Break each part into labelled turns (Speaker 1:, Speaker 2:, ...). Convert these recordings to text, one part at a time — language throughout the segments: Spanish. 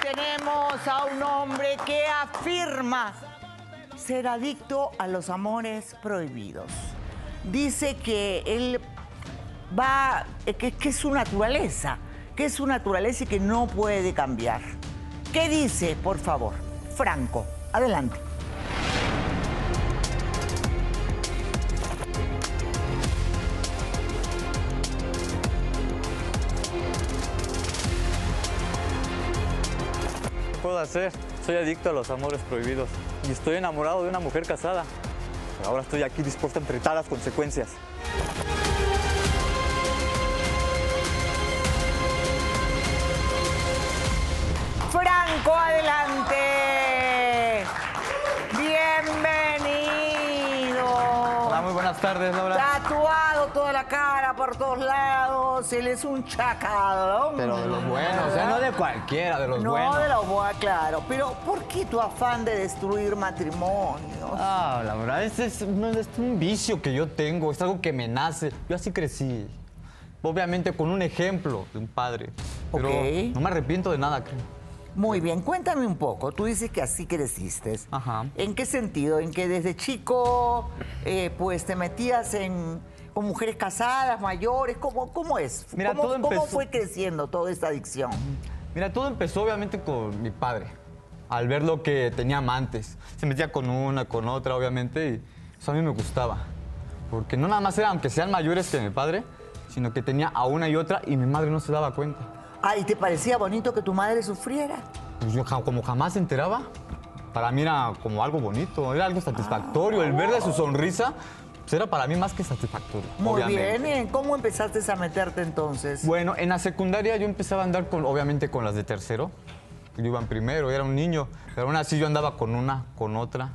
Speaker 1: tenemos a un hombre que afirma ser adicto a los amores prohibidos. Dice que él va, eh, que, que es su naturaleza, que es su naturaleza y que no puede cambiar. ¿Qué dice, por favor? Franco, adelante.
Speaker 2: puedo hacer? Soy adicto a los amores prohibidos y estoy enamorado de una mujer casada. Pero ahora estoy aquí dispuesto a enfrentar las consecuencias.
Speaker 1: Franco, adelante. Bienvenido.
Speaker 2: Hola, muy buenas tardes, Laura.
Speaker 1: Tatuado toda la cara por todos lados. Él es un chacalón.
Speaker 3: Pero de los buenos, o sea, no de cualquiera, de los
Speaker 1: No
Speaker 3: buenos.
Speaker 1: de la boa, claro. Pero ¿por qué tu afán de destruir matrimonios?
Speaker 3: Ah, la verdad, es, es- no, es un vicio que yo tengo, es algo que me nace. Yo así crecí. Obviamente con un ejemplo de un padre. Pero
Speaker 1: Ok.
Speaker 3: no me arrepiento de nada, creo.
Speaker 1: Muy bien, cuéntame un poco. Tú dices que así creciste.
Speaker 3: Ajá.
Speaker 1: ¿En qué sentido? ¿En que desde chico eh, pues te metías en con mujeres casadas, mayores? ¿Cómo, cómo es?
Speaker 3: Mira,
Speaker 1: ¿Cómo,
Speaker 3: todo
Speaker 1: cómo
Speaker 3: empezó-
Speaker 1: fue creciendo toda esta adicción?
Speaker 3: Mira, todo empezó obviamente con mi padre. Al ver lo que tenía amantes. Se metía con una, con otra, obviamente, y eso a mí me gustaba. Porque no nada más eran, aunque sean mayores que mi padre, sino que tenía a una y otra y mi madre no se daba cuenta.
Speaker 1: Ah, ¿y te parecía bonito que tu madre sufriera?
Speaker 3: Pues yo ja- como jamás se enteraba, para mí era como algo bonito, era algo satisfactorio. El verle su sonrisa pues era para mí más que satisfactorio.
Speaker 1: Muy
Speaker 3: obviamente.
Speaker 1: bien, ¿y ¿cómo empezaste a meterte entonces?
Speaker 3: Bueno, en la secundaria yo empezaba a andar con, obviamente con las de tercero. Yo iba en primero, era un niño, pero aún así yo andaba con una, con otra.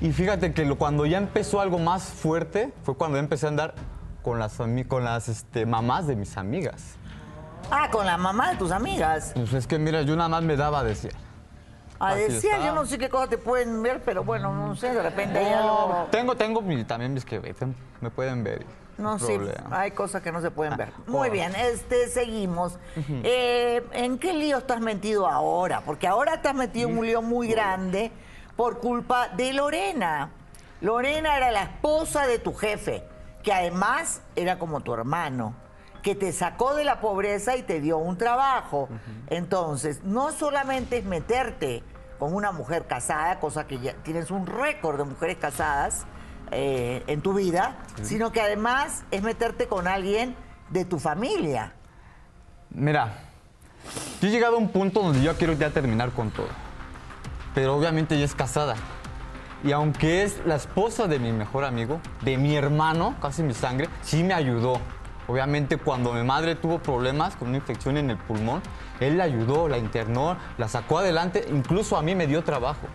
Speaker 3: Y fíjate que lo- cuando ya empezó algo más fuerte fue cuando ya empecé a andar con las, ami- con las este, mamás de mis amigas.
Speaker 1: Ah, con la mamá de tus amigas.
Speaker 3: Pues es que mira, yo nada más me daba a decir.
Speaker 1: A
Speaker 3: Así
Speaker 1: decir,
Speaker 3: está.
Speaker 1: yo no sé qué cosas te pueden ver, pero bueno, no sé, de repente hay algo...
Speaker 3: Tengo, tengo mi- también mis que ve- tem- me pueden ver. y
Speaker 1: No sé,
Speaker 3: problema.
Speaker 1: hay cosas que no se pueden ver.
Speaker 3: Ah,
Speaker 1: Muy
Speaker 3: bueno.
Speaker 1: bien, este, seguimos. Eh, ¿En qué lío estás metido ahora? Porque ahora estás metido en un lío muy grande por culpa de Lorena. Lorena era la esposa de tu jefe, que además era como tu hermano, que te sacó de la pobreza y te dio un trabajo. Entonces, no solamente es meterte con una mujer casada, cosa que ya tienes un récord de mujeres casadas, eh, en tu vida, sino que además es meterte con alguien de tu familia.
Speaker 3: Mira, yo he llegado a un punto donde yo quiero ya terminar con todo. Pero obviamente ella es casada. Y aunque es la esposa de mi mejor amigo, de mi hermano, casi mi sangre, sí me ayudó. Obviamente cuando mi madre tuvo problemas con una infección en el pulmón, él la ayudó, la internó, la sacó adelante, incluso a mí me dio trabajo.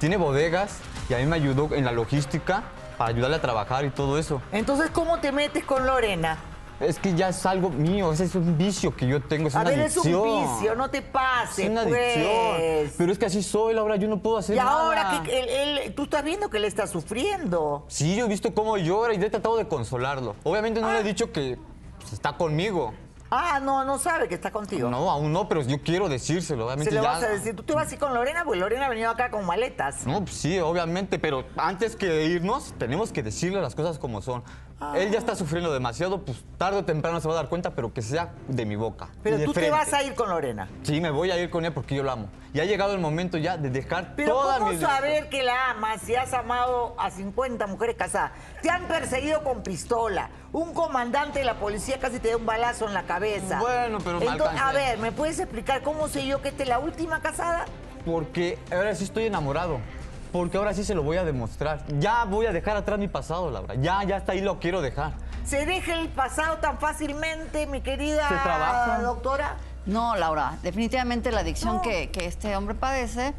Speaker 3: Tiene bodegas y a mí me ayudó en la logística para ayudarle a trabajar y todo eso.
Speaker 1: Entonces, ¿cómo te metes con Lorena?
Speaker 3: Es que ya es algo mío, ese es un vicio que yo tengo, es
Speaker 1: A
Speaker 3: una
Speaker 1: ver, es un
Speaker 3: adicción.
Speaker 1: vicio, no te pases.
Speaker 3: Es una adicción.
Speaker 1: Ah, pues.
Speaker 3: Pero es que así soy, Laura, yo no puedo hacer
Speaker 1: Y
Speaker 3: nada.
Speaker 1: ahora que él- él- tú estás viendo que le está sufriendo.
Speaker 3: Sí, yo he visto cómo llora y yo he tratado de consolarlo. Obviamente no le he dicho que pues, está conmigo.
Speaker 1: Ah, no, no sabe que está contigo.
Speaker 3: No, aún no, pero yo quiero decírselo.
Speaker 1: Se
Speaker 3: Obviamente
Speaker 1: lo
Speaker 3: ya-
Speaker 1: vas a decir. Tú te vas a ir con Lorena porque Lorena ha venido acá con maletas.
Speaker 3: No, pues sí, obviamente, pero antes que irnos, tenemos que decirle las cosas como son. Él ya está sufriendo demasiado, pues tarde o temprano se va a dar cuenta, pero que sea de mi boca.
Speaker 1: Pero
Speaker 3: y de
Speaker 1: tú te
Speaker 3: frente.
Speaker 1: vas a ir con Lorena.
Speaker 3: Sí, me voy a ir con él porque yo lo amo. Y ha llegado el momento ya de dejar
Speaker 1: Pero
Speaker 3: toda
Speaker 1: ¿cómo
Speaker 3: mi
Speaker 1: saber que la amas si has amado a 50 mujeres casadas? Te han perseguido con pistola. Un comandante de la policía casi te da un balazo en la cabeza.
Speaker 3: Bueno, pero me
Speaker 1: Entonces, A
Speaker 3: alcancé.
Speaker 1: ver, ¿me puedes explicar cómo sé yo que esta es la última casada?
Speaker 3: Porque ahora sí estoy enamorado. Porque ahora sí se lo voy a demostrar. Ya voy a dejar atrás mi pasado, Laura. Ya, ya hasta ahí lo quiero dejar.
Speaker 1: ¿Se deja el pasado tan fácilmente, mi querida
Speaker 3: Se trabaja.
Speaker 1: Ah, doctora?
Speaker 4: No, Laura, definitivamente la adicción que, que este hombre padece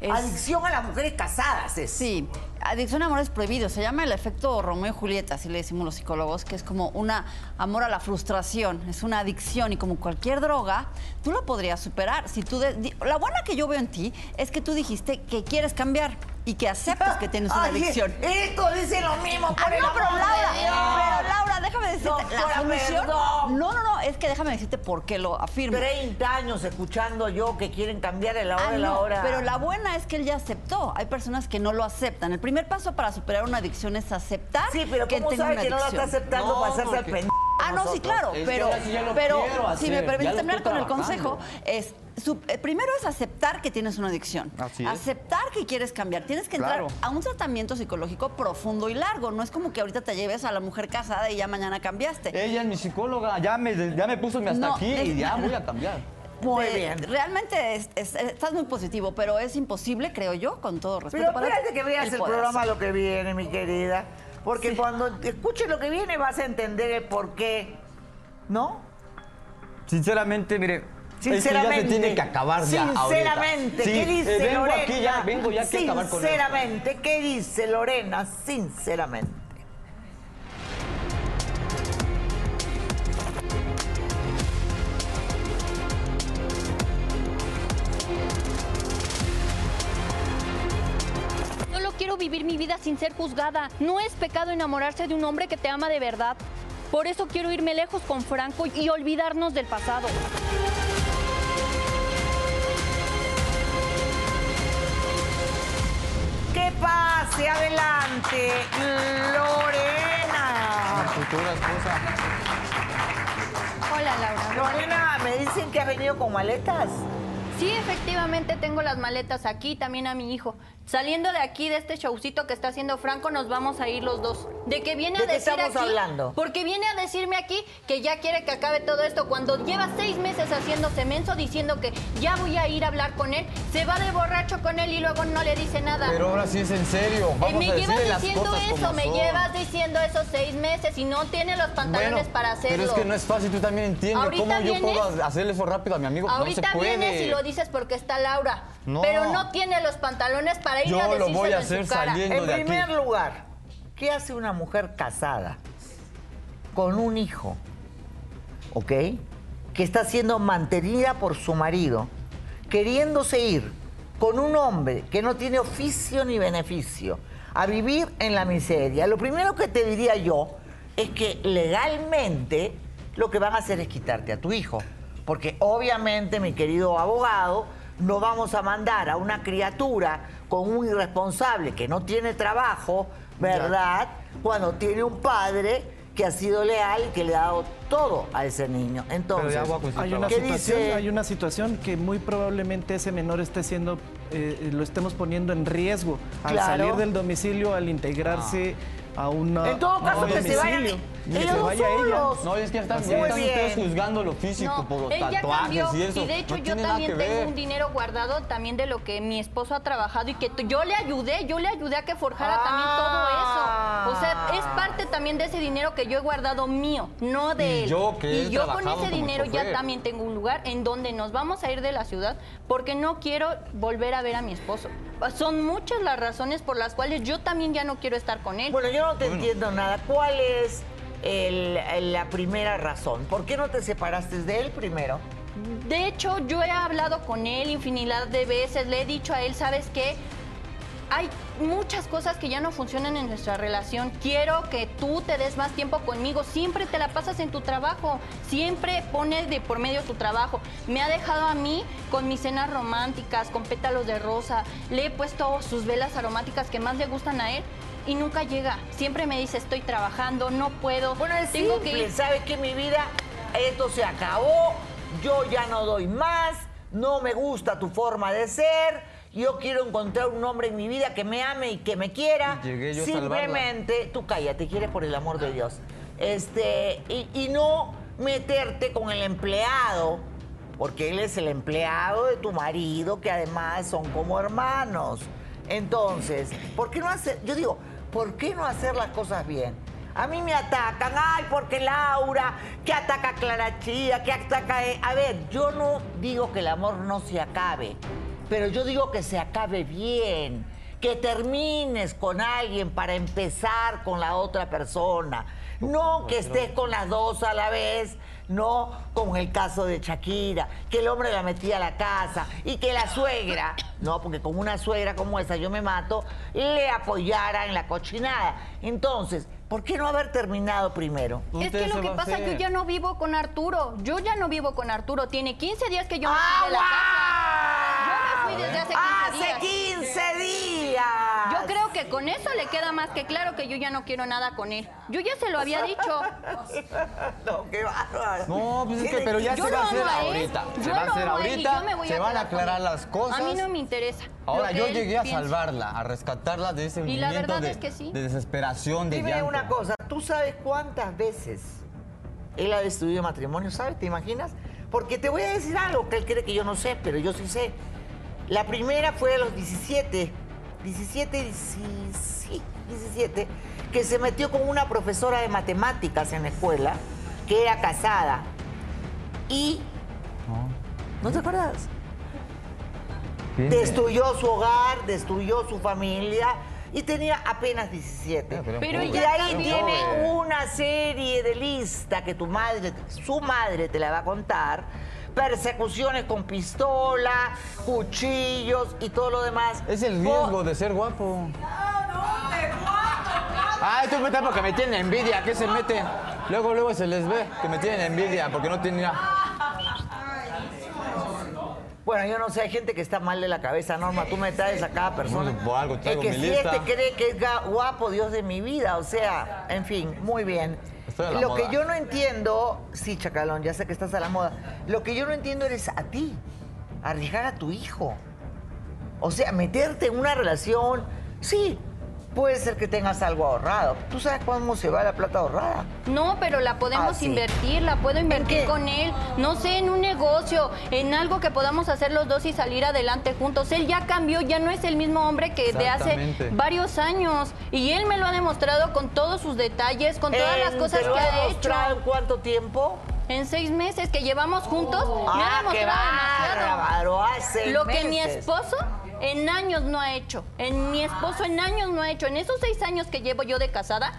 Speaker 4: es...
Speaker 1: Adicción a las mujeres casadas es.
Speaker 4: Sí, adicción a amores prohibidos. Se llama el efecto Romeo y Julieta, así le decimos los psicólogos, que es como un amor a la frustración, es una adicción y como cualquier droga, tú la podrías superar. Si tú de- di- la buena que yo veo en ti es que tú dijiste que quieres cambiar. y que aceptes que tienes una
Speaker 1: Ay,
Speaker 4: adicción.
Speaker 1: Esto dice lo mismo,
Speaker 4: Ah,
Speaker 1: por el
Speaker 4: no, pero
Speaker 1: amor de
Speaker 4: Laura,
Speaker 1: Dios.
Speaker 4: pero Laura, déjame decirte, la
Speaker 1: Doctora,
Speaker 4: solución-
Speaker 1: perdón.
Speaker 4: No, no, no, es que déjame decirte por qué lo afirmo.
Speaker 1: 30 años escuchando yo que quieren cambiar el ahora
Speaker 4: Ah,
Speaker 1: y la
Speaker 4: no,
Speaker 1: hora.
Speaker 4: Pero la buena es que él ya aceptó. Hay personas que no lo aceptan. El primer paso para superar una adicción es aceptar
Speaker 1: Sí, pero
Speaker 4: que
Speaker 1: ¿cómo
Speaker 4: tengo
Speaker 1: sabe
Speaker 4: una
Speaker 1: que no la está
Speaker 4: adicción.
Speaker 1: aceptando
Speaker 5: No,
Speaker 1: para hacerse el
Speaker 5: porque-
Speaker 1: pendejo?
Speaker 4: Ah, no, sí,
Speaker 1: nosotros?
Speaker 4: claro,
Speaker 5: Es que
Speaker 4: pero,
Speaker 5: ahora sí ya lo
Speaker 4: pero
Speaker 5: quiero
Speaker 4: si me
Speaker 5: hacer,
Speaker 4: permites
Speaker 5: ya lo
Speaker 4: terminar
Speaker 5: estoy
Speaker 4: con el
Speaker 5: trabajando.
Speaker 4: consejo, es su- eh, primero es aceptar que tienes una adicción.
Speaker 3: Así es.
Speaker 4: Aceptar que quieres cambiar. Tienes que entrar
Speaker 3: Claro.
Speaker 4: a un tratamiento psicológico profundo y largo. No es como que ahorita te lleves a la mujer casada y ya mañana cambiaste.
Speaker 3: Ella es mi psicóloga, ya me, ya me puso mi hasta
Speaker 4: No,
Speaker 3: aquí
Speaker 4: es-
Speaker 3: y ya voy a cambiar.
Speaker 1: Muy
Speaker 4: Te-
Speaker 1: bien.
Speaker 4: Realmente es- es- estás muy positivo, pero es imposible, creo yo, con todo respeto.
Speaker 1: Pero
Speaker 4: para ti,
Speaker 1: espérate que veas
Speaker 4: el
Speaker 1: el
Speaker 4: poder
Speaker 1: programa lo que viene, mi querida. Porque cuando escuches lo que viene vas a entender el por qué. ¿No?
Speaker 3: Sinceramente, mire.
Speaker 1: Sinceramente.
Speaker 3: Es que ya se tiene que acabar ya ahorita.
Speaker 1: Sinceramente,
Speaker 3: Sí,
Speaker 1: ¿qué
Speaker 3: eh,
Speaker 1: dice
Speaker 3: vengo
Speaker 1: Lorena?
Speaker 3: aquí ya, vengo ya que acabar con esto.
Speaker 1: Sinceramente, ¿qué dice Lorena? Sinceramente.
Speaker 6: No lo quiero vivir mi vida sin ser juzgada. No es pecado enamorarse de un hombre que te ama de verdad. Por eso quiero irme lejos con Franco y olvidarnos del pasado.
Speaker 1: Que pase adelante, Lorena.
Speaker 3: Futura esposa.
Speaker 7: Hola Laura.
Speaker 1: Lorena, me dicen que has venido con maletas.
Speaker 6: Sí, efectivamente tengo las maletas aquí, también a mi hijo. Saliendo de aquí, de este showcito que está haciendo Franco, nos vamos a ir los dos. ¿De que viene
Speaker 1: ¿De
Speaker 6: a
Speaker 1: qué
Speaker 6: decir
Speaker 1: estamos
Speaker 6: aquí?
Speaker 1: hablando?
Speaker 6: Porque viene a decirme aquí que ya quiere que acabe todo esto. Cuando lleva seis meses haciéndose menso, diciendo que ya voy a ir a hablar con él, se va de borracho con él y luego no le dice nada.
Speaker 3: Pero ahora sí es en serio. Vamos
Speaker 6: Eh, me
Speaker 3: a
Speaker 6: llevas
Speaker 3: decirle las
Speaker 6: diciendo
Speaker 3: cosas
Speaker 6: eso,
Speaker 3: como
Speaker 6: me
Speaker 3: son.
Speaker 6: llevas diciendo eso seis meses y no tiene los pantalones
Speaker 3: Bueno,
Speaker 6: para hacerlo.
Speaker 3: Pero es que no es fácil, tú también entiendes
Speaker 6: Ahorita
Speaker 3: cómo yo
Speaker 6: vienes-
Speaker 3: puedo hacerle eso rápido a mi amigo.
Speaker 6: Ahorita
Speaker 3: no se puede.
Speaker 6: vienes y lo dices porque está Laura,
Speaker 3: No.
Speaker 6: pero no tiene los pantalones para ir
Speaker 3: Yo
Speaker 6: a
Speaker 3: lo
Speaker 6: decírselo
Speaker 3: voy a
Speaker 6: en su
Speaker 3: hacer
Speaker 6: cara.
Speaker 3: salir. Vengo
Speaker 1: En
Speaker 3: de aquí.
Speaker 1: primer lugar, ¿qué hace una mujer casada con un hijo? ¿Ok? Que está siendo mantenida por su marido, queriéndose ir con un hombre que no tiene oficio ni beneficio, a vivir en la miseria. Lo primero que te diría yo es que legalmente lo que van a hacer es quitarte a tu hijo. Porque obviamente, mi querido abogado, no vamos a mandar a una criatura con un irresponsable que no tiene trabajo, ¿verdad? Cuando tiene un padre que ha sido leal y que le ha dado todo a ese niño.
Speaker 3: Pero
Speaker 1: Entonces,
Speaker 3: ya voy a conseguir
Speaker 8: Hay una,
Speaker 1: ¿qué
Speaker 3: trabajo.
Speaker 8: situación,
Speaker 1: dice?
Speaker 8: hay una situación que muy probablemente ese menor esté siendo, eh, lo estemos poniendo en riesgo al
Speaker 1: Claro.
Speaker 8: salir del domicilio, al integrarse a una.
Speaker 1: En todo
Speaker 8: a
Speaker 1: caso,
Speaker 8: un
Speaker 1: que se vayan
Speaker 8: domicilio.
Speaker 1: ellos
Speaker 8: Que se
Speaker 1: dos
Speaker 8: vaya ella.
Speaker 1: solos.
Speaker 3: No, es que ya están,
Speaker 1: Así
Speaker 3: ya
Speaker 1: es.
Speaker 3: están
Speaker 1: Muy bien.
Speaker 3: ustedes juzgando lo físico
Speaker 6: No,
Speaker 3: por los
Speaker 6: él ya
Speaker 3: tatuajes
Speaker 6: cambió
Speaker 3: y eso.
Speaker 6: de hecho
Speaker 3: no
Speaker 6: yo
Speaker 3: tiene nada
Speaker 6: también
Speaker 3: que ver.
Speaker 6: tengo un dinero guardado también de lo que mi esposo ha trabajado y que t- yo le ayudé, yo le ayudé a que forjara también
Speaker 1: Ah.
Speaker 6: todo eso. O sea, es parte también de ese dinero que yo he guardado mío, no de
Speaker 3: Y
Speaker 6: él.
Speaker 3: yo que he
Speaker 6: y yo con
Speaker 3: trabajado
Speaker 6: ese
Speaker 3: como
Speaker 6: dinero ya
Speaker 3: chofer.
Speaker 6: también tengo un lugar en donde nos vamos a ir de la ciudad porque no quiero volver a ver a mi esposo. Son muchas las razones por las cuales yo también ya no quiero estar con él.
Speaker 1: Bueno, yo no te entiendo nada. ¿Cuál es el- el- la primera razón? ¿Por qué no te separaste de él primero?
Speaker 6: De hecho, yo he hablado con él infinidad de veces, le he dicho a él, ¿sabes qué? Hay muchas cosas que ya no funcionan en nuestra relación. Quiero que tú te des más tiempo conmigo. Siempre te la pasas en tu trabajo. Siempre pones de por medio tu trabajo. Me ha dejado a mí con mis cenas románticas, con pétalos de rosa. Le he puesto sus velas aromáticas que más le gustan a él y nunca llega. Siempre me dice, estoy trabajando, no puedo.
Speaker 1: Bueno, es
Speaker 6: tengo que
Speaker 1: simple.
Speaker 6: ir.
Speaker 1: ¿Sabes qué? Mi vida, esto se acabó. Yo ya no doy más. No me gusta tu forma de ser. Yo quiero encontrar un hombre en mi vida que me ame y que me quiera.
Speaker 3: Y llegué yo a
Speaker 1: Simplemente, tú cállate, quiere por el amor de Dios. Este, y, y no meterte con el empleado, porque él es el empleado de tu marido, que además son como hermanos. Entonces, ¿por qué no hacer? Yo digo, ¿por qué no hacer las cosas bien? A mí me atacan, ay, porque Laura, que ataca a Clara Chía, que ataca... eh. a... A ver, yo no digo que el amor no se acabe, pero yo digo que se acabe bien, que termines con alguien para empezar con la otra persona. No que estés con las dos a la vez, no como en el caso de Shakira, que el hombre la metía a la casa y que la suegra, no, porque con una suegra como esa yo me mato, le apoyara en la cochinada. Entonces, ¿por qué no haber terminado primero?
Speaker 6: Es que lo que pasa, yo ya no vivo con Arturo. Yo ya no vivo con Arturo. Tiene 15 días que yo me
Speaker 1: Ah,
Speaker 6: fui de la casa. Yo me fui desde hace 15 días.
Speaker 1: Hace 15 días.
Speaker 6: Yo creo que con eso le queda más que claro que yo ya no quiero nada con él. Yo ya se lo había dicho.
Speaker 1: No, qué bárbaro.
Speaker 3: No, pues es que, pero ya
Speaker 6: Yo
Speaker 3: se
Speaker 6: lo
Speaker 3: va a
Speaker 6: amo
Speaker 3: hacer
Speaker 6: a él.
Speaker 3: ahorita. Se
Speaker 6: Yo
Speaker 3: va a
Speaker 6: lo
Speaker 3: hacer
Speaker 6: amo a él y
Speaker 3: ahorita.
Speaker 6: yo me voy a
Speaker 3: Se van a
Speaker 6: quedar con
Speaker 3: aclarar
Speaker 6: él.
Speaker 3: las cosas.
Speaker 6: A mí no me interesa. lo
Speaker 3: Ahora,
Speaker 6: que
Speaker 3: yo
Speaker 6: él
Speaker 3: llegué a
Speaker 6: piensa.
Speaker 3: salvarla, a rescatarla de ese
Speaker 6: Y la
Speaker 3: movimiento
Speaker 6: verdad
Speaker 3: de,
Speaker 6: es que sí.
Speaker 3: de desesperación, de
Speaker 1: Dime
Speaker 3: llanto.
Speaker 1: una cosa, ¿tú sabes cuántas veces él ha destruido matrimonio? ¿Sabes? ¿Te imaginas? Porque te voy a decir algo que él cree que yo no sé, pero yo sí sé. La primera fue a los 17, 17, 17, 17, que se metió con una profesora de matemáticas en la escuela, que era casada. Y,
Speaker 3: Oh.
Speaker 1: ¿no te acuerdas?
Speaker 3: Bien.
Speaker 1: Destruyó su hogar, destruyó su familia y tenía apenas 17.
Speaker 3: Ah, pero
Speaker 6: Pero
Speaker 1: y
Speaker 6: pobre.
Speaker 1: de ahí
Speaker 6: Pero
Speaker 1: tiene
Speaker 3: pobre.
Speaker 1: una serie de lista que tu madre, su madre te la va a contar. Persecuciones con pistola, cuchillos y todo lo demás.
Speaker 3: Es el
Speaker 1: Po-
Speaker 3: riesgo de ser guapo. Ah, esto es porque me tienen envidia, ¿qué se mete? Luego, luego se les ve que me tienen envidia porque no tienen...
Speaker 1: Bueno, yo no sé, hay gente que está mal de la cabeza, Norma. Tú me traes a cada persona.
Speaker 3: Bueno, por algo
Speaker 1: el
Speaker 3: traigo
Speaker 1: que
Speaker 3: mi
Speaker 1: sí
Speaker 3: lista.
Speaker 1: este cree que es ga- guapo, Dios de mi vida. O sea, en fin, muy bien.
Speaker 3: Estoy a la
Speaker 1: Lo
Speaker 3: moda.
Speaker 1: que yo no entiendo, sí, Chacalón, ya sé que estás a la moda. Lo que yo no entiendo eres a ti, arriesgar a tu hijo. O sea, meterte en una relación, sí, puede ser que tengas algo ahorrado. ¿Tú sabes cómo se va la plata ahorrada?
Speaker 6: No, pero la podemos
Speaker 1: Ah, sí.
Speaker 6: invertir, la puedo
Speaker 1: qué?
Speaker 6: invertir con él, no sé, en un negocio, en algo que podamos hacer los dos y salir adelante juntos. Él ya cambió, ya no es el mismo hombre que de hace
Speaker 3: Exactamente.
Speaker 6: varios años y él me lo ha demostrado con todos sus detalles, con todas las
Speaker 1: Él
Speaker 6: cosas
Speaker 1: te lo
Speaker 6: que ha hecho.
Speaker 1: demostrado en cuánto tiempo?
Speaker 6: En seis meses que llevamos juntos, me ha
Speaker 1: ah, qué
Speaker 6: demostrado demasiado.
Speaker 1: bárbaro, hace
Speaker 6: Lo que mi
Speaker 1: meses.
Speaker 6: esposo en años no ha hecho. En mi esposo en años no ha hecho. En esos seis años que llevo yo de casada,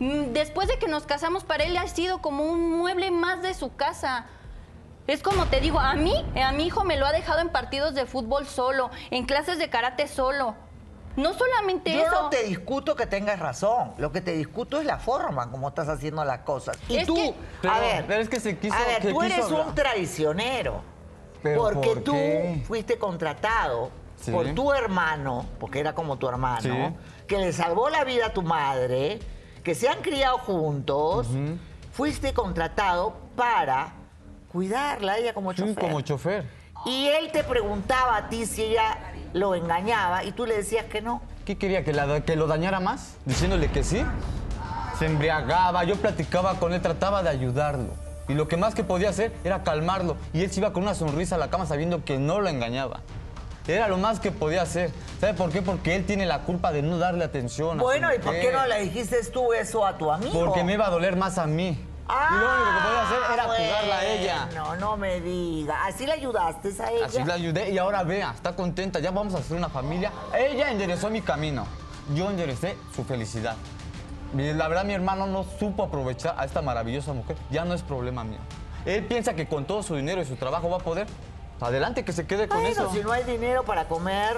Speaker 6: mm, después de que nos casamos, para él ha sido como un mueble más de su casa. Es como te digo, a mí, a mi hijo me lo ha dejado en partidos de fútbol solo, en clases de karate solo. No solamente
Speaker 1: Yo
Speaker 6: eso.
Speaker 1: no te discuto que tengas razón. Lo que te discuto es la forma como estás haciendo las cosas. Y
Speaker 6: Es
Speaker 1: tú,
Speaker 6: que-
Speaker 1: a
Speaker 3: Pero-
Speaker 1: ver,
Speaker 3: pero es que se quiso-
Speaker 1: a ver,
Speaker 3: que
Speaker 1: tú
Speaker 3: quiso
Speaker 1: eres un
Speaker 3: hablar.
Speaker 1: traicionero.
Speaker 3: ¿Pero
Speaker 1: porque
Speaker 3: por
Speaker 1: tú
Speaker 3: qué?
Speaker 1: fuiste contratado
Speaker 3: Sí.
Speaker 1: por tu hermano, porque era como tu hermano,
Speaker 3: Sí.
Speaker 1: que le salvó la vida a tu madre, que se han criado juntos. Fuiste contratado para cuidarla a ella como
Speaker 3: Sí,
Speaker 1: chofer.
Speaker 3: como chofer.
Speaker 1: y él te preguntaba a ti si ella lo engañaba y tú le decías que no.
Speaker 3: ¿Qué quería? ¿Que, la- que lo dañara más? Diciéndole que sí. Se embriagaba, yo platicaba con él, trataba de ayudarlo. Y lo que más que podía hacer era calmarlo. Y él se iba con una sonrisa a la cama sabiendo que no lo engañaba. Era lo más que podía hacer. ¿Sabe por qué? Porque él tiene la culpa de no darle atención. a su
Speaker 1: Bueno, ¿y por qué
Speaker 3: mujer.
Speaker 1: no le dijiste tú eso a tu amigo?
Speaker 3: Porque me iba a doler más a mí. y lo único que podía hacer era jugarla a ella.
Speaker 1: Ah, No, no me diga. Así la ayudaste a ella.
Speaker 3: Así la ayudé y ahora vea, está contenta, ya vamos a hacer una familia. Ella enderezó mi camino, yo enderecé su felicidad. Mi- La verdad, mi hermano no supo aprovechar a esta maravillosa mujer, ya no es problema mío. Él piensa que con todo su dinero y su trabajo va a poder. Adelante, que se quede con
Speaker 1: Bueno,
Speaker 3: eso.
Speaker 1: si no hay dinero para comer,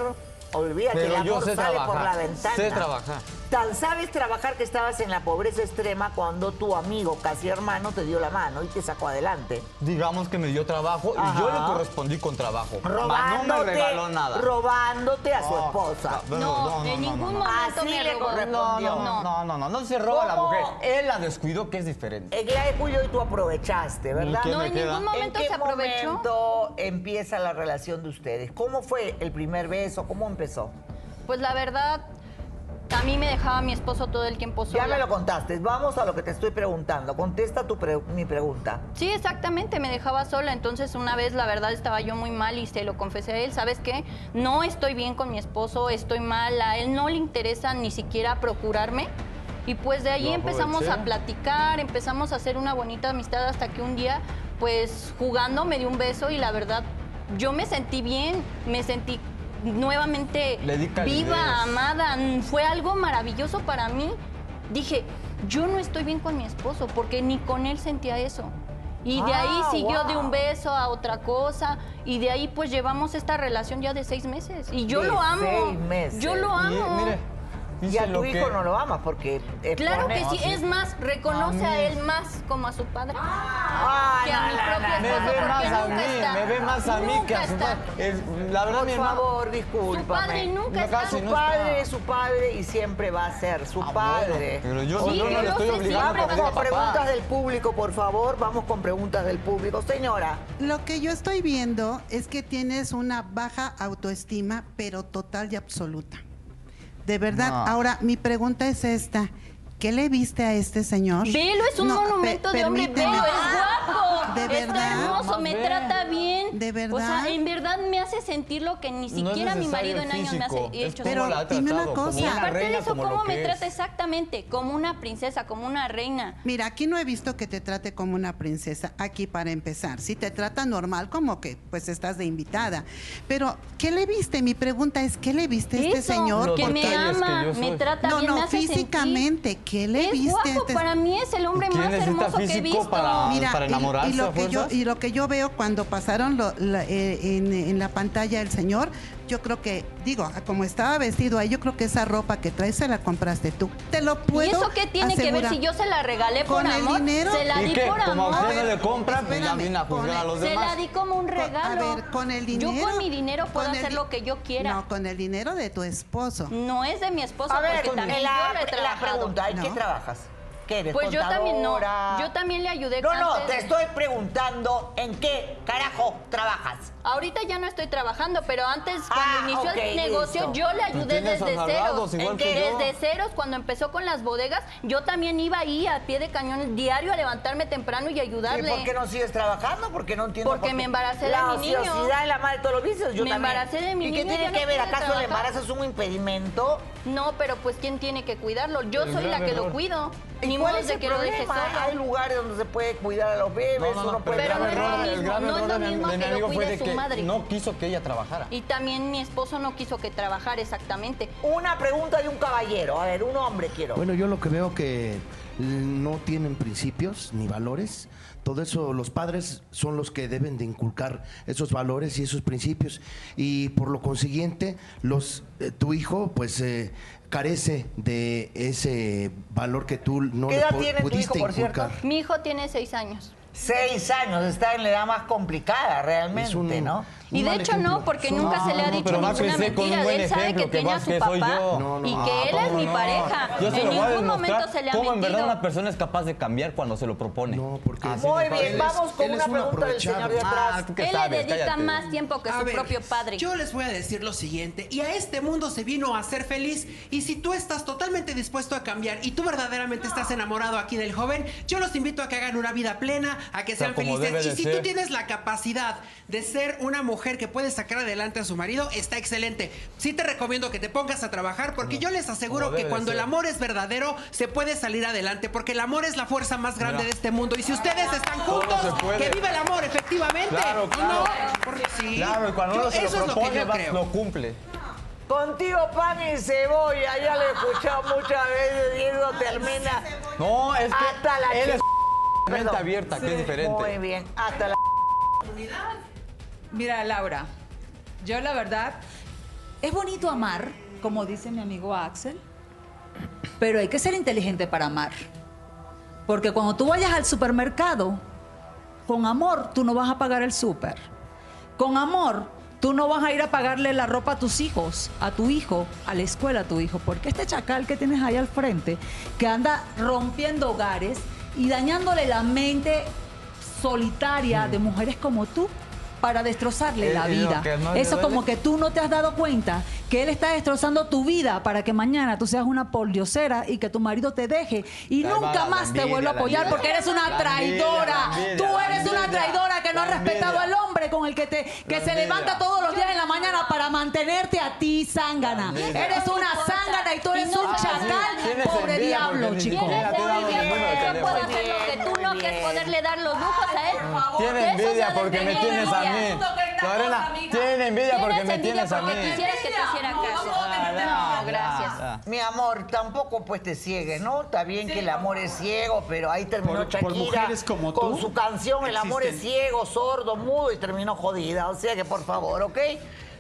Speaker 1: olvídate,
Speaker 3: Pero
Speaker 1: el
Speaker 3: yo
Speaker 1: amor
Speaker 3: sé
Speaker 1: sale por la
Speaker 3: trabajar,
Speaker 1: ventana.
Speaker 3: sé trabajar.
Speaker 1: Tan sabes trabajar que estabas en la pobreza extrema cuando tu amigo, casi hermano, te dio la mano y te sacó adelante.
Speaker 3: Digamos que me dio trabajo y yo
Speaker 1: Ajá.
Speaker 3: le correspondí con trabajo. Mas
Speaker 1: Robándote,
Speaker 3: no me regaló nada.
Speaker 1: robándote a su
Speaker 3: No,
Speaker 1: esposa.
Speaker 6: No,
Speaker 3: no,
Speaker 6: en
Speaker 3: no, no,
Speaker 6: ningún
Speaker 3: no.
Speaker 6: momento
Speaker 1: Así
Speaker 6: me
Speaker 1: le
Speaker 6: robó.
Speaker 3: No,
Speaker 1: correspondió.
Speaker 3: no, no, no, no, no, no se roba a la
Speaker 1: ¿Cómo?
Speaker 3: mujer. Él la descuidó, que es diferente.
Speaker 1: El día de Julio y tú aprovechaste, ¿verdad?
Speaker 3: ¿Qué
Speaker 6: No,
Speaker 3: me
Speaker 6: en
Speaker 3: queda?
Speaker 6: ningún momento
Speaker 1: ¿En qué
Speaker 6: se aprovechó.
Speaker 1: momento empieza la relación de ustedes? ¿Cómo fue el primer beso? ¿Cómo empezó?
Speaker 6: Pues la verdad, a mí me dejaba mi esposo todo el tiempo solo.
Speaker 1: Ya me lo contaste. Vamos a lo que te estoy preguntando. Contesta tu pre- mi pregunta.
Speaker 6: Sí, exactamente, me dejaba sola. Entonces, una vez, la verdad, estaba yo muy mal y se lo confesé a él. ¿Sabes qué? No estoy bien con mi esposo, estoy mal. A él no le interesa ni siquiera procurarme. Y pues de ahí
Speaker 3: Lo
Speaker 6: empezamos a
Speaker 3: aproveché.
Speaker 6: platicar, empezamos a hacer una bonita amistad hasta que un día, pues jugando, me dio un beso y la verdad, yo me sentí bien, me sentí nuevamente
Speaker 3: Le di calidez.
Speaker 6: viva, amada. mm, Fue algo maravilloso para mí. Dije, yo no estoy bien con mi esposo porque ni con él sentía eso. Y de ahí
Speaker 1: Ah,
Speaker 6: siguió de
Speaker 1: guau.
Speaker 6: un beso a otra cosa. Y de ahí pues llevamos esta relación ya de seis meses. Y yo
Speaker 1: De
Speaker 6: lo amo.
Speaker 1: seis meses.
Speaker 6: Yo lo
Speaker 3: Y,
Speaker 6: amo.
Speaker 3: mire,
Speaker 1: Y
Speaker 3: dice
Speaker 1: a tu
Speaker 3: lo
Speaker 1: hijo
Speaker 3: que...
Speaker 1: no lo amas porque... eh,
Speaker 6: Claro
Speaker 1: pone-
Speaker 6: que sí, es más, reconoce
Speaker 3: A
Speaker 6: a,
Speaker 3: mí.
Speaker 6: él más como a su padre.
Speaker 1: Ah,
Speaker 6: que a mi propia
Speaker 3: Me
Speaker 6: esposa,
Speaker 3: ve
Speaker 6: porque
Speaker 3: más a
Speaker 6: nunca
Speaker 3: mí,
Speaker 6: está.
Speaker 3: me ve más a mí que a su
Speaker 6: Nunca
Speaker 3: padre.
Speaker 6: está.
Speaker 3: Es- La verdad, mi
Speaker 1: Por
Speaker 3: hermano.
Speaker 1: favor, discúlpame.
Speaker 6: Su padre nunca
Speaker 3: No,
Speaker 6: está.
Speaker 3: casi
Speaker 1: Su
Speaker 3: no
Speaker 1: padre
Speaker 3: está.
Speaker 1: es su padre y siempre va a ser su
Speaker 3: Ah,
Speaker 1: padre.
Speaker 3: bueno, pero yo,
Speaker 6: Sí,
Speaker 3: yo no
Speaker 6: yo
Speaker 3: le
Speaker 6: lo
Speaker 3: estoy
Speaker 6: sé,
Speaker 3: obligando
Speaker 6: siempre
Speaker 3: a
Speaker 1: Vamos
Speaker 3: que
Speaker 6: me
Speaker 3: sea
Speaker 1: con
Speaker 6: vas
Speaker 3: papá.
Speaker 1: preguntas del público, por favor. Vamos con preguntas del público. Señora,
Speaker 5: Lo que yo estoy viendo es que tienes una baja autoestima, pero total y absoluta. De verdad,
Speaker 3: No.
Speaker 5: ahora mi pregunta es esta. ¿Qué le viste a este señor?
Speaker 6: Velo, es un
Speaker 5: No, pe-
Speaker 6: monumento de hombre velo,
Speaker 5: permíteme.
Speaker 6: es guapo,
Speaker 5: De
Speaker 6: está
Speaker 5: verdad.
Speaker 6: hermoso, me
Speaker 3: Más
Speaker 6: trata bien.
Speaker 5: De
Speaker 6: O sea,
Speaker 5: verdad.
Speaker 6: en verdad me hace sentir lo que ni siquiera mi marido en años me hace hecho.
Speaker 5: Pero
Speaker 6: sentir.
Speaker 5: dime una cosa.
Speaker 6: y
Speaker 5: como una
Speaker 6: aparte de eso, ¿cómo me
Speaker 3: tratas?
Speaker 6: trata exactamente? Como una princesa, como una reina.
Speaker 5: Mira, aquí no he visto que te trate como una princesa, aquí para empezar. Si te trata normal, como que pues estás de invitada. Pero, ¿qué le viste? Mi pregunta es, ¿qué le viste a este
Speaker 6: Eso,
Speaker 5: señor?
Speaker 3: Los
Speaker 6: que me
Speaker 3: detalles que
Speaker 6: ama,
Speaker 3: yo soy.
Speaker 6: me trata
Speaker 5: No,
Speaker 6: bien, me
Speaker 5: no,
Speaker 6: hace sentir.
Speaker 5: físicamente, ¿qué le
Speaker 6: es
Speaker 5: viste a
Speaker 6: guapo,
Speaker 5: este
Speaker 6: para mí es el hombre
Speaker 3: ¿Quién
Speaker 6: más
Speaker 3: necesita
Speaker 6: hermoso que he
Speaker 3: físico
Speaker 6: visto.
Speaker 3: para- para
Speaker 5: y-
Speaker 3: enamorarse
Speaker 5: y,
Speaker 3: a
Speaker 5: lo que yo
Speaker 3: fuerzas?
Speaker 5: y lo que yo veo cuando pasaron lo- la- eh, en, en la pantalla el señor yo creo que digo a como estaba vestido ahí yo creo que esa ropa que traes se la compraste tú te lo puedo
Speaker 6: ¿Y eso qué tiene que ver
Speaker 5: asegurar.
Speaker 6: si yo se la regalé por
Speaker 5: Con el
Speaker 6: amor?
Speaker 5: dinero.
Speaker 6: Se la
Speaker 3: ¿Y
Speaker 6: di
Speaker 3: qué?
Speaker 6: por
Speaker 3: Como a
Speaker 6: amor.
Speaker 5: A
Speaker 3: usted no
Speaker 5: ver,
Speaker 3: le compran, pues ya
Speaker 5: espérame,
Speaker 3: viene a juzgar
Speaker 5: con
Speaker 3: a
Speaker 5: el-
Speaker 3: los
Speaker 6: Se
Speaker 3: demás.
Speaker 6: la di como un
Speaker 5: Con-
Speaker 6: regalo.
Speaker 5: a ver con el dinero
Speaker 6: Yo con mi dinero puedo
Speaker 5: con el
Speaker 6: hacer
Speaker 5: di-
Speaker 6: lo que yo quiera.
Speaker 5: no con el dinero de tu esposo
Speaker 6: No es de mi esposo,
Speaker 1: a ver,
Speaker 6: porque también
Speaker 1: la,
Speaker 6: yo lo he
Speaker 1: la
Speaker 6: trabajado.
Speaker 1: pregunta, ¿en qué
Speaker 5: No.
Speaker 1: trabajas? ¿Qué eres,
Speaker 6: Pues yo también no.
Speaker 1: contadora?
Speaker 6: Yo también le ayudé
Speaker 1: No, no,
Speaker 6: antes.
Speaker 1: te estoy preguntando en qué carajo trabajas.
Speaker 6: Ahorita ya no estoy trabajando, pero antes cuando
Speaker 1: Ah,
Speaker 6: inició
Speaker 1: ok,
Speaker 6: el negocio
Speaker 1: listo.
Speaker 6: yo le ayudé
Speaker 3: tienes
Speaker 6: desde
Speaker 3: amarrados,
Speaker 6: ceros.
Speaker 3: igual
Speaker 1: ¿En que qué? yo.
Speaker 6: Desde ceros cuando empezó con las bodegas, yo también iba ahí a pie de cañón diario a levantarme temprano y
Speaker 1: ¿Y
Speaker 6: ayudarle.
Speaker 1: por qué no sigues trabajando? Porque no entiendo.
Speaker 6: Porque
Speaker 1: por qué.
Speaker 6: me embaracé de
Speaker 1: la
Speaker 6: mi niño.
Speaker 1: La ociosidad es la madre de todos los vicios. Yo
Speaker 6: Me
Speaker 1: también.
Speaker 6: embaracé de mi
Speaker 1: ¿Y qué
Speaker 6: niño,
Speaker 1: tiene
Speaker 6: yo no
Speaker 1: que ver?
Speaker 6: pude
Speaker 1: ¿Acaso el
Speaker 6: trabajar.
Speaker 1: embarazo es un impedimento?
Speaker 6: No, pero pues quién tiene que cuidarlo. Yo
Speaker 3: El
Speaker 6: soy la
Speaker 3: gran
Speaker 6: que
Speaker 3: error.
Speaker 6: lo cuido.
Speaker 1: ¿Y
Speaker 6: Ni
Speaker 1: cuál
Speaker 6: modo
Speaker 1: es
Speaker 6: de
Speaker 1: el
Speaker 6: que lo deje
Speaker 1: problema? Hay
Speaker 6: solo.
Speaker 1: lugares donde se puede cuidar a los bebés, uno puede
Speaker 6: pero no
Speaker 1: trabajar.
Speaker 6: es lo mismo, no es lo
Speaker 3: de mi-
Speaker 6: mismo
Speaker 3: de
Speaker 6: que
Speaker 3: mi
Speaker 6: lo
Speaker 3: amigo fue
Speaker 6: cuide
Speaker 3: de
Speaker 6: su
Speaker 3: que
Speaker 6: madre.
Speaker 3: no quiso que ella trabajara.
Speaker 6: Y también mi esposo no quiso que trabajara exactamente.
Speaker 1: Una pregunta de un caballero. A ver, un hombre quiero.
Speaker 9: Bueno, yo lo que veo que no tienen principios ni valores. Todo eso, los padres son los que deben de inculcar esos valores y esos principios. Y por lo consiguiente, los, eh, tu hijo, pues, eh, carece de ese valor que tú no
Speaker 1: ¿Qué
Speaker 9: le
Speaker 1: edad
Speaker 9: pu-
Speaker 1: tiene tu hijo,
Speaker 9: pudiste
Speaker 1: por cierto?
Speaker 9: inculcar.
Speaker 6: Mi hijo tiene seis años.
Speaker 1: Seis años, está en la edad más complicada realmente,
Speaker 9: Es un-
Speaker 1: ¿no?
Speaker 9: un
Speaker 6: Y de
Speaker 9: mal
Speaker 6: hecho no,
Speaker 9: ejemplo.
Speaker 6: porque
Speaker 9: Es un-
Speaker 6: nunca se le ha
Speaker 3: no,
Speaker 6: dicho
Speaker 3: pero va a
Speaker 6: ninguna
Speaker 3: crecer con un
Speaker 6: mentira.
Speaker 3: buen
Speaker 6: Él sabe que
Speaker 3: ejemplo, que
Speaker 6: tiene a
Speaker 3: vas-
Speaker 6: su
Speaker 3: que soy
Speaker 6: papá
Speaker 3: yo.
Speaker 9: No, no.
Speaker 6: y
Speaker 9: Ah,
Speaker 6: que él es
Speaker 3: ¿cómo
Speaker 6: mi
Speaker 3: no?
Speaker 6: pareja.
Speaker 3: Yo se
Speaker 6: en
Speaker 3: lo voy a
Speaker 6: ningún
Speaker 3: demostrar
Speaker 6: momento se le ha
Speaker 3: cómo en verdad
Speaker 6: mentido.
Speaker 3: una persona es capaz de cambiar cuando se lo propone.
Speaker 9: No, porque-
Speaker 3: Así
Speaker 1: Muy
Speaker 3: de
Speaker 9: Él
Speaker 3: fácil.
Speaker 1: bien,
Speaker 9: es-
Speaker 1: vamos con
Speaker 9: él
Speaker 1: una
Speaker 9: es un
Speaker 1: pregunta del
Speaker 9: aprovechado.
Speaker 1: señor de
Speaker 3: Ah,
Speaker 1: atrás.
Speaker 3: tú que
Speaker 6: Él le
Speaker 3: sabes,
Speaker 6: dedica
Speaker 3: cállate.
Speaker 6: más tiempo que
Speaker 10: A
Speaker 6: su
Speaker 10: ver,
Speaker 6: propio padre.
Speaker 10: Yo les voy a decir lo siguiente, y a este mundo se vino a ser feliz, y si tú estás totalmente dispuesto a cambiar y tú verdaderamente estás enamorado aquí del joven, yo los invito a que hagan una vida plena, a que
Speaker 3: O sea,
Speaker 10: sean
Speaker 3: como
Speaker 10: felices.
Speaker 3: debe
Speaker 10: Y
Speaker 3: de
Speaker 10: si
Speaker 3: ser.
Speaker 10: tú tienes la capacidad de ser una mujer que puede sacar adelante a su marido, está excelente. Sí te recomiendo que te pongas a trabajar porque yo les aseguro
Speaker 3: como
Speaker 10: que
Speaker 3: debe de
Speaker 10: cuando el
Speaker 3: ser.
Speaker 10: amor es verdadero, se puede salir adelante, porque el amor es la fuerza más grande de este mundo. Y si ustedes están
Speaker 3: Todo
Speaker 10: juntos,
Speaker 3: se puede.
Speaker 10: que viva el amor, efectivamente.
Speaker 3: Claro,
Speaker 10: ¿O
Speaker 3: claro.
Speaker 10: no? Porque sí.
Speaker 3: Claro, y cuando
Speaker 10: Yo-
Speaker 3: uno se
Speaker 10: eso
Speaker 3: lo
Speaker 10: es lo que
Speaker 3: propone,
Speaker 10: yo
Speaker 3: va-
Speaker 10: creo.
Speaker 3: lo cumple.
Speaker 1: Contigo pan y cebolla, ya lo he escuchado muchas veces, Diego termina
Speaker 3: No, es que
Speaker 1: hasta la
Speaker 3: él es
Speaker 1: ch-
Speaker 3: mente
Speaker 1: Perdón.
Speaker 3: abierta, que es
Speaker 1: Muy
Speaker 3: diferente.
Speaker 1: bien, hasta la
Speaker 11: Mira, Laura, yo la verdad, es bonito amar, como dice mi amigo Axel, pero hay que ser inteligente para amar. Porque cuando tú vayas al supermercado, con amor tú no vas a pagar el súper. Con amor tú no vas a ir a pagarle la ropa a tus hijos, a tu hijo, a la escuela a tu hijo. Porque este chacal que tienes ahí al frente, que anda rompiendo hogares y dañándole la mente solitaria de mujeres como tú para destrozarle
Speaker 3: Eh,
Speaker 11: la
Speaker 3: eh, lo
Speaker 11: vida.
Speaker 3: que más me
Speaker 11: Eso
Speaker 3: duele-
Speaker 11: como que tú no te has dado cuenta que él está destrozando tu vida para que mañana tú seas una poliocera y que tu marido te deje y
Speaker 3: Ahí va
Speaker 11: nunca
Speaker 3: la- la
Speaker 11: más te
Speaker 3: envidia,
Speaker 11: vuelva a
Speaker 3: la
Speaker 11: apoyar
Speaker 3: envidia.
Speaker 11: porque eres
Speaker 3: La
Speaker 11: una traidora.
Speaker 3: envidia, la
Speaker 11: Tú
Speaker 3: envidia,
Speaker 11: eres
Speaker 3: la
Speaker 11: una
Speaker 3: envidia,
Speaker 11: traidora que no has
Speaker 3: la
Speaker 11: respetado
Speaker 3: envidia.
Speaker 11: al hombre con el que te que
Speaker 3: La
Speaker 11: se
Speaker 3: envidia.
Speaker 11: levanta todos los días en la mañana para mantenerte a ti zángana.
Speaker 3: envidia.
Speaker 11: Eres una zángana y tú eres un
Speaker 6: Ah, sí.
Speaker 11: chacal,
Speaker 3: Tienes envidia
Speaker 11: pobre
Speaker 3: porque
Speaker 11: diablo,
Speaker 3: ni
Speaker 11: chico.
Speaker 3: siquiera
Speaker 6: Tienes
Speaker 3: te ha dado
Speaker 6: envidia,
Speaker 3: ninguno de
Speaker 6: yo puedo
Speaker 3: teléfono.
Speaker 6: hacer lo que tú
Speaker 1: Muy
Speaker 6: no, que es
Speaker 1: bien.
Speaker 6: poderle dar los lujos a él.
Speaker 3: Tiene
Speaker 6: De eso se
Speaker 3: envidia
Speaker 6: ha de
Speaker 3: porque me
Speaker 6: tener
Speaker 3: tienes a
Speaker 6: envidia.
Speaker 3: mí. Lorena, tienen envidia porque me tienes a mí. Ah,
Speaker 1: No, gracias. Mi amor, tampoco pues te ciegues, ¿no? Está bien que el amor es ciego, pero ahí terminó
Speaker 12: Por- por
Speaker 1: Shakira
Speaker 12: mujeres como tú,
Speaker 1: con su canción El amor es
Speaker 12: existen.
Speaker 1: ciego, sordo, mudo y terminó jodida. O sea que por favor, ¿ok?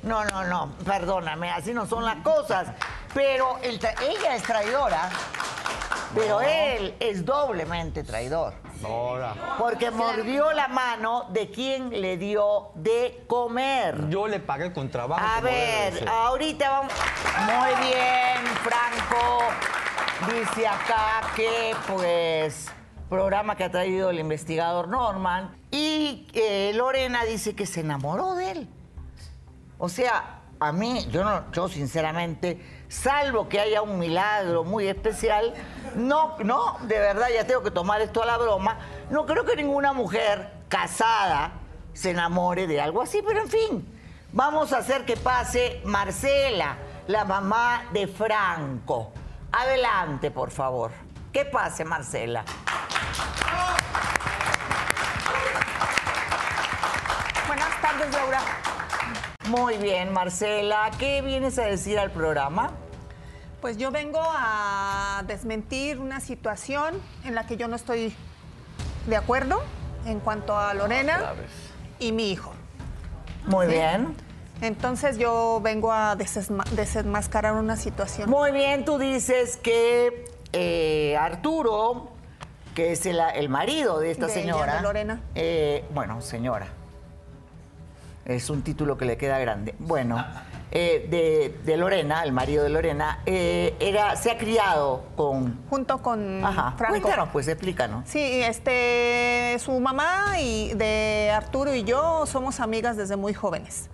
Speaker 1: No, no, no, perdóname, así no son las cosas. Pero el tra- ella es traidora,
Speaker 3: No.
Speaker 1: pero él es doblemente traidor. Porque mordió la mano de quien le dio de comer.
Speaker 3: Yo le pagué con trabajo.
Speaker 1: A
Speaker 3: como debe de
Speaker 1: ver,
Speaker 3: ser.
Speaker 1: ahorita vamos. Muy bien, Franco. Dice acá que, pues, programa que ha traído el investigador Norman. Y eh, Lorena dice que se enamoró de él. O sea, a mí, yo no, yo sinceramente, salvo que haya un milagro muy especial, no, no, de verdad ya tengo que tomar esto a la broma. No creo que ninguna mujer casada se enamore de algo así, pero en fin, vamos a hacer que pase Marcela, la mamá de Franco. Adelante, por favor. Que pase, Marcela. Buenas tardes, Laura. Muy bien, Marcela. ¿Qué vienes a decir al programa?
Speaker 13: Pues yo vengo a desmentir una situación en la que yo no estoy de acuerdo en cuanto a Lorena y mi hijo.
Speaker 1: Muy
Speaker 13: ¿Sí?
Speaker 1: bien.
Speaker 13: Entonces yo vengo a desesma- desenmascarar una situación.
Speaker 1: Muy bien, tú dices que eh, Arturo, que es el, el marido de esta
Speaker 13: De ella,
Speaker 1: señora.
Speaker 13: de Lorena.
Speaker 1: eh, bueno, señora. Es un título que le queda grande. Bueno, eh, de, de Lorena, el marido de Lorena, eh, era, se ha criado con.
Speaker 13: Junto con
Speaker 1: Ajá.
Speaker 13: Mm, Franco.
Speaker 1: Cuéntanos, pues explícanos.
Speaker 13: Sí, este, su mamá y de Arturo y yo somos amigas desde muy jóvenes.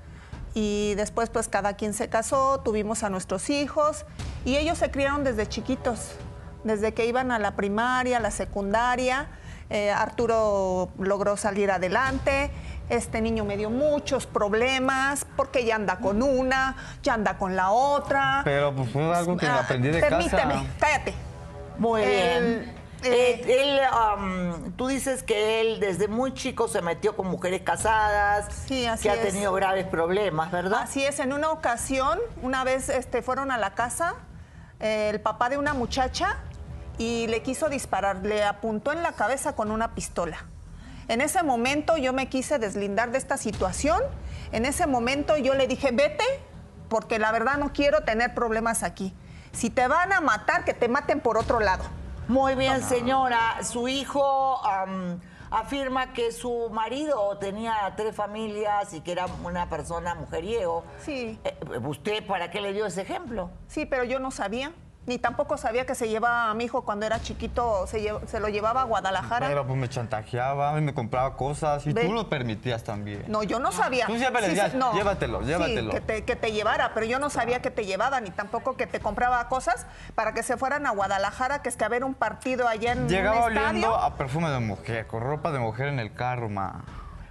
Speaker 13: Y después, pues cada quien se casó, tuvimos a nuestros hijos y ellos se criaron desde chiquitos, desde que iban a la primaria, a la secundaria. Eh, Arturo logró salir adelante. Este niño me dio muchos problemas porque ya anda con una, ya anda con la otra.
Speaker 3: Pero pues, fue algo que
Speaker 13: Ah,
Speaker 3: aprendí de
Speaker 13: permíteme,
Speaker 3: casa.
Speaker 13: cállate.
Speaker 1: Muy
Speaker 13: El-
Speaker 1: bien. Eh, él, am, tú dices que él desde muy chico se metió con mujeres casadas,
Speaker 13: así
Speaker 1: que ha
Speaker 13: es.
Speaker 1: tenido graves problemas, ¿verdad?
Speaker 13: Así es, en una ocasión, una vez este, fueron a la casa, eh, el papá de una muchacha y le quiso disparar, le apuntó en la cabeza con una pistola. En ese momento yo me quise deslindar de esta situación, en ese momento yo le dije, vete, porque la verdad no quiero tener problemas aquí. Si te van a matar, que te maten por otro lado.
Speaker 1: Muy bien, señora. Su hijo am, afirma que su marido tenía tres familias y que era una persona mujeriego. Eh,
Speaker 13: Sí.
Speaker 1: ¿Usted para qué le dio ese ejemplo?
Speaker 13: Sí, pero yo no sabía. Ni tampoco sabía que se llevaba a mi hijo cuando era chiquito, se, lle- se lo llevaba a Guadalajara.
Speaker 3: Pero pues me chantajeaba y me compraba cosas y
Speaker 13: Ve.
Speaker 3: tú lo permitías también.
Speaker 13: No, yo no sabía.
Speaker 3: Tú siempre le
Speaker 13: Sí,
Speaker 3: decías,
Speaker 13: sí, no.
Speaker 3: llévatelo,
Speaker 13: Sí,
Speaker 3: llévatelo.
Speaker 13: que, te, que te llevara, pero yo no sabía que te llevaba, ni tampoco que te compraba cosas para que se fueran a Guadalajara, que es que a ver un partido allá en
Speaker 3: Llegaba
Speaker 13: un
Speaker 3: oliendo
Speaker 13: estadio.
Speaker 3: a perfume de mujer, con ropa de mujer en el carro, ma.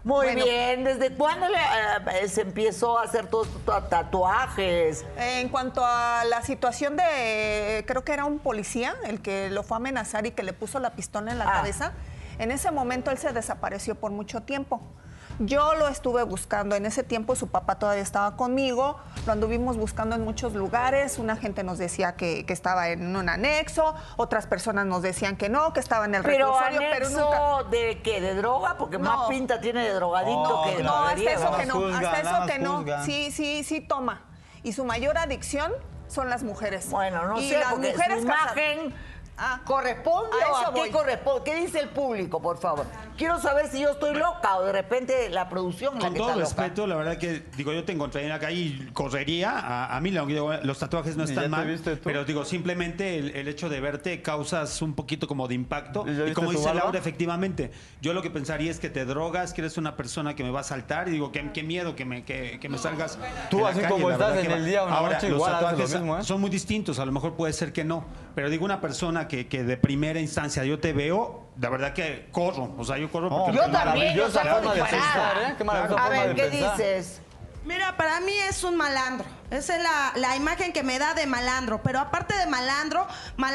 Speaker 1: Muy bien. ¿Desde cuándo le, eh, se empezó a hacer todos estos ta- tatuajes?
Speaker 13: En cuanto a la situación de, creo que era un policía el que lo fue a amenazar y que le puso la pistola en la
Speaker 1: Ah.
Speaker 13: cabeza, en ese momento él se desapareció por mucho tiempo. Yo lo estuve buscando, en ese tiempo su papá todavía estaba conmigo, lo anduvimos buscando en muchos lugares, una gente nos decía que, que estaba en un anexo, otras personas nos decían que no, que estaba en el
Speaker 1: Pero
Speaker 13: reclusorio, pero
Speaker 1: anexo
Speaker 13: nunca...
Speaker 1: de qué, de droga, porque más
Speaker 13: No.
Speaker 1: pinta tiene de drogadicto
Speaker 13: No,
Speaker 1: que de
Speaker 13: no, hasta
Speaker 1: mujeriego.
Speaker 13: eso que no, hasta eso que no. Sí, sí, sí toma. Y su mayor adicción son las mujeres. Bueno,
Speaker 1: No
Speaker 13: y
Speaker 1: sé,
Speaker 13: las
Speaker 1: porque
Speaker 13: mujeres
Speaker 1: su
Speaker 13: casadas-
Speaker 1: imagen corresponde
Speaker 13: a
Speaker 1: o
Speaker 13: eso
Speaker 1: a qué
Speaker 13: voy.
Speaker 1: corresponde. ¿Qué dice el público, por favor? Quiero saber si yo estoy loca o de repente la producción la
Speaker 12: Con
Speaker 1: que
Speaker 12: todo
Speaker 1: está loca.
Speaker 12: respeto, la verdad que, digo, yo te encontré en la calle y correría a, a mí, aunque digo, los tatuajes no
Speaker 3: ¿Y ya
Speaker 12: están
Speaker 3: te
Speaker 12: mal,
Speaker 3: viste tú?
Speaker 12: pero digo, simplemente el, el hecho de verte causas un poquito como de impacto.
Speaker 3: ya
Speaker 12: Y,
Speaker 3: viste
Speaker 12: como
Speaker 3: tu
Speaker 12: dice
Speaker 3: barba?
Speaker 12: Laura, efectivamente, yo lo que pensaría es que te drogas, que eres una persona que me va a saltar y digo, qué, qué miedo que me, que, que me salgas.
Speaker 3: Tú,
Speaker 12: en la
Speaker 3: así
Speaker 12: calle,
Speaker 3: como
Speaker 12: la verdad
Speaker 3: estás
Speaker 12: que
Speaker 3: en
Speaker 12: va.
Speaker 3: el día o en la
Speaker 12: Ahora,
Speaker 3: noche,
Speaker 12: los
Speaker 3: igual haces lo
Speaker 12: tatuajes
Speaker 3: mismo, ¿eh?
Speaker 12: son muy distintos, a lo mejor puede ser que no, pero digo, una persona que, que de primera instancia yo te veo, la verdad que corro, o sea, yo corro
Speaker 3: Oh,
Speaker 12: porque
Speaker 3: yo también, yo saco
Speaker 12: maravillosa forma de
Speaker 3: disparada.
Speaker 12: pensar, ¿eh? Qué maravillosa
Speaker 3: A
Speaker 12: forma
Speaker 3: ver,
Speaker 12: de
Speaker 3: ¿qué
Speaker 12: pensar.
Speaker 1: dices?
Speaker 14: Mira, para mí es un malandro. Esa es la, la imagen que me da de malandro. Pero aparte de malandro,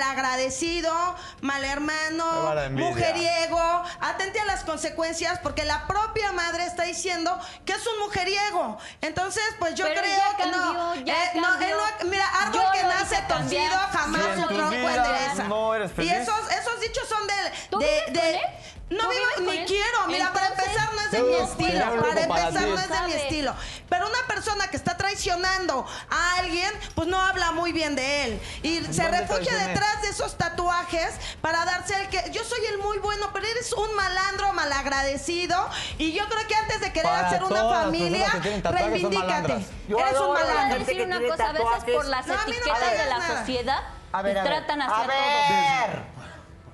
Speaker 14: malagradecido, mal
Speaker 3: Ahí va la
Speaker 14: hermano,
Speaker 3: envidia.
Speaker 14: mujeriego. Atente a las consecuencias porque la propia madre está diciendo que es un mujeriego. Entonces, pues yo
Speaker 7: Pero
Speaker 14: creo
Speaker 7: ya
Speaker 14: que no. eh,
Speaker 7: cambió, ya
Speaker 14: no, él
Speaker 7: cambió.
Speaker 14: no- Mira, árbol
Speaker 7: Yo
Speaker 14: que
Speaker 7: lo
Speaker 14: nace
Speaker 7: hice cambiar.
Speaker 14: torcido
Speaker 7: Si
Speaker 14: jamás
Speaker 7: en
Speaker 14: lo
Speaker 7: tu
Speaker 14: tronco
Speaker 3: Pues,
Speaker 7: vida
Speaker 14: endereza.
Speaker 7: no eres
Speaker 14: Y
Speaker 7: feliz.
Speaker 14: esos, esos dichos son del.
Speaker 7: ¿Tú
Speaker 14: de,
Speaker 7: vives
Speaker 14: de-
Speaker 7: con él?
Speaker 14: No
Speaker 7: ¿Tú
Speaker 14: vivo
Speaker 7: vives con
Speaker 14: ni
Speaker 7: él?
Speaker 14: quiero. Mira, para
Speaker 7: Entonces,
Speaker 14: empezar no es de
Speaker 7: tú
Speaker 14: mi
Speaker 7: eres
Speaker 14: estilo.
Speaker 7: culpable
Speaker 14: Para
Speaker 7: como para
Speaker 14: empezar
Speaker 7: ti.
Speaker 14: no es de mi
Speaker 7: Sabe.
Speaker 14: estilo. Pero una persona que está traicionando a alguien, pues no habla muy bien de él. Y se
Speaker 7: dónde
Speaker 14: refugia
Speaker 7: traicioné?
Speaker 14: detrás de esos tatuajes para darse el que. Yo soy el muy bueno, pero eres un malandro malagradecido. Y yo creo que antes de querer
Speaker 3: Para
Speaker 14: hacer una
Speaker 3: todas las
Speaker 14: familia,
Speaker 3: personas que tienen tatuajes son
Speaker 14: reivindícate.
Speaker 3: malandras. Yo
Speaker 14: Eres un
Speaker 3: adoro a la
Speaker 6: Voy
Speaker 14: malandro.
Speaker 6: a decir una cosa, a veces por las
Speaker 14: No, a mí no me
Speaker 6: etiquetas de
Speaker 14: digas
Speaker 6: la
Speaker 14: nada.
Speaker 6: sociedad
Speaker 1: A ver, a
Speaker 6: nos
Speaker 1: ver.
Speaker 6: tratan hacia
Speaker 1: a
Speaker 6: todos.
Speaker 1: ver.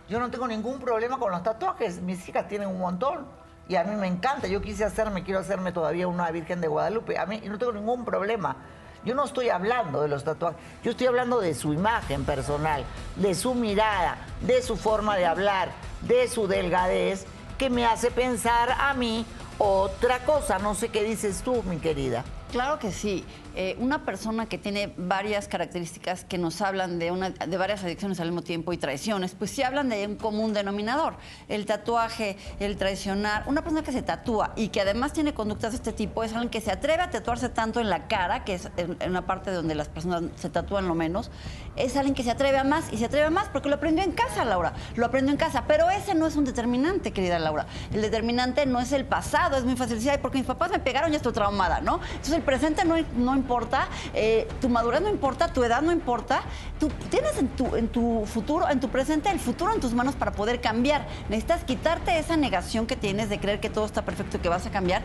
Speaker 1: Yo no tengo ningún problema con los tatuajes. Mis hijas tienen un montón. Y a mí me encanta. Yo quise hacerme, quiero hacerme todavía una Virgen de Guadalupe. A mí no tengo ningún problema. Yo no estoy hablando de los tatuajes. Yo estoy hablando de su imagen personal, de su mirada, de su forma de hablar, de su delgadez, que me hace pensar a mí otra cosa. No sé qué dices tú, mi querida.
Speaker 4: Claro que sí. Eh, una persona que tiene varias características que nos hablan de, una, de varias adicciones al mismo tiempo y traiciones, pues sí hablan de un común denominador. El tatuaje, el traicionar. Una persona que se tatúa y que además tiene conductas de este tipo es alguien que se atreve a tatuarse tanto en la cara, que es en, en una parte donde las personas se tatúan lo menos, es alguien que se atreve a más y se atreve a más porque lo aprendió en casa, Laura. Lo aprendió en casa. Pero ese no es un determinante, querida Laura. El determinante no es el pasado, es muy fácil decir, "Ay, porque mis papás me pegaron y estoy traumada, ¿no? Entonces el presente no, no importa, eh, tu madurez no importa, tu edad no importa. Tú tienes en tu, en tu futuro, en tu presente, el futuro en tus manos para poder cambiar. Necesitas quitarte esa negación que tienes de creer que todo está perfecto y que vas a cambiar.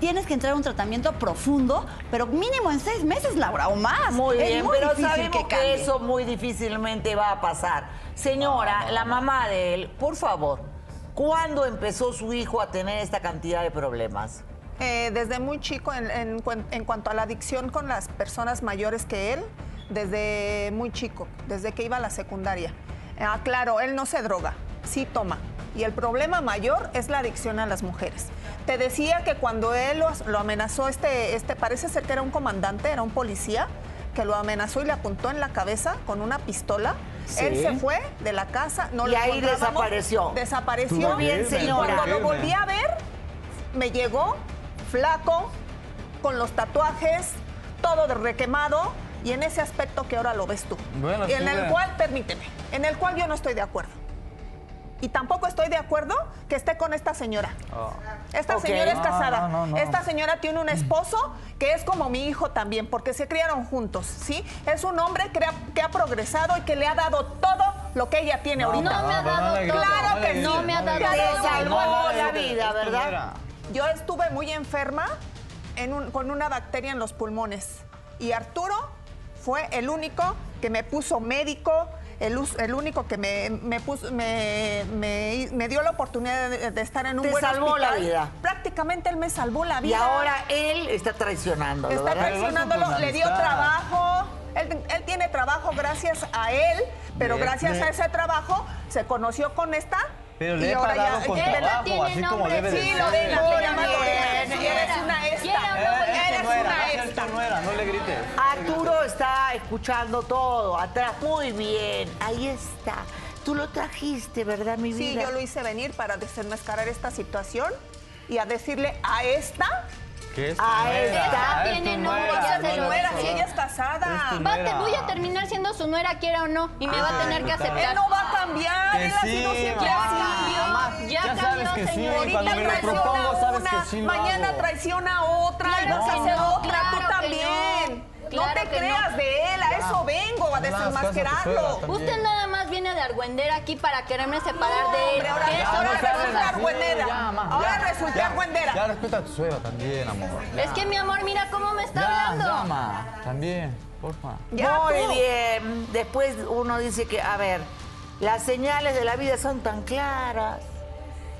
Speaker 4: Tienes que entrar a un tratamiento profundo, pero mínimo en seis meses, Laura, o más.
Speaker 1: Muy
Speaker 4: Es
Speaker 1: bien,
Speaker 4: muy
Speaker 1: pero
Speaker 4: difícil
Speaker 1: sabemos que,
Speaker 4: cambie.
Speaker 1: eso muy difícilmente va a pasar. Señora, la mamá de él, por favor, ¿cuándo empezó su hijo a tener esta cantidad de problemas?
Speaker 13: Eh, desde muy chico, en, en cuen- en cuanto a la adicción con las personas mayores que él, desde muy chico, desde que iba a la secundaria. Ah, claro, él no se droga, sí toma. Y el problema mayor es la adicción a las mujeres. Te decía que cuando él lo, as- lo amenazó, este, este parece ser que era un comandante, era un policía, que lo amenazó y le apuntó en la cabeza con una pistola.
Speaker 1: Sí.
Speaker 13: Él se fue de la casa, no
Speaker 1: Y
Speaker 13: lo
Speaker 1: ahí
Speaker 13: encontrábamos.
Speaker 1: desapareció.
Speaker 13: Desapareció.
Speaker 1: Muy bien,
Speaker 13: Sí,
Speaker 1: señora.
Speaker 13: Cuando lo volví a ver, me llegó flaco, con los tatuajes, todo de requemado y en ese aspecto que ahora lo ves tú.
Speaker 15: Bueno,
Speaker 13: y en
Speaker 15: sí,
Speaker 13: el
Speaker 15: vea.
Speaker 13: cual, permíteme, en el cual yo no estoy de acuerdo. Y tampoco estoy de acuerdo que esté con esta señora. Ah. Esta
Speaker 15: Ok.
Speaker 13: señora es
Speaker 15: No,
Speaker 13: casada.
Speaker 15: no, no, no.
Speaker 13: Esta señora tiene un esposo que es como mi hijo también, porque se criaron juntos, ¿sí? Es un hombre que ha, que ha progresado y que le ha dado todo lo que ella tiene
Speaker 6: No,
Speaker 13: ahorita.
Speaker 6: no me ha No, dado no le todo. grites,
Speaker 13: Claro
Speaker 6: no le
Speaker 13: que sí.
Speaker 6: grites, no me ha no le dado grites. todo.
Speaker 13: Te salvó
Speaker 6: No le
Speaker 13: la
Speaker 6: grites,
Speaker 13: vida,
Speaker 6: esto no
Speaker 13: ¿verdad?
Speaker 6: era.
Speaker 13: Yo estuve muy enferma en un- con una bacteria en los pulmones y Arturo fue el único que me puso médico, el, us- el único que me, me puso- me- me- me dio la oportunidad de, de estar en un
Speaker 1: Te
Speaker 13: buen
Speaker 1: salvó la
Speaker 13: hospital.
Speaker 1: vida.
Speaker 13: Prácticamente él me salvó la
Speaker 1: Y
Speaker 13: vida.
Speaker 1: ahora él está traicionándolo.
Speaker 13: Está
Speaker 1: ¿verdad?
Speaker 13: traicionándolo, le dio trabajo. Él, él tiene trabajo gracias a él, pero
Speaker 3: Le-
Speaker 13: gracias
Speaker 3: le-
Speaker 13: a ese trabajo se conoció con esta.
Speaker 3: Pero le
Speaker 13: y
Speaker 3: he
Speaker 13: ahora
Speaker 3: pagado
Speaker 13: ya-
Speaker 3: con
Speaker 13: Él la
Speaker 3: trabajo,
Speaker 13: tiene
Speaker 3: así como
Speaker 13: nombre,
Speaker 3: debe de
Speaker 13: sí,
Speaker 3: ser.
Speaker 13: lo de la
Speaker 3: Muy
Speaker 13: llama
Speaker 3: bien.
Speaker 13: Lorena. Eres una esta.
Speaker 3: Eres
Speaker 13: Eres una
Speaker 3: nuera,
Speaker 13: esta.
Speaker 3: no era, no le grites.
Speaker 1: Arturo está escuchando todo, atrás. Muy bien, ahí está. Tú lo trajiste, ¿verdad, mi
Speaker 13: Sí,
Speaker 1: vida?
Speaker 13: yo lo hice venir para desenmascarar esta situación y a decirle a esta.
Speaker 3: ¿Qué es?
Speaker 1: A
Speaker 13: esta
Speaker 6: Esta tiene novio,
Speaker 13: ella
Speaker 6: ya
Speaker 13: es
Speaker 6: se
Speaker 13: tu
Speaker 6: lo
Speaker 13: nuera,
Speaker 6: dije.
Speaker 13: si ella es casada.
Speaker 6: Va, te voy a terminar siendo su nuera, quiera o no, y me va a tener que aceptar.
Speaker 13: Él no va a cambiar,
Speaker 6: Que
Speaker 13: él ha sido
Speaker 6: sí,
Speaker 13: siempre
Speaker 6: ya
Speaker 13: así.
Speaker 6: cambió,
Speaker 13: Mamá,
Speaker 6: ya
Speaker 13: sabes
Speaker 6: cambió,
Speaker 13: que sí,
Speaker 6: señor.
Speaker 13: Ahorita
Speaker 6: Cuando me lo
Speaker 13: traiciona
Speaker 6: propongo, sabes
Speaker 13: una,
Speaker 6: que sí lo
Speaker 13: mañana
Speaker 6: hago.
Speaker 13: traiciona a otra y
Speaker 6: Claro
Speaker 13: vas a
Speaker 6: que
Speaker 13: hacer
Speaker 6: no,
Speaker 13: otra tú
Speaker 6: claro que
Speaker 13: también.
Speaker 6: no,
Speaker 13: No,
Speaker 6: claro
Speaker 13: te
Speaker 6: que
Speaker 13: creas
Speaker 6: no.
Speaker 13: de él, a eso vengo,
Speaker 6: No
Speaker 13: a
Speaker 6: le hagas
Speaker 3: caso a tu
Speaker 13: desenmascararlo.
Speaker 3: suegra también.
Speaker 6: Usted nada más viene de argüendera aquí para quererme separar de él.
Speaker 13: hombre, ahora-
Speaker 6: ¿Qué
Speaker 3: Ah,
Speaker 6: es
Speaker 13: ahora
Speaker 6: una
Speaker 13: te vas a
Speaker 6: persona?
Speaker 13: dar buenera. Ahora resulta buenera.
Speaker 3: Ya respeta a tu suegra también, amor.
Speaker 6: Es que mi amor, mira cómo me está
Speaker 3: Ya,
Speaker 6: hablando.
Speaker 3: ya, ma, También, porfa.
Speaker 1: Muy
Speaker 3: tú.
Speaker 1: bien. Después uno dice que, a ver, las señales de la vida son tan claras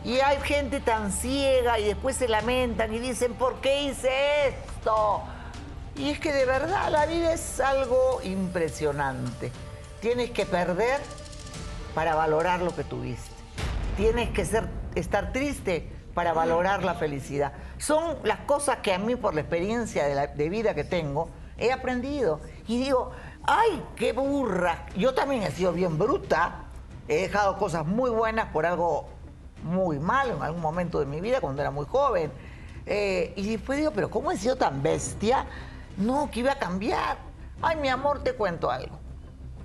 Speaker 1: y hay gente tan ciega y después se lamentan y dicen, ¿por qué hice esto? Y es que de verdad la vida es algo impresionante. Tienes que perder para valorar lo que tuviste. Tienes que ser, estar triste para valorar la felicidad. Son las cosas que a mí, por la experiencia de, la- de vida que tengo, he aprendido. Y digo, ay, qué burra. Yo también he sido bien bruta. He dejado cosas muy buenas por algo muy malo en algún momento de mi vida, cuando era muy joven. Eh, y después digo, pero ¿cómo he sido tan bestia? No, que iba a cambiar. Ay, mi amor, te cuento algo.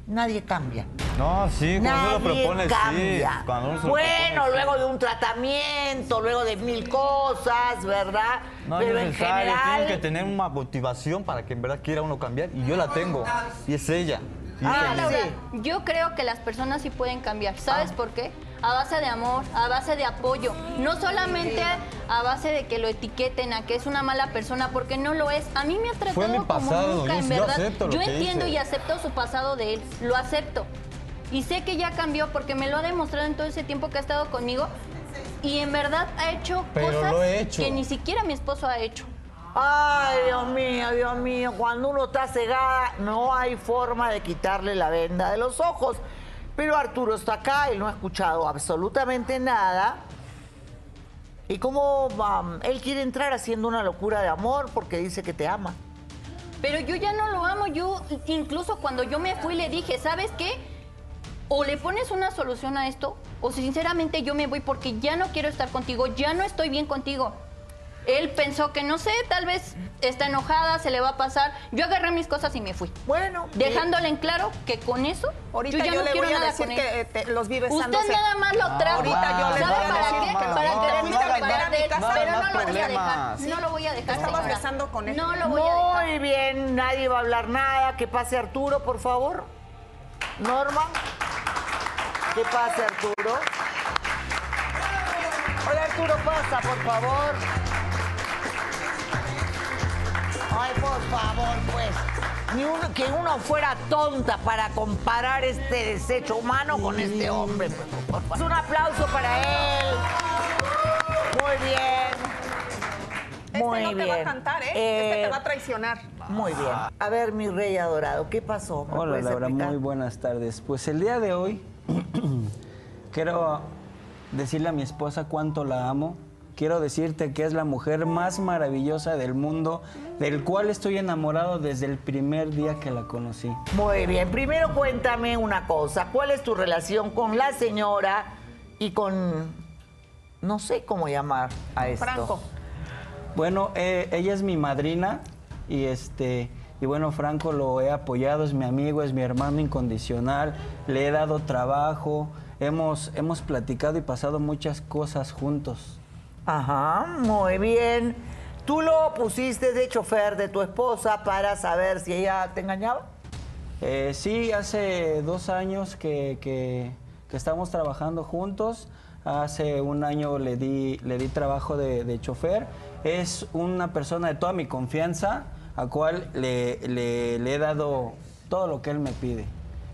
Speaker 1: Nadie cambia.
Speaker 3: No, sí, cuando uno lo
Speaker 1: Nadie
Speaker 3: propone, sí.
Speaker 1: cambia.
Speaker 3: Cuando uno se lo
Speaker 1: bueno,
Speaker 3: propone, sí.
Speaker 1: luego de un tratamiento, luego de mil cosas, ¿verdad?
Speaker 3: No
Speaker 1: Pero
Speaker 3: es
Speaker 1: en
Speaker 3: necesario, tiene
Speaker 1: general.
Speaker 3: que tener una motivación para que en verdad quiera uno cambiar y yo la tengo. Y es ella. Y es
Speaker 1: Ah,
Speaker 6: Mira,
Speaker 3: ella.
Speaker 6: Ah, Laura, yo creo que las personas sí pueden cambiar.
Speaker 3: Ah.
Speaker 6: ¿Sabes por qué? A base de amor, a base de apoyo. No solamente a base de que lo etiqueten a que es una mala persona, porque no lo es. A mí me ha tratado
Speaker 3: Fue mi pasado,
Speaker 6: como nunca,
Speaker 3: yo-
Speaker 6: en
Speaker 3: yo
Speaker 6: verdad.
Speaker 3: acepto lo
Speaker 6: yo
Speaker 3: que
Speaker 6: entiendo
Speaker 3: hice.
Speaker 6: y acepto su pasado de él. Lo acepto. Y sé que ya cambió porque me lo ha demostrado en todo ese tiempo que ha estado conmigo. Y en verdad ha hecho
Speaker 1: Pero
Speaker 6: cosas
Speaker 1: lo he hecho.
Speaker 6: que ni siquiera mi esposo ha hecho.
Speaker 1: Ay, Dios mío, Dios mío, cuando uno está cegada no hay forma de quitarle la venda de los ojos. Pero Arturo está acá, él no ha escuchado absolutamente nada. Y cómo um, él quiere entrar haciendo una locura de amor porque dice que te ama.
Speaker 6: Pero yo ya no lo amo. Yo, incluso cuando yo me fui, le dije, ¿sabes qué? O le pones una solución a esto, o sinceramente yo me voy porque ya no quiero estar contigo, ya no estoy bien contigo. Él pensó que no sé, tal vez está enojada, se le va a pasar. Yo agarré mis cosas y me fui.
Speaker 1: Bueno,
Speaker 6: dejándole en claro que con eso
Speaker 13: eh, Ahorita
Speaker 6: yo ya no
Speaker 13: le
Speaker 6: quiero
Speaker 13: voy a
Speaker 6: nada
Speaker 13: decir
Speaker 6: con él.
Speaker 13: que eh, te- los vives
Speaker 6: Usted
Speaker 13: sándose.
Speaker 6: nada más lo trajo.
Speaker 13: Ahorita yo le voy
Speaker 6: ¿Sabe
Speaker 13: a
Speaker 6: para
Speaker 13: decir
Speaker 6: qué?
Speaker 13: que
Speaker 6: Para que
Speaker 13: no,
Speaker 6: te fuiste a
Speaker 13: no,
Speaker 6: meter a mi
Speaker 13: no,
Speaker 6: casa, pero no lo voy a dejar.
Speaker 13: problemas.
Speaker 6: No lo voy a dejar.
Speaker 13: Estabas
Speaker 6: señora.
Speaker 13: besando con él.
Speaker 6: No lo voy a dejar.
Speaker 1: este Muy bien, nadie va a hablar nada. Que pase Arturo, por favor. Norma, que pase Arturo. Hola Arturo, pasa, por favor. Ay, por favor, pues. Ni uno, que uno fuera tonta para comparar este desecho humano con este hombre. pues, por favor. Un aplauso para él. Muy bien. Muy
Speaker 13: este no te
Speaker 1: bien.
Speaker 13: va a cantar, ¿eh? Este
Speaker 1: Eh,
Speaker 13: te va a traicionar.
Speaker 1: Muy bien. A ver, mi rey adorado, ¿qué pasó? ¿Me
Speaker 15: Hola
Speaker 1: puedes
Speaker 15: Laura,
Speaker 1: explicar?
Speaker 15: muy buenas tardes. Pues el día de hoy quiero decirle a mi esposa cuánto la amo. Quiero decirte que es la mujer más maravillosa del mundo, del cual estoy enamorado desde el primer día que la conocí.
Speaker 1: Muy bien. Primero cuéntame una cosa. ¿Cuál es tu relación con la señora y con... No sé cómo llamar a esto.
Speaker 15: Franco. Bueno, eh, ella es mi madrina y este y bueno, Franco lo he apoyado, es mi amigo, es mi hermano incondicional, le he dado trabajo, hemos hemos platicado y pasado muchas cosas juntos.
Speaker 1: Ajá, muy bien. ¿Tú lo pusiste de chofer de tu esposa para saber si ella te engañaba?
Speaker 15: Eh, sí, hace dos años que, que- que estamos trabajando juntos. Hace un año le di, le di trabajo de, de chofer. Es una persona de toda mi confianza, a cual le, le- le he dado todo lo que él me pide.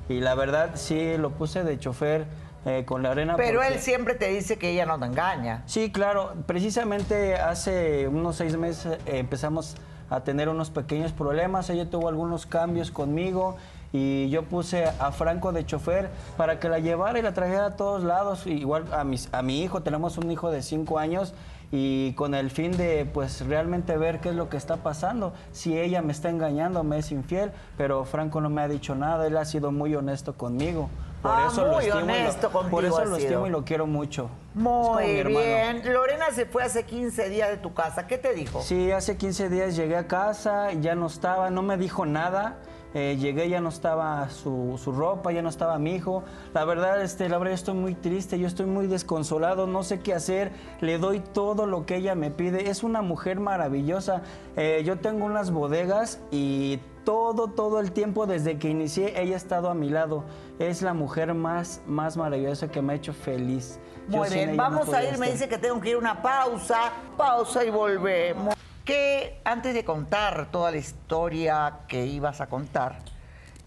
Speaker 15: Y la verdad, sí, lo puse de chofer eh, con la arena.
Speaker 1: Pero
Speaker 15: porque-
Speaker 1: él siempre te dice que ella no te engaña.
Speaker 15: Sí, claro. Precisamente hace unos seis meses eh, empezamos a tener unos pequeños problemas. Ella tuvo algunos cambios conmigo y yo puse a Franco de chofer para que la llevara y la trajera a todos lados. Igual a, mis- a mi hijo, tenemos un hijo de cinco años y con el fin de pues realmente ver qué es lo que está pasando. Si ella me está engañando, me es infiel, pero Franco no me ha dicho nada. Él ha sido muy honesto conmigo. Por
Speaker 1: Ah,
Speaker 15: eso lo
Speaker 1: muy
Speaker 15: estimo y lo-
Speaker 1: honesto
Speaker 15: por
Speaker 1: contigo
Speaker 15: eso
Speaker 1: ha
Speaker 15: lo
Speaker 1: sido.
Speaker 15: estimo y lo quiero mucho. Es como mi
Speaker 1: Muy
Speaker 15: hermano.
Speaker 1: bien. Lorena se fue hace 15 días de tu casa. ¿Qué te dijo?
Speaker 15: Sí, hace 15 días llegué a casa, ya no estaba, no me dijo nada. Eh, llegué, ya no estaba su, su ropa, ya no estaba mi hijo. La verdad, este, la verdad, estoy muy triste, yo estoy muy desconsolado, no sé qué hacer. Le doy todo lo que ella me pide. Es una mujer maravillosa. Eh, yo tengo unas bodegas y todo, todo el tiempo desde que inicié, ella ha estado a mi lado. Es la mujer más, más maravillosa que me ha hecho feliz. Yo
Speaker 1: Muy
Speaker 15: sin
Speaker 1: bien,
Speaker 15: ella no
Speaker 1: vamos a
Speaker 15: podría
Speaker 1: ir, me
Speaker 15: estar.
Speaker 1: dice que tengo que ir a una pausa, pausa y volvemos. Que antes de contar toda la historia que ibas a contar,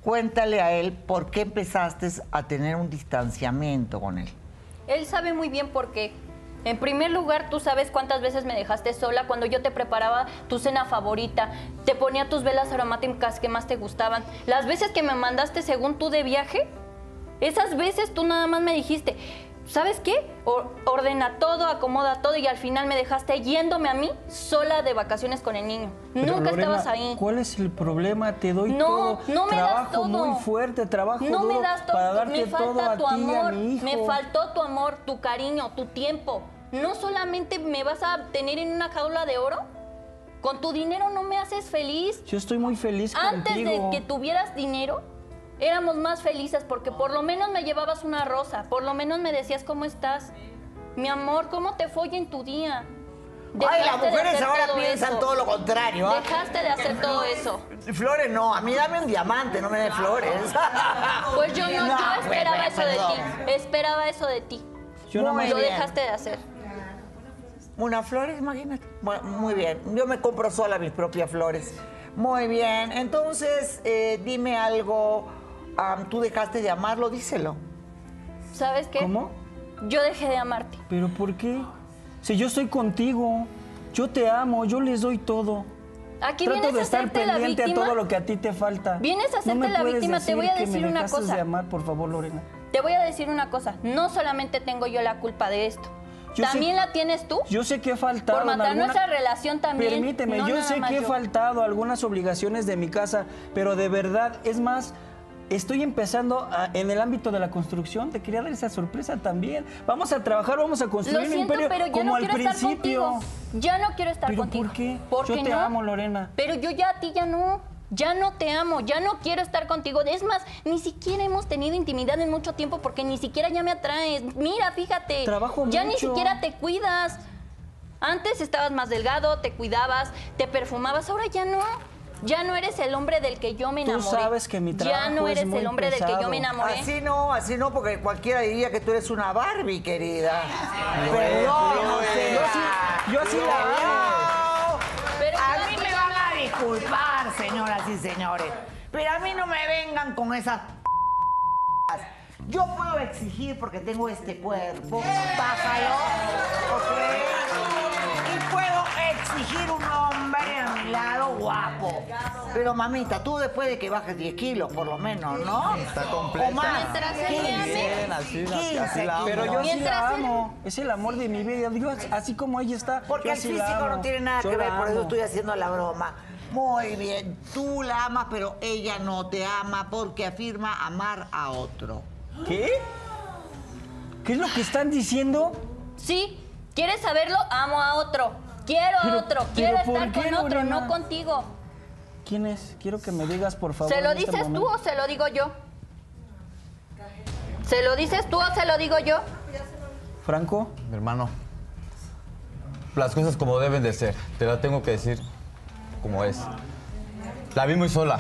Speaker 1: cuéntale a él por qué empezaste a tener un distanciamiento con él.
Speaker 6: Él sabe muy bien por qué. En primer lugar, tú sabes cuántas veces me dejaste sola cuando yo te preparaba tu cena favorita, te ponía tus velas aromáticas que más te gustaban, las veces que me mandaste según tú de viaje, esas veces tú nada más me dijiste, ¿sabes qué? O- ordena todo, acomoda todo y al final me dejaste yéndome a mí sola de vacaciones con el niño.
Speaker 15: Pero,
Speaker 6: Nunca
Speaker 15: Lorena,
Speaker 6: estabas ahí.
Speaker 15: ¿Cuál es el problema? Te doy
Speaker 6: No,
Speaker 15: todo.
Speaker 6: no me das
Speaker 15: trabajo
Speaker 6: todo.
Speaker 15: muy fuerte, trabajo
Speaker 6: No
Speaker 15: duro
Speaker 6: me das todo,
Speaker 15: para darte
Speaker 6: me
Speaker 15: todo a
Speaker 6: falta tu
Speaker 15: ti y a
Speaker 6: amor,
Speaker 15: mi hijo.
Speaker 6: me faltó tu amor, tu cariño, tu tiempo. No solamente me vas a tener en una jaula de oro, con tu dinero no me haces feliz.
Speaker 15: Yo estoy muy feliz
Speaker 6: Antes
Speaker 15: contigo.
Speaker 6: de que tuvieras dinero, éramos más felices porque por lo menos me llevabas una rosa, por lo menos me decías cómo estás. Mi amor, ¿cómo te fue hoy en tu día?
Speaker 1: Ay, las
Speaker 6: Dejaste de
Speaker 1: mujeres
Speaker 6: hacer
Speaker 1: ahora
Speaker 6: todo
Speaker 1: piensan
Speaker 6: eso.
Speaker 1: todo lo contrario. ¿ah?
Speaker 6: Dejaste de hacer todo eso.
Speaker 1: Flores no, a mí dame un diamante, no me des flores.
Speaker 6: Pues yo no, yo
Speaker 1: No,
Speaker 6: esperaba
Speaker 1: bueno,
Speaker 6: eso de
Speaker 1: Ah, perdón.
Speaker 6: ti. Esperaba eso de ti.
Speaker 1: Yo nada más-
Speaker 6: lo
Speaker 1: Muy bien.
Speaker 6: dejaste de hacer.
Speaker 1: Unas flores, imagínate. Bu- Muy bien, yo me compro sola mis propias flores. Muy bien, entonces eh, dime algo. am, Tú dejaste de amarlo, díselo.
Speaker 6: ¿Sabes qué?
Speaker 15: ¿Cómo?
Speaker 6: Yo dejé de amarte.
Speaker 15: ¿Pero por qué? Si yo estoy contigo, yo te amo, yo les doy todo.
Speaker 6: Aquí
Speaker 15: Trato
Speaker 6: vienes
Speaker 15: de
Speaker 6: a
Speaker 15: estar
Speaker 6: hacerte la
Speaker 15: pendiente a
Speaker 6: víctima.
Speaker 15: todo lo que a ti te falta.
Speaker 6: Vienes a
Speaker 15: No me
Speaker 6: hacerte la
Speaker 15: puedes
Speaker 6: víctima, te voy a
Speaker 15: que me
Speaker 6: decir una
Speaker 15: dejaste
Speaker 6: cosa.
Speaker 15: de amar, por favor, Lorena.
Speaker 6: Te voy a decir una cosa, no solamente tengo yo la culpa de esto.
Speaker 15: Yo sé-
Speaker 6: también la tienes tú.
Speaker 15: Yo sé que he faltado.
Speaker 6: Por
Speaker 15: en
Speaker 6: matar
Speaker 15: alguna-
Speaker 6: nuestra relación también.
Speaker 15: Permíteme,
Speaker 6: no
Speaker 15: yo
Speaker 6: nada
Speaker 15: sé
Speaker 6: más
Speaker 15: que he
Speaker 6: yo.
Speaker 15: faltado a algunas obligaciones de mi casa, pero de verdad, es más, estoy empezando a- en el ámbito de la construcción. Te quería dar esa sorpresa también. Vamos a trabajar, vamos a
Speaker 6: Lo
Speaker 15: construir un
Speaker 6: siento,
Speaker 15: imperio
Speaker 6: pero yo
Speaker 15: como
Speaker 6: no
Speaker 15: al
Speaker 6: quiero
Speaker 15: principio.
Speaker 6: estar contigo. Ya no quiero estar
Speaker 15: ¿Pero
Speaker 6: contigo.
Speaker 15: por qué?
Speaker 6: Porque
Speaker 15: yo te
Speaker 6: no.
Speaker 15: amo, Lorena.
Speaker 6: Pero yo ya a ti ya no. Ya no te amo, ya no quiero estar contigo. Es más, ni siquiera hemos tenido intimidad en mucho tiempo porque ni siquiera ya me atraes. Mira, fíjate.
Speaker 15: Trabajo
Speaker 6: ya ni
Speaker 15: mucho.
Speaker 6: siquiera te cuidas. Antes estabas más delgado, te cuidabas, te perfumabas, ahora ya no. Ya no eres el hombre del que yo me
Speaker 15: Tú
Speaker 6: enamoré.
Speaker 15: sabes que mi trabajo
Speaker 6: Ya no
Speaker 15: es
Speaker 6: eres
Speaker 15: muy
Speaker 6: el hombre del que yo me enamoré.
Speaker 1: Así no, así no, porque cualquiera diría que tú eres una Barbie, querida. Perdón,
Speaker 15: Yo
Speaker 1: o sea,
Speaker 15: sí- yo sí la amo.
Speaker 6: Pero
Speaker 1: a mí me van a disculpar, señoras y señores. Pero a mí no me vengan con esas yo puedo exigir porque tengo este cuerpo, pájaro, ¿ok? Y puedo exigir un hombre a mi lado guapo. Pero mamita, tú después de que bajes 10 kilos, por lo menos, ¿no?
Speaker 3: Está
Speaker 1: completa. O más. Mientras él me ame.
Speaker 15: Bien, así la-
Speaker 1: Quince
Speaker 15: así la amo.
Speaker 1: kilos.
Speaker 15: Pero yo sí la
Speaker 1: Mientras él-
Speaker 15: amo. Es el amor de mi vida. Digo, así como ella está.
Speaker 1: Porque
Speaker 15: yo
Speaker 1: el
Speaker 15: sí la
Speaker 1: físico no
Speaker 15: amo.
Speaker 1: tiene nada
Speaker 15: Yo
Speaker 1: que ver,
Speaker 15: la
Speaker 1: por
Speaker 15: amo.
Speaker 1: eso estoy haciendo la broma. Muy bien, tú la amas, pero ella no te ama porque afirma amar a otro.
Speaker 15: ¿Qué? ¿Qué es lo que están diciendo?
Speaker 6: Sí, ¿quieres saberlo? Amo a otro. Quiero a
Speaker 15: Pero-
Speaker 6: otro.
Speaker 15: pero
Speaker 6: Quiero
Speaker 15: ¿por
Speaker 6: estar
Speaker 15: qué,
Speaker 6: con otro,
Speaker 15: Lorena?
Speaker 6: no contigo.
Speaker 15: ¿Quién es? Quiero que me digas, por favor.
Speaker 6: ¿Se lo
Speaker 15: en este
Speaker 6: dices tú
Speaker 15: momento.
Speaker 6: o se lo digo yo? ¿Se lo dices tú o se lo digo yo?
Speaker 15: Franco.
Speaker 3: Mi hermano, las cosas como deben de ser. Te la tengo que decir como es. La vi muy sola.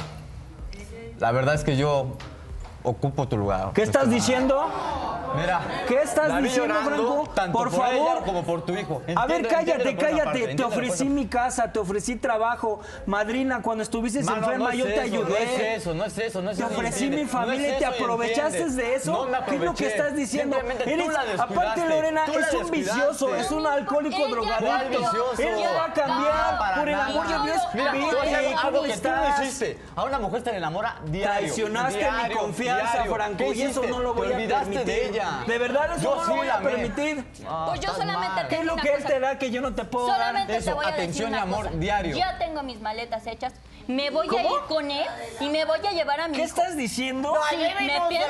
Speaker 3: La verdad es que yo ocupo tu lugar.
Speaker 15: ¿Qué estás diciendo?
Speaker 3: Mira.
Speaker 15: ¿Qué estás
Speaker 3: la vi
Speaker 15: diciendo,
Speaker 3: llorando,
Speaker 15: Franco?
Speaker 3: Tanto
Speaker 15: Por
Speaker 3: por,
Speaker 15: favor.
Speaker 3: ella como por tu hijo.
Speaker 15: A ver,
Speaker 3: Entiéndelo,
Speaker 15: cállate,
Speaker 3: entiéndelo por una parte,
Speaker 15: cállate. Te
Speaker 3: entiéndelo por una
Speaker 15: ofrecí mi casa, te ofrecí trabajo. Madrina, cuando estuviste
Speaker 3: Mano,
Speaker 15: enferma,
Speaker 3: no es
Speaker 15: yo te
Speaker 3: eso,
Speaker 15: ayudé.
Speaker 3: No es eso, no es eso, no es
Speaker 15: Te
Speaker 3: eso,
Speaker 15: ofrecí
Speaker 3: entiende.
Speaker 15: mi familia
Speaker 3: No es
Speaker 15: y te
Speaker 3: eso,
Speaker 15: aprovechaste
Speaker 3: entiende.
Speaker 15: de eso.
Speaker 3: No
Speaker 15: ¿Qué es
Speaker 3: me
Speaker 15: lo que
Speaker 3: aproveché.
Speaker 15: estás diciendo?
Speaker 3: Simplemente tú
Speaker 15: Eres-
Speaker 3: la
Speaker 15: aparte,
Speaker 3: descuidaste.
Speaker 15: Lorena,
Speaker 3: Tú la
Speaker 15: es un
Speaker 3: descuidaste.
Speaker 15: vicioso, es un alcohólico
Speaker 3: Ella
Speaker 15: drogadicto.
Speaker 3: vicioso.
Speaker 15: Él no va a cambiar,
Speaker 3: Ah, para
Speaker 15: por el
Speaker 3: nada.
Speaker 15: amor de Dios.
Speaker 3: Mira,
Speaker 15: vete,
Speaker 3: te voy a decir algo
Speaker 15: ¿cómo
Speaker 3: que tú no
Speaker 15: estás?
Speaker 3: hiciste. A una mujer te enamora diario.
Speaker 15: Traicionaste
Speaker 3: diario,
Speaker 15: mi confianza,
Speaker 3: diario.
Speaker 15: Franco,
Speaker 3: ¿Qué
Speaker 15: y eso
Speaker 3: hiciste?
Speaker 15: no lo
Speaker 3: Te
Speaker 15: voy a
Speaker 3: olvidaste
Speaker 15: permitir.
Speaker 3: de ella.
Speaker 15: De verdad, eso
Speaker 3: Yo
Speaker 15: no
Speaker 3: sí
Speaker 15: lo voy
Speaker 3: la
Speaker 15: a
Speaker 3: amé.
Speaker 15: permitir.
Speaker 3: Ah,
Speaker 6: Pues yo
Speaker 3: estás
Speaker 6: solamente
Speaker 3: mal.
Speaker 15: ¿Qué es lo que él te da que yo no te puedo
Speaker 6: Solamente
Speaker 15: dar?
Speaker 6: te voy a decir una cosa. Ya
Speaker 15: ¿Qué
Speaker 6: tengo mis maletas hechas. Me voy a
Speaker 15: ¿Cómo?
Speaker 6: ir con él y me voy a llevar a mi hijo.
Speaker 15: estás diciendo?
Speaker 6: Sí, me pienso ir, me pienso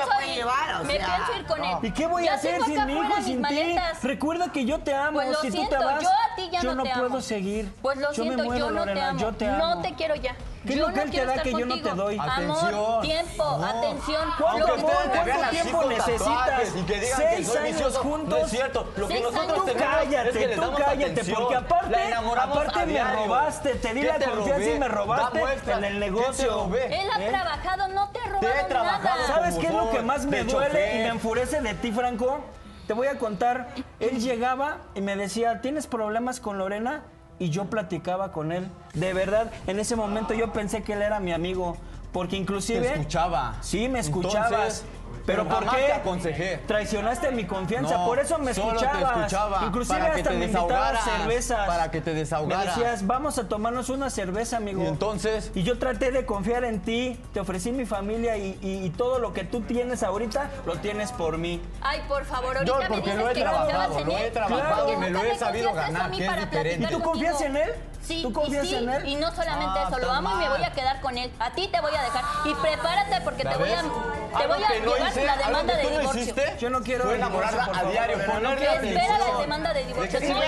Speaker 6: ir con él.
Speaker 15: ¿Y qué voy
Speaker 6: Ya
Speaker 15: a hacer
Speaker 6: tengo
Speaker 15: sin
Speaker 6: acá
Speaker 15: mi
Speaker 6: afuera
Speaker 15: hijo,
Speaker 6: mis
Speaker 15: sin ti?
Speaker 6: maletas.
Speaker 15: Recuerda que yo te amo.
Speaker 6: Pues lo
Speaker 15: si
Speaker 6: siento,
Speaker 15: tú te vas,
Speaker 6: yo a ti ya
Speaker 15: yo
Speaker 6: no te
Speaker 15: puedo
Speaker 6: amo.
Speaker 15: seguir.
Speaker 6: Pues lo
Speaker 15: yo
Speaker 6: siento,
Speaker 15: me muero,
Speaker 6: yo no
Speaker 15: Lorena,
Speaker 6: te amo.
Speaker 15: Yo te amo.
Speaker 6: No te quiero ya.
Speaker 15: ¿Qué es
Speaker 6: yo
Speaker 15: lo que él
Speaker 6: no
Speaker 15: te
Speaker 6: quiero
Speaker 15: da
Speaker 6: estar
Speaker 15: que yo no te
Speaker 6: contigo.
Speaker 15: doy? Atención.
Speaker 6: Amor, tiempo,
Speaker 15: No.
Speaker 6: atención.
Speaker 15: ¿Cuánto
Speaker 6: Lo que
Speaker 15: tiempo-
Speaker 6: tú-
Speaker 15: cuánto tiempo
Speaker 3: con
Speaker 15: necesitas?
Speaker 3: tatuajes Y que digan que
Speaker 15: ¿Seis
Speaker 3: soy
Speaker 15: años
Speaker 3: vicioso,
Speaker 15: juntos?
Speaker 3: No es cierto. Lo que
Speaker 15: Seis
Speaker 3: nosotros
Speaker 15: años. Tú
Speaker 3: tenemos es
Speaker 15: cállate,
Speaker 3: que le
Speaker 15: tú
Speaker 3: damos
Speaker 15: cállate,
Speaker 3: atención.
Speaker 15: porque aparte-
Speaker 3: La enamoramos
Speaker 15: aparte
Speaker 3: a
Speaker 15: me
Speaker 3: diario.
Speaker 15: robaste, te di
Speaker 3: ¿Qué
Speaker 15: la
Speaker 3: te
Speaker 15: confianza y
Speaker 3: robé?
Speaker 15: me robaste
Speaker 3: Da muestras.
Speaker 15: en el
Speaker 3: ¿Qué te
Speaker 15: negocio.
Speaker 3: robé?
Speaker 6: Él ha
Speaker 15: ¿Eh?
Speaker 6: trabajado, no te ha
Speaker 15: Te he
Speaker 6: robado
Speaker 15: trabajado
Speaker 6: nada.
Speaker 15: ¿Sabes qué es lo
Speaker 3: como
Speaker 15: que más me
Speaker 3: de
Speaker 15: duele y
Speaker 3: chofer.
Speaker 15: me enfurece de ti, Franco? Te voy a contar. Él llegaba y me decía, ¿tienes problemas con Lorena? Y yo platicaba con él. De verdad, en ese momento yo pensé que él era mi amigo. Porque inclusive...
Speaker 3: Te escuchaba.
Speaker 15: Sí, me escuchabas.
Speaker 3: Entonces,
Speaker 15: Pero ¿por
Speaker 3: Jamás
Speaker 15: qué
Speaker 3: te aconsejé.
Speaker 15: traicionaste mi confianza?
Speaker 3: No,
Speaker 15: por eso me
Speaker 3: solo
Speaker 15: escuchabas.
Speaker 3: te escuchaba,
Speaker 15: Inclusive
Speaker 3: para que
Speaker 15: hasta
Speaker 3: te
Speaker 15: me invitabas
Speaker 3: desahogaras,
Speaker 15: cervezas.
Speaker 3: para que te desahogaras.
Speaker 15: Me decías, vamos a tomarnos una cerveza, amigo.
Speaker 3: Y entonces.
Speaker 15: Y yo traté de confiar en ti, te ofrecí mi familia y, y- y todo lo que tú tienes ahorita lo tienes por mí.
Speaker 6: Ay, por favor,
Speaker 15: Yo,
Speaker 6: ahorita me
Speaker 15: porque
Speaker 6: dices
Speaker 15: lo he
Speaker 6: que
Speaker 15: trabajado,
Speaker 6: confiabas en
Speaker 15: lo he
Speaker 6: él,
Speaker 15: trabajado
Speaker 6: porque
Speaker 15: y me
Speaker 6: nunca
Speaker 15: lo he sabido
Speaker 6: confiaste eso a
Speaker 15: ganar,
Speaker 6: mí
Speaker 15: que es
Speaker 6: para platicar
Speaker 15: diferente. ¿Y tú
Speaker 6: contigo.
Speaker 15: confías en él?
Speaker 6: Sí,
Speaker 15: ¿Tú
Speaker 6: y
Speaker 15: confías
Speaker 6: sí,
Speaker 15: en él?
Speaker 6: Y no solamente
Speaker 15: Ah,
Speaker 6: eso, lo
Speaker 15: estás
Speaker 6: amo y me
Speaker 15: mal.
Speaker 6: voy a quedar con él. A ti te voy a dejar. Y prepárate porque
Speaker 15: ¿La
Speaker 6: te voy
Speaker 15: ves?
Speaker 6: a, te
Speaker 15: Algo
Speaker 6: voy a
Speaker 15: que no
Speaker 6: llevar
Speaker 15: hice,
Speaker 6: la
Speaker 15: algo
Speaker 6: demanda
Speaker 15: que
Speaker 6: de
Speaker 15: tú no
Speaker 6: divorcio.
Speaker 15: hiciste. Yo no quiero
Speaker 3: Fue
Speaker 15: divorcio,
Speaker 3: enamorarla
Speaker 15: por
Speaker 3: a
Speaker 15: favor,
Speaker 3: diario,
Speaker 15: Lorena, no
Speaker 3: ponerle
Speaker 15: quiero
Speaker 3: atención.
Speaker 6: Espera la
Speaker 3: Divorcio.
Speaker 6: demanda de divorcio.
Speaker 3: ¿De qué
Speaker 6: Soy-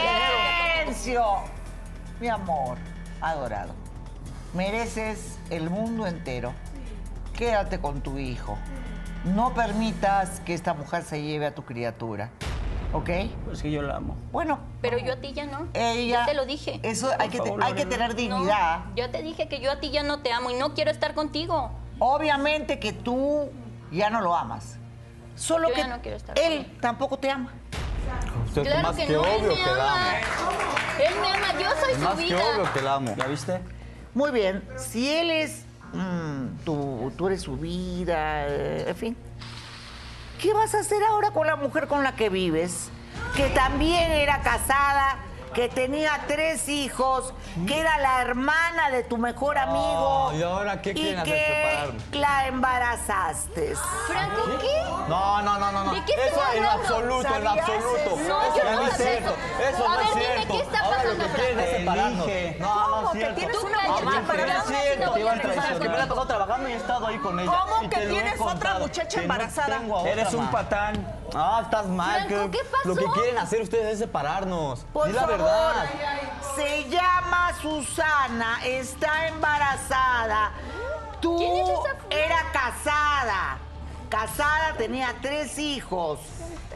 Speaker 1: ¡Silencio! Mi amor, adorado, mereces el mundo entero. Quédate con tu hijo. No permitas que esta mujer se lleve a tu criatura. ¿Ok?
Speaker 15: Pues que yo la amo.
Speaker 1: Bueno,
Speaker 6: Pero yo a ti ya no.
Speaker 1: Ella-
Speaker 6: Yo te lo dije.
Speaker 1: eso hay que, te-
Speaker 15: favor,
Speaker 1: hay que
Speaker 15: Lorena.
Speaker 1: tener
Speaker 6: No,
Speaker 1: dignidad.
Speaker 6: yo te dije que yo a ti ya no te amo y no quiero estar contigo.
Speaker 1: Obviamente que tú ya no lo amas. Solo
Speaker 6: Yo
Speaker 1: que
Speaker 6: ya no quiero estar
Speaker 1: él tampoco te ama.
Speaker 3: Usted
Speaker 6: Claro
Speaker 3: más
Speaker 6: que
Speaker 3: que,
Speaker 6: no, él
Speaker 3: obvio
Speaker 6: me
Speaker 3: que la
Speaker 6: ama.
Speaker 3: amo.
Speaker 6: Él me ama, yo soy
Speaker 3: Más
Speaker 6: su
Speaker 3: que
Speaker 6: vida.
Speaker 3: obvio que la amo.
Speaker 15: ¿La viste?
Speaker 1: Muy bien, si él es mm, tu- tú eres su vida, eh, en fin. ¿Qué vas a hacer ahora con la mujer con la que vives? Que también era casada, que tenía tres hijos, que era la hermana de tu mejor amigo.
Speaker 3: ¿y ahora qué quieren hacer?
Speaker 1: que
Speaker 3: Separarme.
Speaker 1: la embarazaste.
Speaker 6: ¿Franco qué?
Speaker 3: No, no, no, no, no.
Speaker 6: ¿De qué
Speaker 3: eso
Speaker 6: estás
Speaker 3: en
Speaker 6: hablando?
Speaker 3: absoluto, en
Speaker 6: ¿Sabías
Speaker 3: absoluto.
Speaker 6: eso? No, yo
Speaker 3: eso
Speaker 6: no
Speaker 3: no es
Speaker 6: sabía
Speaker 3: cierto.
Speaker 6: eso.
Speaker 3: Eso
Speaker 6: A
Speaker 3: no
Speaker 6: ver,
Speaker 3: es
Speaker 6: dime,
Speaker 3: cierto.
Speaker 6: ¿qué está
Speaker 3: Ahora lo
Speaker 6: pasando,
Speaker 3: que quieren es
Speaker 6: Fran?
Speaker 3: separarnos.
Speaker 15: Elige.
Speaker 3: No, no
Speaker 15: ¿Cómo?
Speaker 3: es
Speaker 15: ¿Que
Speaker 3: cierto.
Speaker 15: tienes
Speaker 6: una
Speaker 3: Mamá,
Speaker 6: muchacha
Speaker 3: que
Speaker 6: embarazada?
Speaker 3: no es cierto.
Speaker 6: No,
Speaker 3: Te iba a
Speaker 6: no, no, no,
Speaker 3: traicionar.
Speaker 6: no, no,
Speaker 3: Yo me la he pasado trabajando y he estado ahí con ella.
Speaker 13: ¿Cómo
Speaker 3: Y
Speaker 13: que
Speaker 3: te lo he
Speaker 13: tienes otra
Speaker 3: contado,
Speaker 13: muchacha
Speaker 3: que no
Speaker 13: embarazada?
Speaker 3: tengo a otra
Speaker 15: Eres un
Speaker 3: más.
Speaker 15: patán.
Speaker 3: Ah, estás mal.
Speaker 6: Franco,
Speaker 3: que-
Speaker 6: ¿qué pasó?
Speaker 3: Lo que quieren hacer ustedes es separarnos.
Speaker 1: Por
Speaker 3: Di la
Speaker 1: favor,
Speaker 3: verdad.
Speaker 1: se llama Susana, está embarazada. Tú era casada. Casada, tenía tres hijos.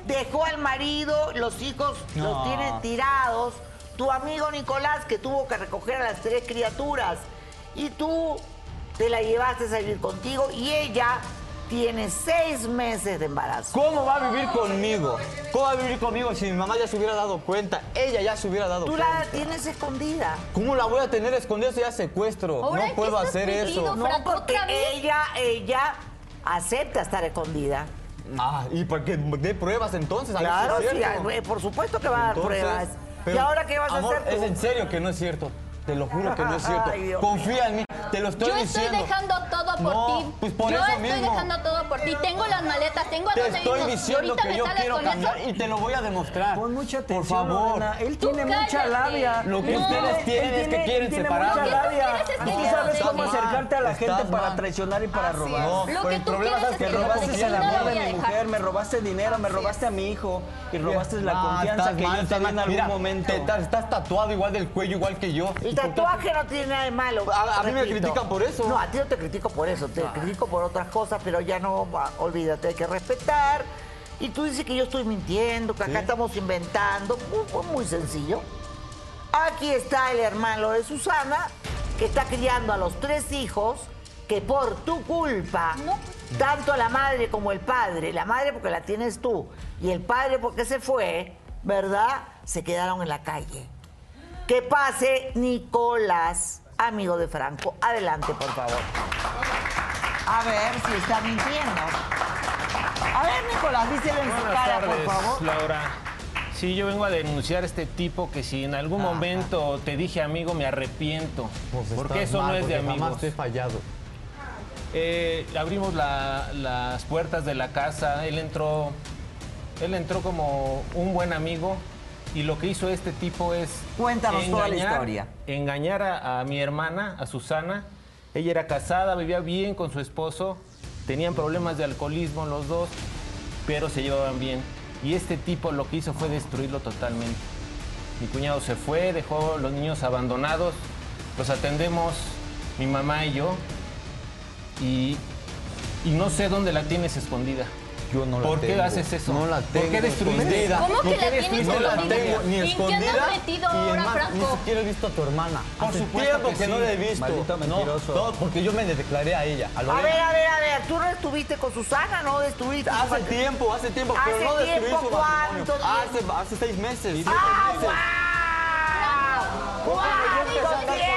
Speaker 1: Dejó al marido, los hijos
Speaker 3: No.
Speaker 1: los tiene tirados. Tu amigo Nicolás, que tuvo que recoger a las tres criaturas. Y tú te la llevaste a vivir contigo y ella tiene seis meses de embarazo.
Speaker 3: ¿Cómo va a vivir conmigo? ¿Cómo va a vivir conmigo si mi mamá ya se hubiera dado cuenta? Ella ya se hubiera dado
Speaker 1: Tú
Speaker 3: cuenta.
Speaker 1: la tienes escondida.
Speaker 3: ¿Cómo la voy a tener escondida si ya secuestro?
Speaker 1: Ahora, ¿en
Speaker 3: no
Speaker 1: qué
Speaker 3: puedo
Speaker 1: estás
Speaker 3: hacer
Speaker 1: metido,
Speaker 3: eso.
Speaker 1: No, porque ella, ella acepta estar escondida.
Speaker 3: Ah, y para que dé pruebas entonces. a ver
Speaker 1: Claro,
Speaker 3: si es
Speaker 1: sí,
Speaker 3: cierto.
Speaker 1: ah, por supuesto que va a dar
Speaker 3: Entonces,
Speaker 1: pruebas.
Speaker 3: pero,
Speaker 1: ¿Y ahora qué vas
Speaker 3: amor,
Speaker 1: a hacer tú?
Speaker 3: Es en serio que no es cierto. Te lo juro que no es cierto.
Speaker 1: Ay, Dios
Speaker 3: Confía en mí, te lo estoy
Speaker 6: Yo estoy
Speaker 3: diciendo.
Speaker 6: dejando todo por
Speaker 3: No,
Speaker 6: ti.
Speaker 3: pues por
Speaker 6: yo
Speaker 3: eso
Speaker 6: estoy
Speaker 3: mismo.
Speaker 6: dejando todo por ti. Tengo las maletas, tengo a
Speaker 3: Te
Speaker 6: dónde
Speaker 3: estoy
Speaker 6: irnos.
Speaker 3: diciendo
Speaker 6: ahorita
Speaker 3: que
Speaker 6: me
Speaker 3: yo
Speaker 6: sales
Speaker 3: quiero
Speaker 6: con
Speaker 3: cambiar
Speaker 6: eso.
Speaker 3: y te lo voy a demostrar. Pon mucha
Speaker 15: atención,
Speaker 3: Por favor.
Speaker 15: Lorena. Él
Speaker 6: Tú
Speaker 15: tiene mucha
Speaker 6: cállate.
Speaker 15: labia.
Speaker 3: Lo que
Speaker 15: Él
Speaker 3: ustedes tienen
Speaker 15: él
Speaker 3: es que
Speaker 15: tiene-
Speaker 3: quieren
Speaker 15: él tiene
Speaker 3: separarnos.
Speaker 15: Mucha labia.
Speaker 6: Lo que
Speaker 15: Y
Speaker 6: tú quieres es
Speaker 15: tú
Speaker 6: que
Speaker 15: sabes
Speaker 6: estás
Speaker 15: cómo
Speaker 6: mal.
Speaker 15: acercarte a la
Speaker 3: Estás
Speaker 15: gente para
Speaker 3: mal.
Speaker 15: traicionar y para
Speaker 3: Así
Speaker 15: robar.
Speaker 3: es. Lo que
Speaker 15: pero el
Speaker 3: tú
Speaker 15: problema
Speaker 3: quieres
Speaker 15: es que
Speaker 3: es que yo
Speaker 15: robaste
Speaker 3: confíe
Speaker 15: el
Speaker 3: en la
Speaker 15: amor de
Speaker 3: voy a
Speaker 15: mi
Speaker 3: dejar.
Speaker 15: mujer, me robaste dinero, me robaste a mi hijo y robaste la
Speaker 3: No,
Speaker 15: confianza
Speaker 3: estás
Speaker 15: que
Speaker 3: mal,
Speaker 15: yo
Speaker 3: estás
Speaker 15: tenía en
Speaker 3: mal. Mira,
Speaker 15: algún momento.
Speaker 3: te- Estás, estás tatuado igual del cuello, igual que yo.
Speaker 1: El tatuaje no tiene nada de malo.
Speaker 3: A- a mí me
Speaker 1: repito.
Speaker 3: critican por eso.
Speaker 1: No, a ti no te critico por eso, te
Speaker 3: Ah.
Speaker 1: critico por otras cosas, pero ya no, va, olvídate, hay que respetar. Y tú dices que yo estoy mintiendo, que acá estamos inventando. Muy, muy- muy sencillo. Aquí está el hermano de Susana, que está criando a los tres hijos, que por tu culpa, tanto la madre como el padre, la madre porque la tienes tú, y el padre porque se fue, ¿verdad? Se quedaron en la calle. Que pase Nicolás, amigo de Franco. Adelante, por favor. A ver si está mintiendo. A ver, Nicolás, díselo en su
Speaker 16: Buenas
Speaker 1: cara,
Speaker 16: tardes,
Speaker 1: por favor.
Speaker 16: Laura. Sí, yo vengo a denunciar a este tipo que si en algún momento te dije amigo, me arrepiento. porque
Speaker 3: Pues estás
Speaker 16: eso
Speaker 3: mal,
Speaker 16: no es de
Speaker 3: porque jamás
Speaker 16: amigos.
Speaker 3: te he fallado.
Speaker 16: Eh, abrimos la- las puertas de la casa, él entró, él entró como un buen amigo y lo que hizo este tipo es
Speaker 1: Cuéntanos toda la historia.
Speaker 16: engañar a, a mi hermana, a Susana. Ella era casada, vivía bien con su esposo, tenían problemas de alcoholismo los dos, pero se llevaban bien. Y este tipo lo que hizo fue destruirlo totalmente. Mi cuñado se fue, dejó los niños abandonados, los atendemos mi mamá y yo, y, y no sé dónde la tienes escondida. Yo no
Speaker 3: la
Speaker 16: ¿Por qué
Speaker 3: tengo.
Speaker 16: haces eso?
Speaker 3: No la
Speaker 16: ¿Por qué
Speaker 3: tengo
Speaker 16: destruiste?
Speaker 3: escondida.
Speaker 6: ¿Cómo
Speaker 16: ¿Por
Speaker 6: que
Speaker 16: qué
Speaker 6: la tienes
Speaker 16: destruiste
Speaker 3: No la
Speaker 16: familia?
Speaker 3: tengo ni
Speaker 6: ¿En qué andas
Speaker 3: escondida.
Speaker 6: metido
Speaker 3: y
Speaker 6: ahora,
Speaker 3: es más, ni
Speaker 6: Franco?
Speaker 3: siquiera he visto a tu hermana.
Speaker 16: Por
Speaker 3: Hace
Speaker 16: supuesto
Speaker 3: tiempo
Speaker 16: que
Speaker 3: que, no
Speaker 16: sí.
Speaker 3: la he visto. no,
Speaker 16: Maldito mentiroso.
Speaker 3: todo porque yo me declaré a ella. A,
Speaker 1: A
Speaker 3: Lorena.
Speaker 1: ver, a ver, a ver, tú no estuviste con Susana, no estuviste.
Speaker 3: Hace
Speaker 1: con-
Speaker 3: tiempo, hace tiempo,
Speaker 1: ¿Hace
Speaker 3: pero no destruí
Speaker 1: tiempo
Speaker 3: su matrimonio.
Speaker 1: cuánto
Speaker 3: Hace, hace seis meses. siete meses.
Speaker 1: ¡Ah, guau!
Speaker 3: Porque yo empecé a andar con ella.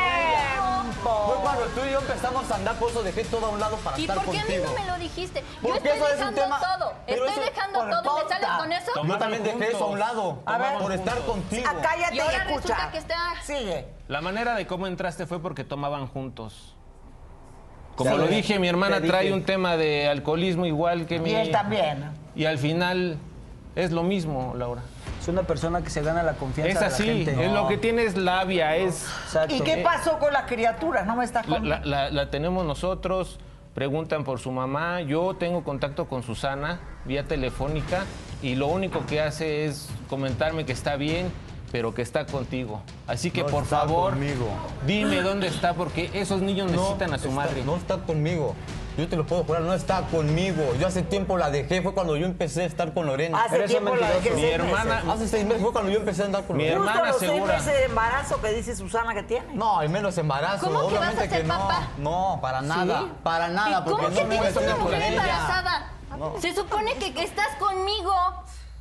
Speaker 1: ¡Cuánto
Speaker 3: Fue cuando Cuando tú y yo empezamos a andar, por eso dejé todo a un lado para
Speaker 6: ¿Y
Speaker 3: estar
Speaker 6: por qué a mí
Speaker 3: contigo.
Speaker 6: no me lo dijiste? Yo
Speaker 3: Porque
Speaker 6: estoy
Speaker 3: eso es un
Speaker 6: dejando
Speaker 3: tema-
Speaker 6: todo.
Speaker 3: pero
Speaker 6: Estoy
Speaker 3: eso-
Speaker 6: dejando
Speaker 3: por
Speaker 6: todo. ¿Me
Speaker 3: pauta.
Speaker 6: sales con eso?
Speaker 3: Yo también dejé eso a un lado.
Speaker 6: A ver.
Speaker 3: por estar contigo.
Speaker 6: Ah, cállate, Y ahora escucha. resulta que está-
Speaker 1: Sigue.
Speaker 16: La manera de cómo entraste fue porque tomaban juntos.
Speaker 3: Ya
Speaker 16: Como lo
Speaker 3: ves,
Speaker 16: dije, mi hermana
Speaker 3: te
Speaker 16: trae
Speaker 3: dije.
Speaker 16: un tema de alcoholismo igual que mi...
Speaker 1: Y él también.
Speaker 16: Y al final es lo mismo, Laura.
Speaker 15: Es una persona que se gana la confianza de
Speaker 16: Es
Speaker 15: la
Speaker 16: así,
Speaker 15: gente.
Speaker 16: es lo que tiene es labia, es...
Speaker 17: ¿Y qué pasó con las criaturas? No me estás
Speaker 16: La,
Speaker 17: contando.
Speaker 16: la- la- la tenemos nosotros, preguntan por su mamá. Yo tengo contacto con Susana vía telefónica y lo único que hace es comentarme que está bien, pero que está contigo. Así que
Speaker 3: No
Speaker 16: por
Speaker 3: está
Speaker 16: favor,
Speaker 3: conmigo.
Speaker 16: dime dónde está porque esos niños necesitan a su
Speaker 3: está-
Speaker 16: madre.
Speaker 3: No está conmigo. Yo te lo puedo jurar, no está conmigo. Yo hace tiempo la dejé, fue cuando yo empecé a estar con Lorena.
Speaker 17: Hace Eres un tiempo la dejé mentiroso.
Speaker 3: Mi
Speaker 17: seis
Speaker 3: hermana,
Speaker 17: meses.
Speaker 3: hace seis meses fue cuando yo empecé a andar con
Speaker 16: Mi
Speaker 3: Lorena.
Speaker 17: Justo los seis meses de embarazo que dice Susana que tiene.
Speaker 3: No, y menos embarazo.
Speaker 17: ¿Cómo que vas a
Speaker 3: Obviamente
Speaker 17: ser
Speaker 3: no.
Speaker 17: papá?
Speaker 3: No, para
Speaker 17: ¿Sí?
Speaker 3: nada. Para nada.
Speaker 6: ¿Y cómo
Speaker 3: porque
Speaker 6: que
Speaker 3: no me
Speaker 6: tienes
Speaker 3: metí
Speaker 6: una
Speaker 3: con
Speaker 6: mujer
Speaker 3: ella.
Speaker 6: embarazada?
Speaker 3: Ah.
Speaker 6: Se supone que, que estás conmigo.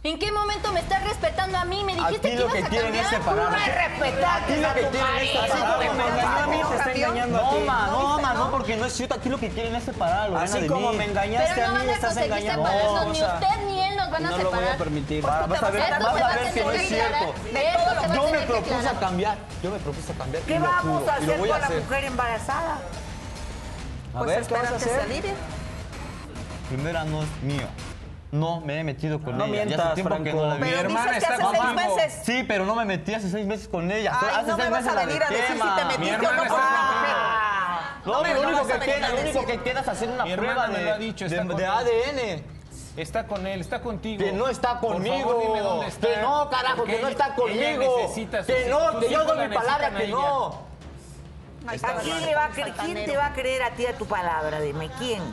Speaker 6: ¿En qué momento me estás respetando a mí? Me dijiste
Speaker 3: ti
Speaker 6: que
Speaker 3: lo
Speaker 6: ibas
Speaker 3: que
Speaker 6: a
Speaker 3: quieren
Speaker 6: cambiar.
Speaker 3: es separarnos. Tú me respetaste Aquí lo a que tu quieren es marido. separarnos.
Speaker 6: Así como
Speaker 3: Me
Speaker 6: me
Speaker 3: engañó a mí,
Speaker 6: engañaste.
Speaker 3: te está engañando a ti. No, ma, no, porque no es cierto. Aquí lo que quieren es separar a Lorena
Speaker 15: Así
Speaker 3: de
Speaker 15: como
Speaker 3: mí.
Speaker 15: me engañaste
Speaker 6: Pero no
Speaker 15: a mí,
Speaker 6: van a
Speaker 15: estás
Speaker 6: conseguir
Speaker 15: engañando
Speaker 6: separarnos.
Speaker 15: o
Speaker 6: Ni
Speaker 15: sea,
Speaker 6: usted ni él nos van a
Speaker 15: no lo voy a
Speaker 6: separar.
Speaker 15: permitir.
Speaker 6: Por
Speaker 15: Va-
Speaker 6: tu
Speaker 15: vas a ver,
Speaker 6: tabacalera
Speaker 15: vas
Speaker 6: te
Speaker 15: a
Speaker 6: vas
Speaker 15: ver
Speaker 6: a
Speaker 15: que no
Speaker 6: tener
Speaker 15: es
Speaker 6: que aclarar.
Speaker 15: cierto.
Speaker 6: De eso te vas a
Speaker 3: Yo me
Speaker 6: tener que
Speaker 3: propuse
Speaker 6: aclarar.
Speaker 3: cambiar. Yo me propuse cambiar. y
Speaker 17: ¿Qué
Speaker 3: lo
Speaker 17: vamos
Speaker 3: juro,
Speaker 17: a
Speaker 3: y lo
Speaker 17: hacer
Speaker 3: voy
Speaker 17: con
Speaker 3: a
Speaker 17: la
Speaker 3: hacer.
Speaker 17: mujer embarazada?
Speaker 3: A
Speaker 17: Pues
Speaker 3: ver, ¿qué vas
Speaker 17: espera que
Speaker 3: a
Speaker 17: se
Speaker 3: hacer?
Speaker 17: alivie.
Speaker 3: Primera no es mío. No me he metido con
Speaker 15: No
Speaker 3: ella. Ya hace
Speaker 15: mientas,
Speaker 3: tiempo que
Speaker 15: Franco.
Speaker 3: no la vi.
Speaker 15: Pero Mi dices hermana que está hace seis contigo. meses.
Speaker 3: Sí, pero no me metí hace seis meses con ella.
Speaker 15: Ay,
Speaker 3: hace
Speaker 15: no me
Speaker 3: seis
Speaker 15: vas
Speaker 3: meses
Speaker 15: a
Speaker 3: la
Speaker 15: venir a
Speaker 3: dejé,
Speaker 15: decir si
Speaker 3: ma.
Speaker 15: te metiste Mi hermana o no con está esa contigo.
Speaker 3: No,
Speaker 15: No me-
Speaker 3: lo
Speaker 15: no
Speaker 3: único
Speaker 15: vas a
Speaker 3: que
Speaker 15: venir
Speaker 3: queda,
Speaker 15: a
Speaker 3: lo único
Speaker 15: decir.
Speaker 3: que queda es hacer una
Speaker 16: Mi
Speaker 3: prueba
Speaker 16: hermana me lo ha
Speaker 3: de,
Speaker 16: dicho,
Speaker 3: de,
Speaker 16: está
Speaker 3: de
Speaker 16: contigo.
Speaker 3: ADN.
Speaker 16: Está con él, está contigo.
Speaker 3: Que no está
Speaker 16: Por
Speaker 3: conmigo.
Speaker 16: favor, dime dónde está.
Speaker 3: Que no, carajo,
Speaker 16: Porque
Speaker 3: que no
Speaker 16: ella-
Speaker 3: está
Speaker 16: ella
Speaker 3: conmigo.
Speaker 16: necesita a sus
Speaker 3: Que
Speaker 16: hijos,
Speaker 3: no,
Speaker 16: sus
Speaker 3: que yo
Speaker 16: hijos
Speaker 3: doy
Speaker 16: la
Speaker 3: mi palabra
Speaker 16: necesitan a
Speaker 3: que
Speaker 16: ella.
Speaker 3: no.
Speaker 17: ¿A quién, le va a cre- quién te va a creer a ti a tu palabra? Dime, ¿quién?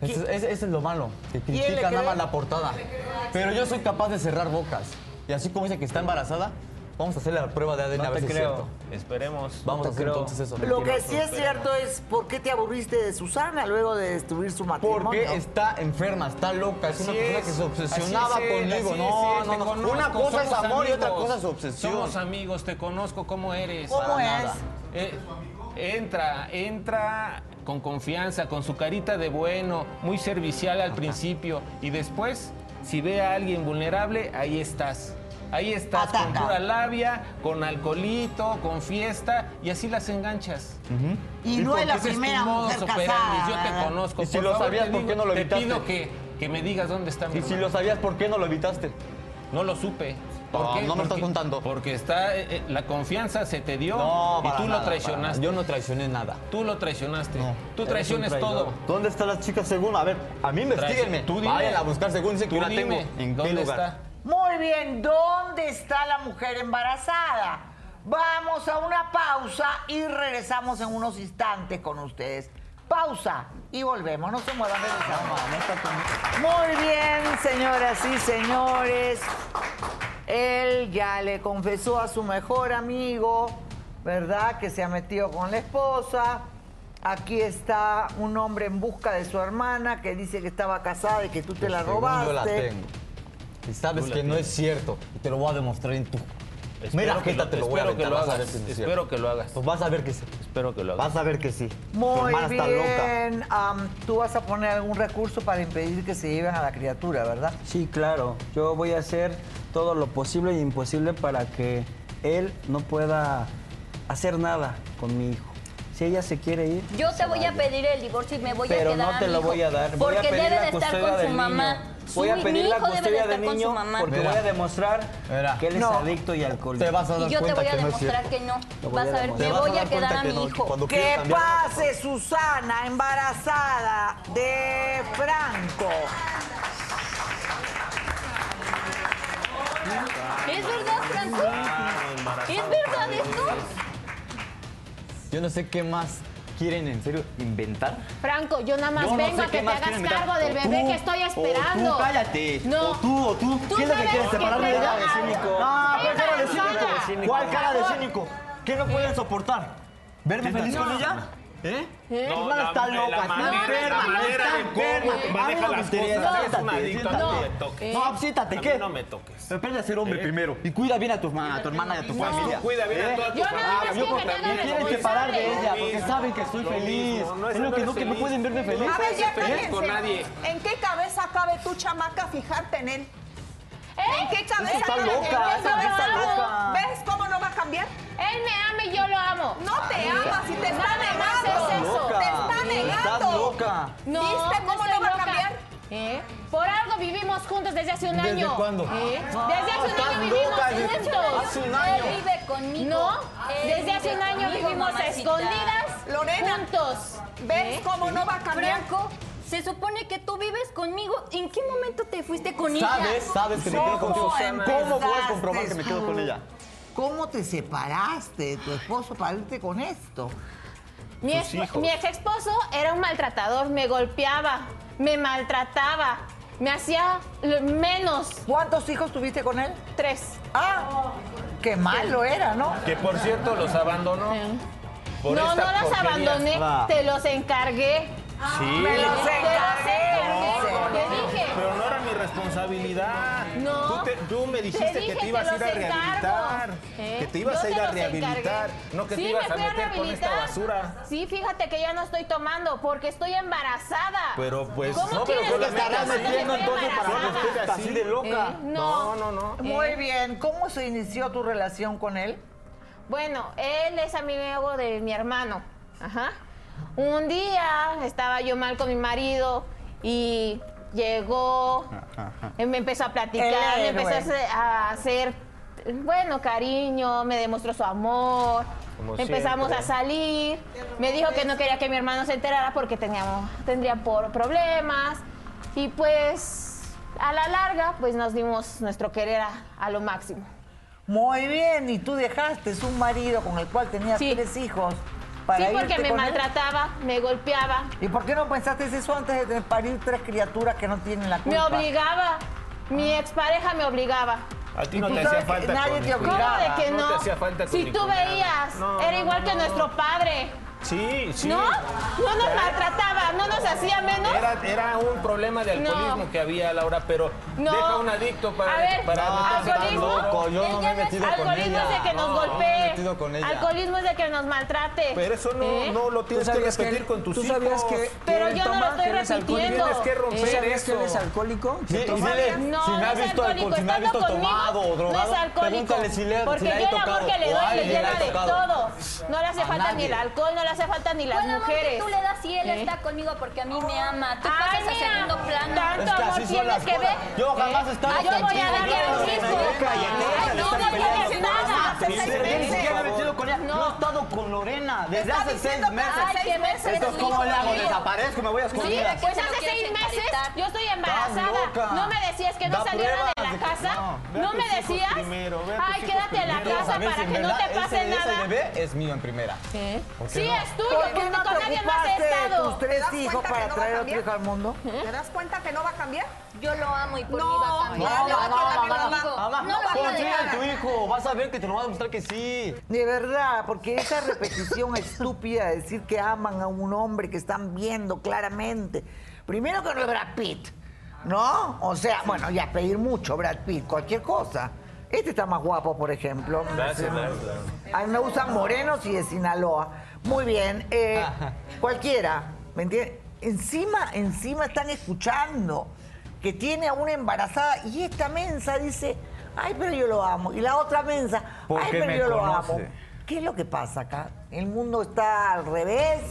Speaker 3: Eso es, eso es lo malo, que
Speaker 17: ¿Quién le
Speaker 3: critican nada
Speaker 17: cree?
Speaker 3: más la portada. Pero yo soy capaz de cerrar bocas. Y así como dice que está embarazada, vamos a hacer la prueba de ADN a
Speaker 16: No
Speaker 3: ver
Speaker 16: te
Speaker 3: si es
Speaker 16: creo.
Speaker 3: cierto.
Speaker 16: Esperemos.
Speaker 3: Vamos
Speaker 16: No
Speaker 3: a
Speaker 16: te
Speaker 3: hacer
Speaker 16: creo.
Speaker 3: entonces eso.
Speaker 1: Lo que sí es cierto es por qué te aburriste de Susana luego de destruir su matrimonio.
Speaker 3: Porque está enferma, está loca, es una
Speaker 1: Así
Speaker 3: persona
Speaker 1: es,
Speaker 3: que se obsesionaba
Speaker 16: Así es él,
Speaker 3: conmigo.
Speaker 16: así
Speaker 3: No,
Speaker 16: es él,
Speaker 3: no,
Speaker 16: te
Speaker 3: no.
Speaker 16: conozco,
Speaker 3: Una cosa es
Speaker 16: somos
Speaker 3: amor y otra
Speaker 16: amigos.
Speaker 3: cosa es obsesión.
Speaker 16: Somos amigos, te conozco, ¿cómo eres?
Speaker 3: ¿Cómo Para es? nada.
Speaker 16: Eh, entra, entra con confianza, con su carita de bueno, muy servicial al principio y después, si ve a alguien vulnerable, ahí estás. Ahí estás con pura labia, con alcoholito, con fiesta y así las enganchas.
Speaker 17: Y no
Speaker 16: porque
Speaker 17: es la
Speaker 16: ese tu
Speaker 17: primera
Speaker 16: modus
Speaker 17: mujer
Speaker 16: operandi,
Speaker 17: casada,
Speaker 16: Yo
Speaker 17: ¿verdad?
Speaker 16: te conozco.
Speaker 3: Y si
Speaker 16: por
Speaker 3: lo
Speaker 16: favor,
Speaker 3: sabías,
Speaker 16: te
Speaker 3: ¿por
Speaker 16: digo-
Speaker 3: qué no lo
Speaker 16: Te pido
Speaker 3: evitaste?
Speaker 16: que, que me digas dónde está mi
Speaker 3: Y si
Speaker 16: hermana.
Speaker 3: lo sabías, ¿por qué no lo evitaste?
Speaker 16: No lo supe.
Speaker 3: No, no me
Speaker 16: Porque-
Speaker 3: estás contando.
Speaker 16: Porque está eh, eh, la confianza se te dio
Speaker 3: No,
Speaker 16: y
Speaker 3: para
Speaker 16: tú
Speaker 3: nada, para
Speaker 16: lo traicionaste.
Speaker 3: nada. Yo no traicioné nada.
Speaker 16: Tú lo traicionaste. tú
Speaker 3: Eres
Speaker 16: traiciones
Speaker 3: un traidor.
Speaker 16: todo.
Speaker 3: ¿Dónde están las chicas según? A ver, a mí investiguenme.
Speaker 16: Traición. Tú dime.
Speaker 3: Vayan a buscar según dicen que
Speaker 16: Tú
Speaker 3: yo la tengo.
Speaker 16: dime,
Speaker 3: ¿En qué
Speaker 16: ¿dónde
Speaker 3: lugar?
Speaker 16: está?
Speaker 17: Muy bien, ¿dónde está la mujer embarazada? Vamos a una pausa y regresamos en unos instantes con ustedes. Pausa y volvemos, no se muevan, regresamos.
Speaker 1: Muy bien, señoras y señores. Él ya le confesó a su mejor amigo, ¿verdad? Que se ha metido con la esposa. Aquí está un hombre en busca de su hermana que dice que estaba casada y que tú te la
Speaker 3: Según
Speaker 1: robaste.
Speaker 3: Yo la tengo. Y sabes
Speaker 16: Tú la
Speaker 3: que no
Speaker 16: tienes.
Speaker 3: es cierto. Y te lo voy a demostrar en tu.
Speaker 16: Espero
Speaker 3: Mira,
Speaker 16: que
Speaker 3: jeta,
Speaker 16: lo-
Speaker 3: te lo voy a
Speaker 16: espero que
Speaker 3: aventar.
Speaker 16: lo
Speaker 3: vas a ver
Speaker 16: hagas.
Speaker 3: si no es
Speaker 16: Espero
Speaker 3: cierto.
Speaker 16: que lo hagas.
Speaker 3: Pues vas a ver que sí.
Speaker 16: Espero que lo hagas.
Speaker 3: Vas a ver que sí. tu
Speaker 1: Muy
Speaker 3: hermana
Speaker 1: bien.
Speaker 3: está loca.
Speaker 1: Am, Tú vas a poner algún recurso para impedir que se lleven a la criatura, ¿verdad?
Speaker 15: Sí, claro. Yo voy a hacer todo lo posible e imposible para que él no pueda hacer nada con mi hijo. Si ella se quiere ir,
Speaker 6: Yo te voy a pedir el divorcio y me voy
Speaker 15: pero
Speaker 6: a quedar
Speaker 15: no te
Speaker 6: a mi
Speaker 15: lo
Speaker 6: hijo,
Speaker 15: voy a dar. Voy
Speaker 6: Porque
Speaker 15: a pedir
Speaker 6: debe
Speaker 15: la
Speaker 6: de estar
Speaker 15: custodia
Speaker 6: con su
Speaker 15: del
Speaker 6: mamá.
Speaker 15: niño.
Speaker 6: Su-
Speaker 15: Voy a
Speaker 6: mi
Speaker 15: pedir la
Speaker 6: hijo debe de
Speaker 15: custodia
Speaker 6: estar
Speaker 15: del
Speaker 6: con su
Speaker 15: niño
Speaker 6: mamá.
Speaker 15: porque voy a demostrar que él es
Speaker 3: No.
Speaker 15: adicto y alcohólico.
Speaker 3: Te vas a
Speaker 6: Y
Speaker 3: dar
Speaker 6: yo te
Speaker 3: cuenta
Speaker 6: voy a
Speaker 3: que no es
Speaker 6: demostrar
Speaker 3: cierto.
Speaker 6: que no.
Speaker 3: Te voy
Speaker 6: Vas
Speaker 3: a
Speaker 6: a ver,
Speaker 3: demostrar.
Speaker 6: me
Speaker 3: Te vas
Speaker 6: voy
Speaker 3: a
Speaker 6: a
Speaker 3: dar
Speaker 6: quedar
Speaker 3: cuenta
Speaker 6: a
Speaker 3: que
Speaker 6: mi
Speaker 3: no,
Speaker 6: hijo.
Speaker 3: cuando
Speaker 6: ¿Qué
Speaker 3: quieres
Speaker 6: pa-
Speaker 3: cambiar-
Speaker 17: pase Susana, embarazada de Franco.
Speaker 6: ¿Es verdad, Franco? ¿Es verdad esto?
Speaker 3: Yo no sé qué más quieren en serio inventar.
Speaker 7: Franco, yo nada más
Speaker 3: Yo no
Speaker 7: vengo
Speaker 3: sé
Speaker 7: a
Speaker 3: qué
Speaker 7: que te
Speaker 3: más
Speaker 7: hagas
Speaker 3: quieren
Speaker 7: cargo
Speaker 3: inventar.
Speaker 7: del
Speaker 3: O
Speaker 7: bebé
Speaker 3: tú,
Speaker 7: que estoy
Speaker 3: o
Speaker 7: esperando.
Speaker 3: tú cállate.
Speaker 7: No.
Speaker 3: O tú, o tú. ¿Qué es lo que
Speaker 7: sabes
Speaker 3: quieres separarme de
Speaker 7: te
Speaker 3: cara de
Speaker 7: doy.
Speaker 3: cínico?
Speaker 7: No,
Speaker 3: ¿Qué
Speaker 7: pero
Speaker 3: cara de
Speaker 7: persona.
Speaker 3: cínico? ¿Cuál cara de cínico? ¿Qué no pueden soportar? ¿Verme feliz con ella?
Speaker 16: ¿Eh?
Speaker 17: No, la- la manera- la manera de cómo
Speaker 3: Ah,
Speaker 17: maneja las cosas, es un adicto al
Speaker 16: no.
Speaker 17: que le toques.
Speaker 16: No, siéntate,
Speaker 17: A
Speaker 16: ¿qué?
Speaker 17: mí no me
Speaker 16: toques.
Speaker 3: Aprende a ser hombre primero. Y cuida bien a tu hermana, a tu hermana y a tu
Speaker 16: No.
Speaker 3: familia. ¿Eh?
Speaker 16: Cuida bien a toda tu Yo nada familia.
Speaker 3: Yo
Speaker 16: más que me
Speaker 3: contra-
Speaker 16: hagan
Speaker 3: me quieren separar de
Speaker 16: responsable.
Speaker 3: ella
Speaker 16: Lo
Speaker 3: porque
Speaker 16: mismo,
Speaker 3: saben que soy
Speaker 16: lo
Speaker 3: feliz.
Speaker 16: mismo, no es
Speaker 3: Es lo
Speaker 16: andar
Speaker 3: que no que no
Speaker 16: feliz.
Speaker 3: pueden verme feliz.
Speaker 13: A ver, ya
Speaker 16: feliz con
Speaker 13: cállense.
Speaker 16: nadie.
Speaker 13: ¿En qué cabeza cabe tu chamaca fijarte en él? ¿En qué cabeza
Speaker 3: está
Speaker 13: cabe?
Speaker 3: loca,
Speaker 13: ¿En qué
Speaker 3: esa
Speaker 13: cabeza
Speaker 3: está
Speaker 13: cabe?
Speaker 3: loca.
Speaker 13: ¿Ves cómo no va a cambiar?
Speaker 7: Él me ama y yo lo amo.
Speaker 13: No te
Speaker 7: Ay,
Speaker 13: ama, si te
Speaker 7: nada
Speaker 13: está
Speaker 7: más
Speaker 13: negando.
Speaker 7: es eso.
Speaker 13: Te está negando.
Speaker 3: Estás loca.
Speaker 7: No,
Speaker 13: ¿Viste cómo
Speaker 7: estoy
Speaker 13: no va a
Speaker 7: loca.
Speaker 13: cambiar?
Speaker 7: ¿Eh? Por algo vivimos juntos desde hace un
Speaker 3: ¿Desde
Speaker 7: año.
Speaker 3: cuándo?
Speaker 7: ¿Eh?
Speaker 3: No,
Speaker 7: desde hace un
Speaker 3: estás
Speaker 7: año vivimos
Speaker 3: loca, desde-
Speaker 7: juntos.
Speaker 3: hace un año.
Speaker 7: Él vive conmigo. No,
Speaker 13: Él
Speaker 7: desde hace
Speaker 13: vive
Speaker 7: un año
Speaker 13: conmigo,
Speaker 7: vivimos a
Speaker 13: mamacita.
Speaker 7: escondidas
Speaker 13: Lorena,
Speaker 7: juntos. ¿Eh?
Speaker 13: ¿ves cómo no va a cambiar?
Speaker 7: Franco, se supone que tú vives conmigo. ¿En qué momento te fuiste con ella?
Speaker 3: Sabes, sabes que me quedo contigo. ¿Cómo puedes comprobar que me quedo con ella?
Speaker 1: ¿Cómo te separaste de tu esposo para irte con esto?
Speaker 7: Mi ex, mi ex eh, esposo era un maltratador, me golpeaba, me maltrataba, me hacía l- menos.
Speaker 1: ¿Cuántos hijos tuviste con él?
Speaker 7: Tres.
Speaker 1: Ah, qué malo era, ¿no?
Speaker 16: Que por cierto, los abandonó. Por
Speaker 7: no,
Speaker 16: esta
Speaker 7: no las
Speaker 16: porquería.
Speaker 7: abandoné,
Speaker 16: Ah.
Speaker 7: te los encargué.
Speaker 16: Sí.
Speaker 7: Me los encargué. Te
Speaker 16: No,
Speaker 7: dije.
Speaker 16: Pero no era mi responsabilidad.
Speaker 7: No.
Speaker 16: Tú, te- tú me dijiste
Speaker 7: Te dije
Speaker 16: que te ibas a ir a
Speaker 7: los encargo.
Speaker 16: rehabilitar.
Speaker 7: ¿Eh?
Speaker 16: Que te ibas
Speaker 7: Yo
Speaker 16: a ir
Speaker 7: te
Speaker 16: a
Speaker 7: los encargué.
Speaker 16: rehabilitar. No que
Speaker 7: Sí,
Speaker 16: te ibas
Speaker 7: me
Speaker 16: a
Speaker 7: fui
Speaker 16: meter con esta
Speaker 7: rehabilitar.
Speaker 16: basura.
Speaker 7: Sí, fíjate que ya no estoy tomando porque estoy embarazada.
Speaker 16: Pero pues.
Speaker 7: ¿Cómo
Speaker 16: no, pero
Speaker 7: quieres
Speaker 16: tú la
Speaker 7: que te
Speaker 16: estarás
Speaker 7: diga si
Speaker 16: metiendo
Speaker 7: estoy
Speaker 16: entonces para que
Speaker 7: embarazada?
Speaker 16: estés así de loca.
Speaker 7: Eh, no. Eh.
Speaker 16: no, no. no.
Speaker 1: Muy bien, ¿cómo se inició tu relación con él?
Speaker 7: Bueno, él es amigo de mi hermano. Ajá. Un día estaba yo mal con mi marido y llegó, eh, me empezó a platicar,
Speaker 17: El héroe.
Speaker 7: me empezó a hacer- a hacer, bueno, cariño, me demostró su amor.
Speaker 17: Como
Speaker 7: Empezamos
Speaker 17: siempre.
Speaker 7: a salir. Me dijo que no quería que mi hermano se enterara porque teníamos, tendría por problemas. Y pues a la larga, pues nos dimos nuestro querer a- a lo máximo.
Speaker 1: Muy bien, y tú dejaste un marido con el cual tenías tres hijos para
Speaker 7: sí, porque
Speaker 1: irte
Speaker 7: me
Speaker 1: con él.
Speaker 7: maltrataba, me golpeaba,
Speaker 1: ¿Y por qué no pensaste eso antes de tener- parir tres criaturas que no tienen la culpa?
Speaker 7: me obligaba. Mi expareja me obligaba.
Speaker 16: A ti no
Speaker 7: Pues
Speaker 1: Y tú
Speaker 16: te hacía
Speaker 1: sabes que
Speaker 16: falta.
Speaker 1: nadie
Speaker 16: con
Speaker 1: te
Speaker 16: mi
Speaker 1: obligaba.
Speaker 16: cuñada.
Speaker 7: ¿Cómo de que no?
Speaker 16: te hacía falta con
Speaker 7: si
Speaker 16: mi
Speaker 7: tú
Speaker 16: cuñada.
Speaker 7: veías,
Speaker 16: No,
Speaker 7: era
Speaker 16: no,
Speaker 7: igual
Speaker 16: no,
Speaker 7: que
Speaker 16: no.
Speaker 7: nuestro padre.
Speaker 16: Sí, sí.
Speaker 7: ¿No? No nos maltrataba, no nos hacía menos.
Speaker 16: Era, era un problema de
Speaker 7: No.
Speaker 16: alcoholismo que había, Laura, pero
Speaker 7: No.
Speaker 16: deja un adicto para,
Speaker 7: A ver,
Speaker 16: para
Speaker 7: no,
Speaker 16: meterse en
Speaker 7: alcoholismo.
Speaker 16: algo.
Speaker 3: Loco, yo
Speaker 7: Ella
Speaker 3: no me he
Speaker 7: no es-
Speaker 3: metido con
Speaker 7: alcoholismo
Speaker 3: ella.
Speaker 7: es de que nos
Speaker 3: No, no me he
Speaker 7: golpee.
Speaker 3: metido con ella.
Speaker 7: Alcoholismo es de que nos maltrate.
Speaker 16: Pero eso no,
Speaker 7: ¿Eh?
Speaker 16: no lo tienes
Speaker 15: ¿Tú
Speaker 16: que
Speaker 15: sabías que
Speaker 16: repetir
Speaker 15: él-
Speaker 16: con tus
Speaker 15: tú
Speaker 16: hijos.
Speaker 15: sabías que
Speaker 7: Pero yo no lo estoy
Speaker 15: que eres alcohólico?
Speaker 7: repitiendo.
Speaker 15: Tienes que romper ¿Tú
Speaker 6: Eh,
Speaker 15: sabías que
Speaker 16: eso.
Speaker 15: él es alcohólico?
Speaker 3: Sí,
Speaker 15: ¿Que
Speaker 3: y
Speaker 15: toma?
Speaker 3: dile,
Speaker 7: No,
Speaker 3: si me
Speaker 7: no
Speaker 3: ha
Speaker 7: es
Speaker 3: visto,
Speaker 7: alcohólico,
Speaker 3: alcohol- si me ha
Speaker 7: estando
Speaker 3: visto
Speaker 7: conmigo,
Speaker 3: tomado o
Speaker 7: no es
Speaker 3: drogado,
Speaker 7: alcohólico,
Speaker 3: pregúntale si le,
Speaker 7: Porque
Speaker 3: si le
Speaker 7: yo
Speaker 3: ha
Speaker 7: el
Speaker 3: tocado.
Speaker 7: amor que le
Speaker 3: o
Speaker 7: doy
Speaker 3: a
Speaker 7: le
Speaker 3: alguien
Speaker 7: llena
Speaker 3: ha
Speaker 7: de
Speaker 3: tocado.
Speaker 7: todo. No le hace
Speaker 3: A
Speaker 7: falta ni
Speaker 3: nadie.
Speaker 7: el alcohol, no le hace falta ni las Bueno, amor, que
Speaker 6: que
Speaker 7: mujeres.
Speaker 6: tú le das si él
Speaker 7: ¿Eh?
Speaker 6: está conmigo porque a mí me ama. Tú
Speaker 7: Ay,
Speaker 6: pasas a
Speaker 7: mira,
Speaker 6: segundo plano.
Speaker 7: Tanto
Speaker 3: Es que
Speaker 7: amor
Speaker 3: así son
Speaker 7: tienes
Speaker 3: las
Speaker 7: que ver.
Speaker 3: cosas. Yo jamás he estado
Speaker 7: Ay, Ah, Yo voy a
Speaker 3: contigo,
Speaker 7: darle
Speaker 3: yo
Speaker 7: a
Speaker 3: no
Speaker 7: un
Speaker 3: me
Speaker 7: hijo.
Speaker 3: meto,
Speaker 7: Ay,
Speaker 3: cállate,
Speaker 7: no,
Speaker 3: están
Speaker 7: no
Speaker 3: peleando.
Speaker 7: tienes nada.
Speaker 3: Ni siquiera me he metido con ella. No he estado con Lorena desde
Speaker 7: está
Speaker 3: hace seis
Speaker 7: diciendo que
Speaker 3: meses.
Speaker 7: hace seis meses
Speaker 3: Esto es
Speaker 7: eres
Speaker 3: como
Speaker 7: hijo
Speaker 3: le hago,
Speaker 7: conmigo.
Speaker 3: desaparezco, me voy a
Speaker 7: Sí,
Speaker 3: esconder.
Speaker 7: pues hace seis meses yo estoy embarazada.
Speaker 3: loca.
Speaker 7: No me decías que no
Speaker 3: Da
Speaker 7: saliera de
Speaker 3: pruebas
Speaker 7: la
Speaker 3: de que-
Speaker 7: casa.
Speaker 3: no, ve a
Speaker 7: No me
Speaker 3: tus hijos
Speaker 7: decías.
Speaker 3: primero, ve a
Speaker 7: Ay,
Speaker 3: tus hijos
Speaker 7: quédate en la
Speaker 3: primero.
Speaker 7: casa
Speaker 3: A ver si
Speaker 7: para
Speaker 3: en
Speaker 7: que no
Speaker 3: verdad
Speaker 7: te pase
Speaker 3: ese- Ese
Speaker 7: nada.
Speaker 3: bebé es mío en primera. ¿Por qué
Speaker 7: Sí,
Speaker 3: no?
Speaker 7: es tuyo,
Speaker 1: ¿Por qué
Speaker 7: porque
Speaker 1: no
Speaker 7: con nadie más
Speaker 1: preocupaste
Speaker 7: he
Speaker 1: de
Speaker 7: estado.
Speaker 3: ¿Mm?
Speaker 13: ¿Mm?
Speaker 1: tus tres hijos
Speaker 13: cuenta que
Speaker 1: para
Speaker 13: no va a
Speaker 1: traer otro
Speaker 13: cambiar?
Speaker 1: hijo al mundo?
Speaker 3: ¿Eh?
Speaker 13: ¿Te das cuenta que no va a cambiar?
Speaker 6: Yo lo amo y por
Speaker 13: No,
Speaker 6: mí va a cambiar. Lo
Speaker 13: no,
Speaker 6: va a
Speaker 13: no,
Speaker 6: querer
Speaker 13: no, no,
Speaker 6: conmigo.
Speaker 13: no,
Speaker 6: No lo va a
Speaker 3: confía en
Speaker 6: dejar.
Speaker 3: tu hijo, vas a ver que te lo va a demostrar que sí.
Speaker 1: De verdad, porque esa repetición estúpida de decir que aman a un hombre que están viendo claramente. Primero que no es Brad Pitt, ¿no? O sea, bueno, ya pedir mucho Brad Pitt, cualquier cosa. Este está más guapo, por ejemplo.
Speaker 16: Gracias,
Speaker 1: No sé.
Speaker 16: gracias.
Speaker 1: A mí me gustan morenos y de Sinaloa. Muy bien, eh, cualquiera, ¿me entiendes? Encima, encima están escuchando que tiene a una embarazada y esta mensa dice, ay, pero yo lo amo. Y la otra mensa, ay,
Speaker 3: Porque
Speaker 1: pero
Speaker 3: me
Speaker 1: yo lo
Speaker 3: conoce.
Speaker 1: amo. ¿Qué es lo que pasa acá? ¿El mundo está al revés?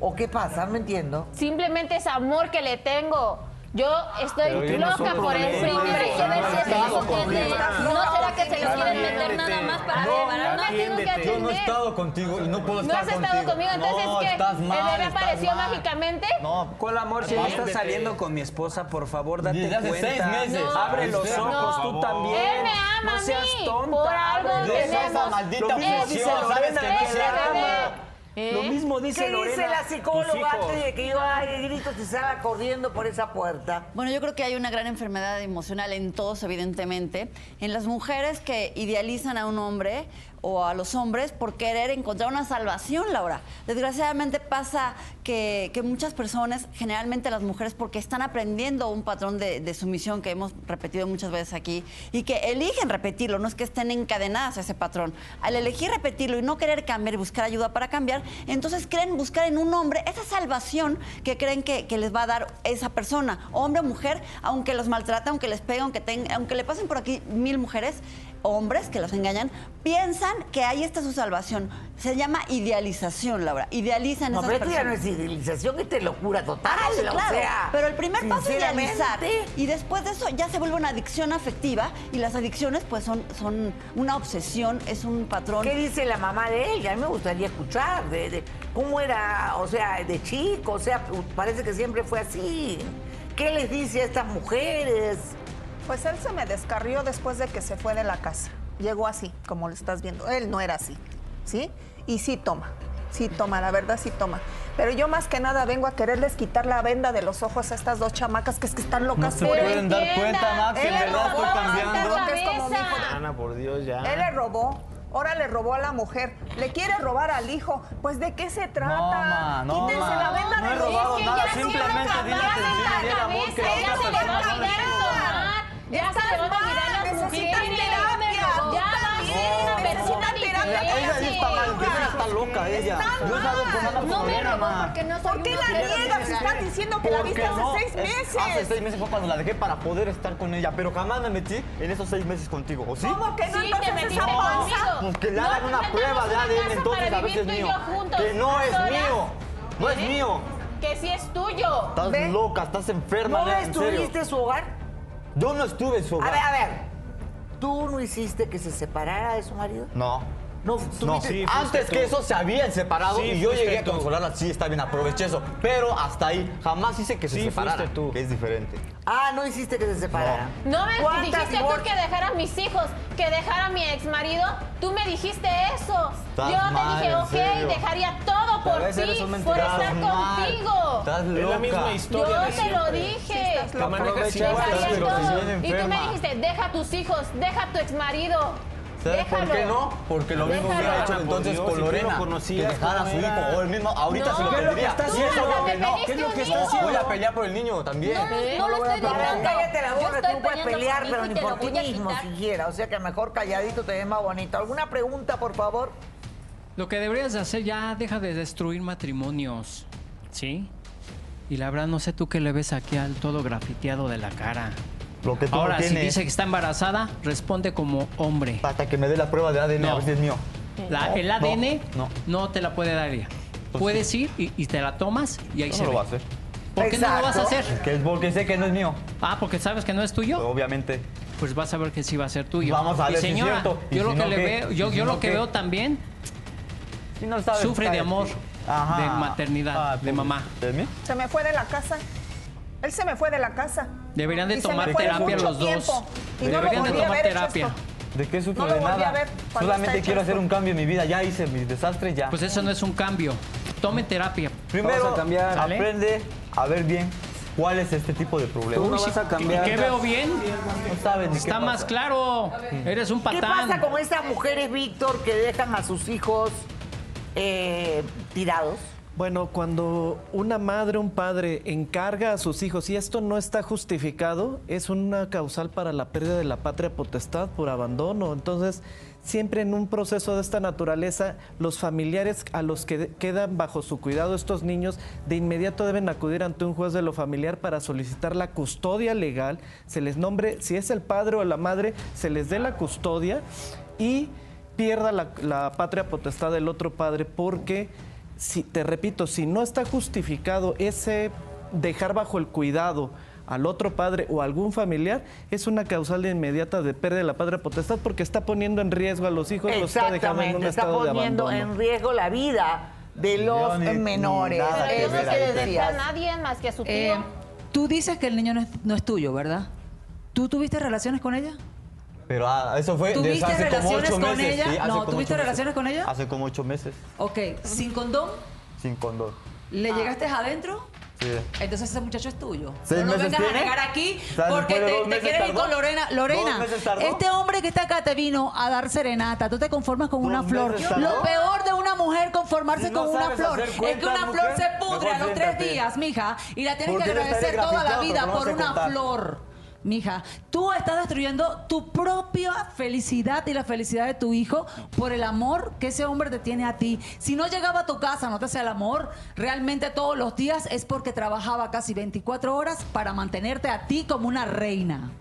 Speaker 1: ¿O qué pasa? No entiendo.
Speaker 7: Simplemente es amor que le tengo. Yo
Speaker 1: Pero
Speaker 7: estoy
Speaker 1: ellos no
Speaker 7: loca
Speaker 1: son
Speaker 7: por ese
Speaker 1: problemas,
Speaker 7: hombre.
Speaker 1: son Hay que ver si es problemas. hijo que es de-
Speaker 6: ¿No será que se lo quieren meter nada más para separar?
Speaker 7: no tengo que atender.
Speaker 3: Yo no he estado contigo y no puedo
Speaker 7: No
Speaker 3: estar
Speaker 7: has
Speaker 3: contigo.
Speaker 7: estado conmigo, entonces
Speaker 3: no,
Speaker 7: ¿qué?
Speaker 3: estás
Speaker 7: ¿El
Speaker 3: mal,
Speaker 7: bebé
Speaker 3: estás
Speaker 7: apareció
Speaker 3: mal.
Speaker 7: mágicamente?
Speaker 3: No,
Speaker 15: ¿Cuál amor si
Speaker 3: Aparte
Speaker 15: estás
Speaker 3: te-
Speaker 15: saliendo con mi esposa? Por favor, date
Speaker 3: Desde hace
Speaker 15: cuenta.
Speaker 3: seis meses. No.
Speaker 15: Abre los
Speaker 3: No.
Speaker 15: ojos, tú
Speaker 3: Él
Speaker 15: también.
Speaker 7: me ama
Speaker 15: no
Speaker 7: a
Speaker 15: seas
Speaker 7: mí.
Speaker 15: tonta.
Speaker 7: Por algo
Speaker 15: ábrelo.
Speaker 7: Deja esa tenemos- maldita
Speaker 15: Lo mismo dice
Speaker 7: obsesión, sabes
Speaker 15: Lorena,
Speaker 7: que no
Speaker 15: que
Speaker 7: es
Speaker 15: se
Speaker 7: cierto.
Speaker 15: ama.
Speaker 7: ¿Eh?
Speaker 15: Lo mismo dice
Speaker 1: ¿Qué
Speaker 15: Lorena.
Speaker 1: dice la
Speaker 15: tus
Speaker 1: psicóloga
Speaker 15: hijos.
Speaker 1: antes de que yo haga el grito y salga corriendo por esa puerta?
Speaker 4: Bueno, yo creo que hay una gran enfermedad emocional en todos, evidentemente. En las mujeres que idealizan a un hombre o a los hombres por querer encontrar una salvación, Laura. Desgraciadamente pasa que, que muchas personas, generalmente las mujeres, porque están aprendiendo un patrón de, de sumisión que hemos repetido muchas veces aquí y que eligen repetirlo, no es que estén encadenadas a ese patrón. Al elegir repetirlo y no querer cambiar y buscar ayuda para cambiar, entonces creen buscar en un hombre esa salvación que creen que, que les va a dar esa persona, hombre o mujer, aunque los maltrate, aunque les pegue, aunque, ten- aunque le pasen por aquí mil mujeres, hombres que los engañan, piensan que ahí está su salvación. Se llama idealización, Laura. Idealizan
Speaker 1: No,
Speaker 4: esas
Speaker 1: pero esto ya no
Speaker 4: personas.
Speaker 1: es civilización, esta es locura total.
Speaker 4: Ah, sí,
Speaker 1: o
Speaker 4: claro.
Speaker 1: sea,
Speaker 4: pero el primer paso es
Speaker 1: sinceramente,
Speaker 4: idealizar. Y después de eso ya se vuelve una adicción afectiva y las adicciones pues son, son una obsesión, es un patrón.
Speaker 1: ¿Qué dice la mamá de él? A mí me gustaría escuchar eh, de, de cómo era, o sea, de chico, o sea, parece que siempre fue así. ¿Qué les dice a estas mujeres?
Speaker 13: Pues él se me descarrió después de que se fue de la casa. Llegó así, como lo estás viendo. Él no era así, ¿sí? Y sí toma, sí toma, la verdad sí toma. Pero yo más que nada vengo a quererles quitar la venda de los ojos a estas dos chamacas que es que están locas.
Speaker 3: se
Speaker 13: por él.
Speaker 3: pueden dar cuenta, Max, que en
Speaker 13: Él le
Speaker 3: verdad estoy
Speaker 13: robó a esta
Speaker 3: cambiando.
Speaker 13: loca, es como mi hijo de-
Speaker 3: Ana, por Dios, ya.
Speaker 13: Él le robó. Ahora le robó a la mujer, le quiere robar al hijo. Pues de qué se trata?
Speaker 3: ma, no,
Speaker 13: Quítense
Speaker 3: ma.
Speaker 13: la venda
Speaker 3: No
Speaker 13: de
Speaker 3: he
Speaker 13: los
Speaker 3: robado
Speaker 13: ojos.
Speaker 3: nada, simplemente di la atención y di el amor que la otra
Speaker 13: Ella se
Speaker 3: persona
Speaker 13: va a
Speaker 3: necesita.
Speaker 13: cambiar su hogar.
Speaker 6: Ya
Speaker 13: Estás
Speaker 6: se le van a olvidar
Speaker 13: mal,
Speaker 6: las
Speaker 13: necesitas
Speaker 6: mujeres,
Speaker 13: terapia.
Speaker 6: ya me robó.
Speaker 13: Tú
Speaker 6: Ya va
Speaker 13: también
Speaker 6: a ser una
Speaker 13: necesitas
Speaker 6: persona
Speaker 13: terapia.
Speaker 6: diferente. Ella sí está mal,
Speaker 13: Loca.
Speaker 6: está
Speaker 3: loca ella. Yo he estado
Speaker 6: Ah,
Speaker 3: con otra
Speaker 13: No me
Speaker 3: compañera,
Speaker 13: robó
Speaker 3: ma.
Speaker 13: porque no soy
Speaker 3: ¿Por qué
Speaker 13: una
Speaker 3: la
Speaker 13: persona
Speaker 3: niegas?
Speaker 13: diferente.
Speaker 3: Estás diciendo que la
Speaker 13: Porque
Speaker 3: viste hace
Speaker 13: no,
Speaker 3: seis
Speaker 13: es-
Speaker 3: meses.
Speaker 13: hace seis
Speaker 3: meses fue cuando la dejé para poder estar con ella, pero jamás me metí en esos seis meses contigo, ¿o sí?
Speaker 13: ¿Cómo que no?
Speaker 3: Sí,
Speaker 13: Entonces
Speaker 3: te
Speaker 13: esa
Speaker 3: metiste
Speaker 13: panza.
Speaker 3: conmigo. Pues que le
Speaker 13: No,
Speaker 3: hagan
Speaker 13: no
Speaker 3: una
Speaker 13: tenemos
Speaker 3: prueba de
Speaker 13: una
Speaker 3: ADN
Speaker 13: casa
Speaker 3: entonces,
Speaker 13: para
Speaker 3: a ver si es
Speaker 13: vivir tú y
Speaker 3: mío.
Speaker 13: yo juntos,
Speaker 3: Que no es
Speaker 13: ¿verdad?
Speaker 3: mío. No es mío.
Speaker 7: Que sí es tuyo.
Speaker 3: Estás
Speaker 7: Ve.
Speaker 3: loca, estás enferma,
Speaker 7: ¿No
Speaker 3: Lea, en serio.
Speaker 7: destruiste
Speaker 1: su hogar?
Speaker 3: Yo no estuve en su hogar.
Speaker 1: A ver, a ver. ¿Tú no hiciste que se separara de su marido?
Speaker 3: No.
Speaker 1: No,
Speaker 3: no.
Speaker 1: tuviste-
Speaker 3: antes que eso se habían separado
Speaker 1: Sí,
Speaker 3: y yo
Speaker 1: fuiste
Speaker 3: llegué a
Speaker 1: tú.
Speaker 3: consolarla, sí, está bien, aproveché eso. Pero hasta ahí, jamás hice que se
Speaker 1: Sí,
Speaker 3: separara,
Speaker 1: fuiste
Speaker 3: que es diferente.
Speaker 1: Ah, no hiciste que se separara.
Speaker 7: No me
Speaker 1: ¿Cuántas
Speaker 7: dijiste tú
Speaker 1: mor-
Speaker 7: que dejara a mis hijos, que dejara a mi ex marido. Tú me dijiste eso.
Speaker 3: Estás
Speaker 7: Yo
Speaker 3: mal,
Speaker 7: te dije,
Speaker 3: en
Speaker 7: ok,
Speaker 3: serio.
Speaker 7: dejaría todo por
Speaker 3: Tal vez eres
Speaker 7: ti,
Speaker 3: un
Speaker 7: por
Speaker 3: mentiroso.
Speaker 7: estar
Speaker 3: Estás mal.
Speaker 7: contigo.
Speaker 3: Estás
Speaker 7: Es
Speaker 3: loca.
Speaker 7: la Yo
Speaker 3: misma
Speaker 7: te lo dije.
Speaker 3: loca. Te manejas
Speaker 7: Dejaría
Speaker 3: igual, pero
Speaker 7: todo.
Speaker 3: si
Speaker 7: Y
Speaker 3: bien
Speaker 7: tú me
Speaker 3: enferma.
Speaker 7: dijiste, deja a tus hijos, deja a tu ex marido.
Speaker 3: ¿Sabes por qué
Speaker 7: Déjalo.
Speaker 3: no? Porque lo mismo
Speaker 7: Déjalo.
Speaker 3: hubiera hecho
Speaker 7: Ana, por
Speaker 3: entonces
Speaker 7: Dios,
Speaker 3: con
Speaker 7: si tú lo
Speaker 3: Lorena. Que
Speaker 7: conocías,
Speaker 3: dejara a
Speaker 7: ¿cómo
Speaker 3: su
Speaker 7: era?
Speaker 3: hijo. O él mismo ahorita
Speaker 7: No.
Speaker 3: se lo
Speaker 7: ¿Qué es lo que
Speaker 3: pediría.
Speaker 7: estás
Speaker 3: Y eso
Speaker 7: haciendo?
Speaker 3: es lo que
Speaker 7: Te
Speaker 3: no.
Speaker 7: pediste un
Speaker 3: No,
Speaker 7: hijo.
Speaker 3: Voy a pelear por el niño también.
Speaker 1: No lo voy a perdonar. Cállate la
Speaker 3: Yo
Speaker 1: boca,
Speaker 3: estoy
Speaker 1: tú no puedes
Speaker 3: peleando
Speaker 1: pelear,
Speaker 3: por mi
Speaker 1: pero
Speaker 3: hijo y
Speaker 1: ni
Speaker 3: te lo
Speaker 1: por ti
Speaker 3: voy a
Speaker 1: mismo
Speaker 3: quitar.
Speaker 1: siquiera. O sea que mejor calladito te ves más bonito. ¿Alguna pregunta, por favor?
Speaker 18: Lo que deberías de hacer ya deja de destruir matrimonios, ¿sí? Y la verdad no sé tú qué le ves aquí al todo grafiteado de la cara.
Speaker 3: Lo que tú no
Speaker 18: Ahora, si
Speaker 3: tienes.
Speaker 18: dice que está embarazada, responde como hombre.
Speaker 3: Hasta que me dé la prueba de ADN, a
Speaker 18: No.
Speaker 3: ver si es mío.
Speaker 18: La-
Speaker 3: No,
Speaker 18: el
Speaker 3: no,
Speaker 18: ADN
Speaker 3: no.
Speaker 18: no, te la puede dar ella. Puedes ir y, y te la tomas y ahí
Speaker 3: Yo
Speaker 18: se
Speaker 3: no lo
Speaker 18: ve.
Speaker 3: voy a hacer.
Speaker 18: ¿Por qué no lo vas a hacer?
Speaker 3: Que es porque sé que no es mío.
Speaker 18: Ah, porque sabes que no es tuyo.
Speaker 3: Obviamente.
Speaker 18: Pues vas a ver que sí va a ser tuyo.
Speaker 3: Vamos a
Speaker 18: Y
Speaker 3: ver si es
Speaker 18: señora,
Speaker 3: cierto. Y
Speaker 18: yo
Speaker 3: si
Speaker 18: lo que le
Speaker 3: no, ¿qué?
Speaker 18: veo, yo,
Speaker 3: Y si
Speaker 18: yo
Speaker 3: no,
Speaker 18: lo que
Speaker 3: ¿qué?
Speaker 18: veo también
Speaker 3: Si no sabes,
Speaker 18: sufre de
Speaker 3: cállate.
Speaker 18: amor,
Speaker 3: Ajá. Ah, pues,
Speaker 18: de maternidad, de mamá.
Speaker 3: ¿Es mío?
Speaker 13: Se me fue de la casa. Él se me fue de la casa.
Speaker 18: Deberían de
Speaker 13: Y se me
Speaker 18: tomar
Speaker 13: fue
Speaker 18: terapia
Speaker 13: mucho
Speaker 18: los dos.
Speaker 13: tiempo. Y no lo
Speaker 18: Deberían de
Speaker 13: volví a
Speaker 18: tomar
Speaker 13: haber hecho
Speaker 18: terapia.
Speaker 13: esto.
Speaker 3: ¿De qué sufro?
Speaker 13: No lo
Speaker 3: de
Speaker 13: volví a
Speaker 3: nada.
Speaker 13: ver cuando está
Speaker 3: Solamente
Speaker 13: hecho
Speaker 3: quiero hacer
Speaker 13: esto.
Speaker 3: un cambio en mi vida. Ya hice mis desastres, ya.
Speaker 18: Pues eso no es un cambio. Tomen terapia.
Speaker 3: Primero,
Speaker 18: Vamos a cambiar. ¿Sale?
Speaker 3: aprende a ver bien cuál es este tipo de problema.
Speaker 18: Uy, sí. ¿Y ¿Qué veo bien?
Speaker 3: No sabes ni qué
Speaker 18: Está más
Speaker 3: pasa.
Speaker 18: claro. Eres un
Speaker 1: ¿Qué
Speaker 18: patán.
Speaker 1: pasa con esas mujeres, Víctor, que dejan a sus hijos eh, tirados?
Speaker 8: Bueno, cuando una madre, un padre encarga a sus hijos y esto no está justificado, es una causal para la pérdida de la patria potestad por abandono. Entonces, siempre en un proceso de esta naturaleza, los familiares a los que de- quedan bajo su cuidado estos niños, de inmediato deben acudir ante un juez de lo familiar para solicitar la custodia legal, se les nombre, si es el padre o la madre, se les dé la custodia y pierda la, la patria potestad del otro padre porque si, te repito, si no está justificado ese dejar bajo el cuidado al otro padre o algún familiar, es una causal de inmediata de pérdida de la patria potestad porque está poniendo en riesgo a los hijos, los está dejando en un
Speaker 1: Exactamente, está
Speaker 8: estado de
Speaker 1: poniendo
Speaker 8: abandono.
Speaker 1: en riesgo la vida de los
Speaker 8: ni- ni
Speaker 1: menores.
Speaker 8: nada que
Speaker 1: Eso
Speaker 8: ver
Speaker 1: que
Speaker 8: ahí.
Speaker 1: decías.
Speaker 7: A nadie más que a su tío.
Speaker 11: Eh, tú dices que el niño no es, no es tuyo, ¿verdad? ¿Tú tuviste relaciones con ella?
Speaker 3: Pero ah, eso fue
Speaker 11: ¿Tuviste
Speaker 3: desde hace como
Speaker 11: relaciones
Speaker 3: ocho
Speaker 11: con
Speaker 3: meses.
Speaker 11: ella?
Speaker 3: sí, hace
Speaker 11: No,
Speaker 3: como ocho
Speaker 11: ¿tuviste
Speaker 3: meses.
Speaker 11: relaciones con ella?
Speaker 3: Hace como ocho meses,
Speaker 11: Ok, sin condón,
Speaker 3: sin condón.
Speaker 11: ¿le llegaste adentro?
Speaker 3: Sí.
Speaker 11: Entonces ese muchacho es tuyo.
Speaker 3: ¿Seis
Speaker 11: Pero no
Speaker 3: meses
Speaker 11: vengas
Speaker 3: tiene?
Speaker 11: a negar aquí
Speaker 3: O sea, después de
Speaker 11: porque te,
Speaker 3: dos
Speaker 11: te
Speaker 3: meses
Speaker 11: quieres ir
Speaker 3: tardó.
Speaker 11: con Lorena. Lorena,
Speaker 3: ¿Dos meses tardó?
Speaker 11: este hombre que está acá te vino a dar serenata. Tú te conformas con una flor.
Speaker 3: meses tardó?
Speaker 11: Lo peor de una mujer conformarse
Speaker 3: Si no
Speaker 11: con una
Speaker 3: sabes
Speaker 11: flor
Speaker 3: hacer
Speaker 11: es que
Speaker 3: cuentas,
Speaker 11: una
Speaker 3: mujer,
Speaker 11: flor se pudre a
Speaker 3: mejor
Speaker 11: los tres
Speaker 3: siéntate.
Speaker 11: días, mija. Y la tienes
Speaker 3: ¿Por
Speaker 11: que
Speaker 3: qué la estaré
Speaker 11: agradecer toda la
Speaker 3: grafiteando?
Speaker 11: vida
Speaker 3: Porque no sé
Speaker 11: por una
Speaker 3: contar.
Speaker 11: flor. Mija, tú estás destruyendo tu propia felicidad y la felicidad de tu hijo por el amor que ese hombre te tiene a ti. Si no llegaba a tu casa, no te hacía el amor, realmente todos los días es porque trabajaba casi 24 horas para mantenerte a ti como una reina.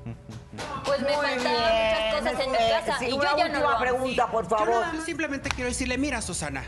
Speaker 6: Pues me
Speaker 1: Muy
Speaker 6: faltaban
Speaker 1: bien,
Speaker 6: muchas cosas en mi
Speaker 1: eh,
Speaker 6: casa
Speaker 1: sí,
Speaker 6: y yo
Speaker 1: una
Speaker 6: ya no lo
Speaker 1: última
Speaker 6: hago.
Speaker 1: pregunta, por
Speaker 10: Yo
Speaker 1: favor.
Speaker 10: nada más simplemente quiero decirle, mira, Susana,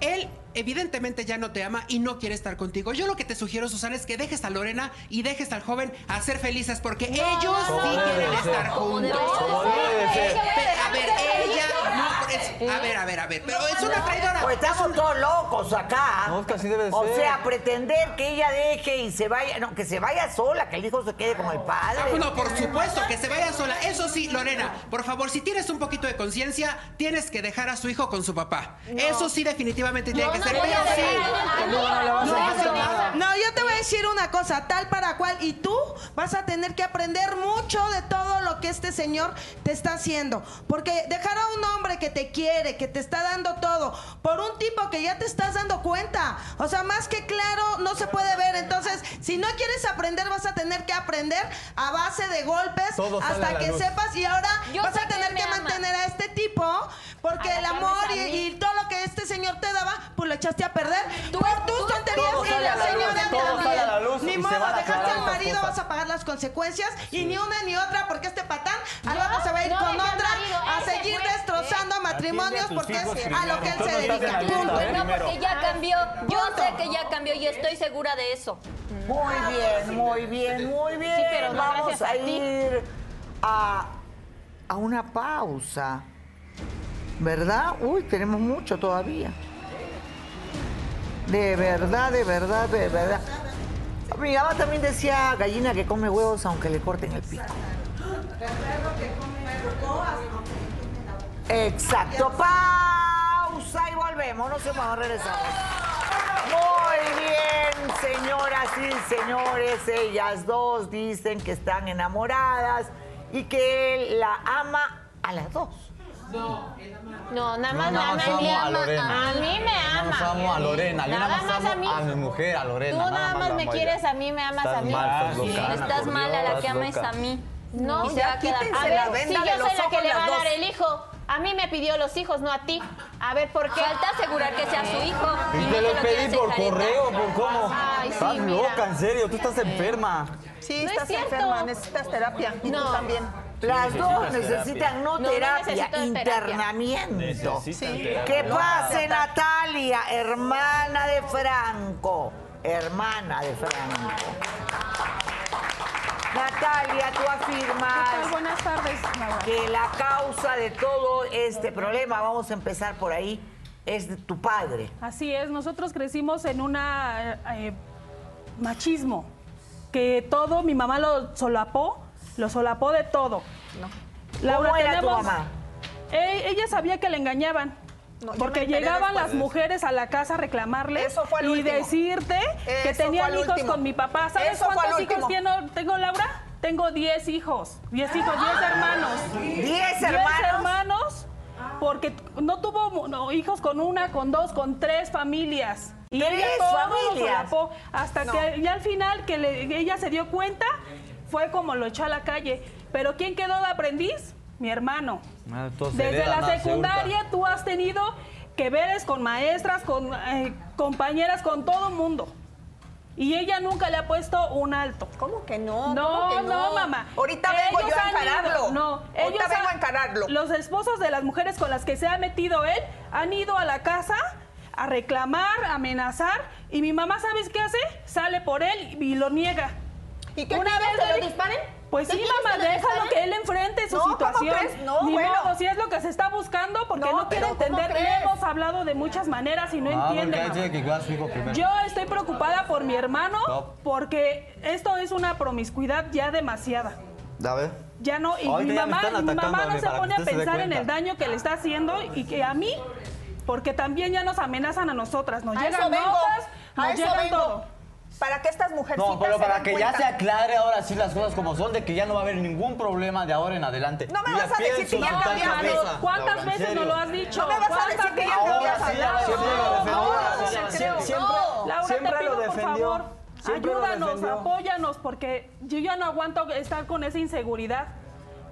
Speaker 10: él evidentemente ya no te ama y no quiere estar contigo. Yo lo que te sugiero, Susana, es que dejes a Lorena y dejes al joven a ser felices porque ellos
Speaker 19: no,
Speaker 10: sí
Speaker 19: no.
Speaker 10: quieren
Speaker 19: Como debe
Speaker 10: estar
Speaker 19: ser.
Speaker 10: juntos.
Speaker 19: Como debe de ser.
Speaker 10: Pero, A ver, ella... no, es- a ver, a ver, a ver, pero es una traidora.
Speaker 1: Pues estamos todos locos acá.
Speaker 3: No, es que así debe de
Speaker 1: o
Speaker 3: ser.
Speaker 1: sea, pretender que ella deje y se vaya, no, que se vaya sola, que el hijo se quede con el padre.
Speaker 10: Ah, No, por supuesto, que se vaya sola. Eso sí, Lorena, por favor, si tienes un poquito de conciencia, tienes que dejar a su hijo con su papá. Eso sí, definitivamente tiene que
Speaker 14: no
Speaker 10: ser.
Speaker 14: voy a
Speaker 10: Pero sí,
Speaker 14: dejar a mi hijo.
Speaker 10: no,
Speaker 14: No,
Speaker 10: eso no.
Speaker 14: No, yo te voy a decir una cosa, tal para cual, y tú vas a tener que aprender mucho de todo lo que este señor te está haciendo. Porque dejar a un hombre que te quiere, que te está dando todo, por un tipo que ya te estás dando cuenta. O sea, más que claro, no se puede ver. Entonces, si no quieres aprender, vas a tener que aprender a base de golpes
Speaker 11: Todo sale a
Speaker 14: hasta
Speaker 11: la
Speaker 14: que
Speaker 11: luz.
Speaker 14: sepas. Y ahora
Speaker 11: Yo
Speaker 14: vas
Speaker 11: sé
Speaker 14: a
Speaker 11: que
Speaker 14: tener
Speaker 11: me
Speaker 14: que
Speaker 11: ama.
Speaker 14: mantener a este tipo, porque el
Speaker 11: Atacarme
Speaker 14: amor
Speaker 11: a
Speaker 14: y-
Speaker 11: mí.
Speaker 14: y todo lo que este señor te daba, pues lo echaste a perder. Tú, por tus tonterías
Speaker 3: Todo
Speaker 14: y
Speaker 3: sale a la
Speaker 14: la
Speaker 3: luz,
Speaker 14: señora
Speaker 3: todo
Speaker 14: también.
Speaker 3: sale a la luz
Speaker 14: ni
Speaker 3: y se
Speaker 14: modo,
Speaker 3: van a
Speaker 14: dejaste
Speaker 3: aclarar
Speaker 14: al
Speaker 3: las
Speaker 14: marido,
Speaker 3: cosas.
Speaker 14: vas a pagar las consecuencias y ni una ni otra, porque este patán al
Speaker 7: Yo
Speaker 14: rato se va a ir
Speaker 7: no
Speaker 14: con
Speaker 7: dejé al
Speaker 14: otra
Speaker 7: marido,
Speaker 14: a
Speaker 7: él se
Speaker 14: seguir
Speaker 7: fue,
Speaker 14: destrozando
Speaker 7: ¿eh?
Speaker 14: matrimonios porque es a lo que él
Speaker 7: Tú no
Speaker 14: se
Speaker 7: estás en
Speaker 14: dedica.
Speaker 7: la lista,
Speaker 14: Punto.
Speaker 7: ¿eh?
Speaker 6: No, porque ya cambió. Yo sé que ya cambió y estoy segura de eso.
Speaker 1: Muy bien, muy bien, muy bien.
Speaker 6: pero no
Speaker 1: Vamos
Speaker 6: gracias
Speaker 1: a
Speaker 6: a ti.
Speaker 1: ir
Speaker 6: Ah,
Speaker 1: a, a una pausa. ¿Verdad? Uy, tenemos mucho todavía. De verdad, de verdad, de verdad. Mi mamá también decía gallina que come huevos aunque le corten el pico. Exacto. Pausa y volvemos. No se muevan, regresamos. Muy bien, señoras y señores. Ellas dos dicen que están enamoradas y que él la ama a las dos.
Speaker 7: No, no, nada más,
Speaker 3: No, nada más
Speaker 7: nada más
Speaker 3: amo
Speaker 7: le
Speaker 3: a
Speaker 7: ama.
Speaker 3: Lorena.
Speaker 7: A mí me
Speaker 3: Nada
Speaker 7: ama.
Speaker 3: más amo a Lorena. Yo nada más amo
Speaker 7: mí.
Speaker 3: a mi mujer, a Lorena,
Speaker 7: Tú
Speaker 3: nada
Speaker 7: nada,
Speaker 3: más
Speaker 7: más
Speaker 3: la
Speaker 7: me
Speaker 3: amo a
Speaker 7: quieres
Speaker 3: ella.
Speaker 7: a mí, me amas
Speaker 3: Estás
Speaker 7: a mí.
Speaker 3: mal, estás loca, Ana,
Speaker 6: Estás
Speaker 3: por
Speaker 6: mal a
Speaker 3: Dios,
Speaker 6: la que
Speaker 3: estás
Speaker 6: ames
Speaker 3: loca.
Speaker 6: a mí.
Speaker 7: No,
Speaker 6: Y se va a quedar-
Speaker 7: A
Speaker 6: La
Speaker 7: ver, si
Speaker 6: venda
Speaker 7: yo
Speaker 6: de los
Speaker 7: soy la
Speaker 6: ojos,
Speaker 7: que le
Speaker 6: las
Speaker 7: va a
Speaker 6: dos.
Speaker 7: dar el hijo, a mí me pidió los hijos, no a ti. A ver, ¿por qué?
Speaker 6: Falta asegurar que sea su hijo.
Speaker 3: Y te lo pedí por correo, ¿por cómo?
Speaker 13: Ay, sí,
Speaker 3: estás
Speaker 13: mira.
Speaker 3: loca, en serio, tú estás enferma.
Speaker 13: Sí, estás enferma, necesitas terapia. Y tú también.
Speaker 1: Las
Speaker 3: Sí,
Speaker 1: dos
Speaker 3: necesitas
Speaker 1: necesitan no
Speaker 13: No, no
Speaker 1: terapia,
Speaker 13: necesito terapia.
Speaker 1: internamiento.
Speaker 13: Necesitan
Speaker 1: Sí.
Speaker 13: terapia.
Speaker 1: Que
Speaker 13: No.
Speaker 1: pase Natalia, hermana de Franco. Hermana de Franco. Natalia, tú afirmas
Speaker 20: Buenas tardes, Laura.
Speaker 1: que la causa de todo este problema, vamos a empezar por ahí, es de tu padre.
Speaker 20: Así es, nosotros crecimos en una eh, machismo, que todo, mi mamá lo solapó, lo solapó de todo.
Speaker 1: ¿Cómo era tu mamá?
Speaker 20: Eh, ella sabía que le engañaban.
Speaker 13: yo me
Speaker 20: porque
Speaker 13: enteré
Speaker 20: llegaban
Speaker 13: después.
Speaker 20: las mujeres a la casa a reclamarle
Speaker 13: Eso fue
Speaker 20: y
Speaker 13: al último.
Speaker 20: decirte que
Speaker 13: Eso
Speaker 20: tenían
Speaker 13: fue al
Speaker 20: hijos
Speaker 13: último.
Speaker 20: con mi papá. ¿Sabes
Speaker 13: Eso fue al
Speaker 20: cuántos hijos
Speaker 13: último.
Speaker 20: tiene- tengo, Laura? Tengo 10 hijos. 10 hijos, 10 hermanos.
Speaker 1: ¿Diez
Speaker 20: 10
Speaker 1: hermanos?
Speaker 20: hermanos, porque t- no tuvo mu- no, hijos con una, con dos, con tres familias. Y
Speaker 1: ¿Tres
Speaker 20: ella todo lo
Speaker 1: familias?
Speaker 20: solapó, hasta
Speaker 1: No.
Speaker 20: que ya al final que le- que ella se dio cuenta, fue como lo echó a la calle. Pero ¿quién quedó de aprendiz? Mi hermano.
Speaker 3: Ah, todo se
Speaker 20: Desde
Speaker 3: hereda,
Speaker 20: la
Speaker 3: nada se
Speaker 20: secundaria tú has tenido que veres con maestras, con eh, compañeras, con todo mundo. Y ella nunca le ha puesto un alto. ¿Cómo que no? No,
Speaker 13: ¿Cómo que
Speaker 20: no,
Speaker 13: no?
Speaker 20: mamá.
Speaker 13: Ahorita vengo yo a
Speaker 20: han ido-
Speaker 13: encararlo.
Speaker 20: No,
Speaker 13: Ahorita vengo a encararlo.
Speaker 20: Los esposos de las mujeres con las que se ha metido él han ido a la casa a reclamar, a amenazar. Y mi mamá, ¿sabes qué hace? Sale por él y lo niega.
Speaker 13: ¿Y qué quieres, que
Speaker 20: le-
Speaker 13: lo disparen?
Speaker 20: Pues
Speaker 13: ¿Qué
Speaker 20: sí,
Speaker 13: quieres
Speaker 20: mamá,
Speaker 13: que lo
Speaker 20: déjalo
Speaker 13: disparen?
Speaker 20: que él enfrente su
Speaker 13: No, ¿cómo
Speaker 20: situación.
Speaker 13: crees? No,
Speaker 20: Ni
Speaker 13: bueno.
Speaker 20: modo, si es lo que se está buscando, porque no,
Speaker 13: No,
Speaker 20: quiere
Speaker 13: pero ¿cómo
Speaker 20: entender. Le
Speaker 13: crees?
Speaker 20: hemos hablado de muchas maneras y no
Speaker 3: Ah,
Speaker 20: entiende.
Speaker 3: porque ahí
Speaker 20: mamá.
Speaker 3: tiene que cuidar a su hijo primero.
Speaker 20: Yo estoy preocupada por mi hermano
Speaker 3: No.
Speaker 20: porque esto es una promiscuidad ya demasiada.
Speaker 3: A ver.
Speaker 20: Ya no, y
Speaker 3: Ahorita
Speaker 20: mi
Speaker 3: ya me
Speaker 20: mamá,
Speaker 3: están
Speaker 20: y mi
Speaker 3: atacando
Speaker 20: mamá
Speaker 3: a mí
Speaker 20: no se
Speaker 3: para que
Speaker 20: pone a
Speaker 3: usted se dé
Speaker 20: pensar en
Speaker 3: cuenta.
Speaker 20: el daño que le está haciendo y que a mí, porque también ya nos amenazan a nosotras, nos
Speaker 13: A
Speaker 20: llegan
Speaker 13: eso vengo,
Speaker 20: notas,
Speaker 13: a
Speaker 20: nos
Speaker 13: eso
Speaker 20: llegan
Speaker 13: vengo.
Speaker 20: todo.
Speaker 13: Para que estas mujercitas.
Speaker 3: No, pero
Speaker 13: se
Speaker 3: para
Speaker 13: den
Speaker 3: que ya
Speaker 13: cuenta.
Speaker 3: se aclare ahora sí las cosas como son, de que ya no va a haber ningún problema de ahora en adelante.
Speaker 13: No me
Speaker 3: Y
Speaker 13: vas
Speaker 3: ya
Speaker 13: a decir
Speaker 3: pienso
Speaker 13: que ya
Speaker 3: en tanta
Speaker 13: cambiaron.
Speaker 3: cabeza,
Speaker 20: ¿Cuántas
Speaker 3: Laura, en
Speaker 20: veces
Speaker 3: serio.
Speaker 20: nos lo has dicho?
Speaker 13: No me vas a
Speaker 20: ¿Cuántas
Speaker 13: decir que
Speaker 20: veces
Speaker 13: ya
Speaker 20: nos lo
Speaker 13: cambiaron.
Speaker 20: has
Speaker 13: Ahora sí,
Speaker 20: hablado?
Speaker 13: Laura, siempre lo defendió.
Speaker 20: Ahora
Speaker 13: Ahora
Speaker 20: sí
Speaker 13: sí,
Speaker 20: te
Speaker 13: siempre-
Speaker 20: creo.
Speaker 13: siempre-
Speaker 20: No, Laura,
Speaker 13: siempre
Speaker 20: te
Speaker 13: lo
Speaker 20: pido, por
Speaker 13: defendió.
Speaker 20: favor,
Speaker 13: Siempre lo
Speaker 20: ayúdanos,
Speaker 13: defendió.
Speaker 20: apóyanos, porque yo ya no aguanto estar con esa inseguridad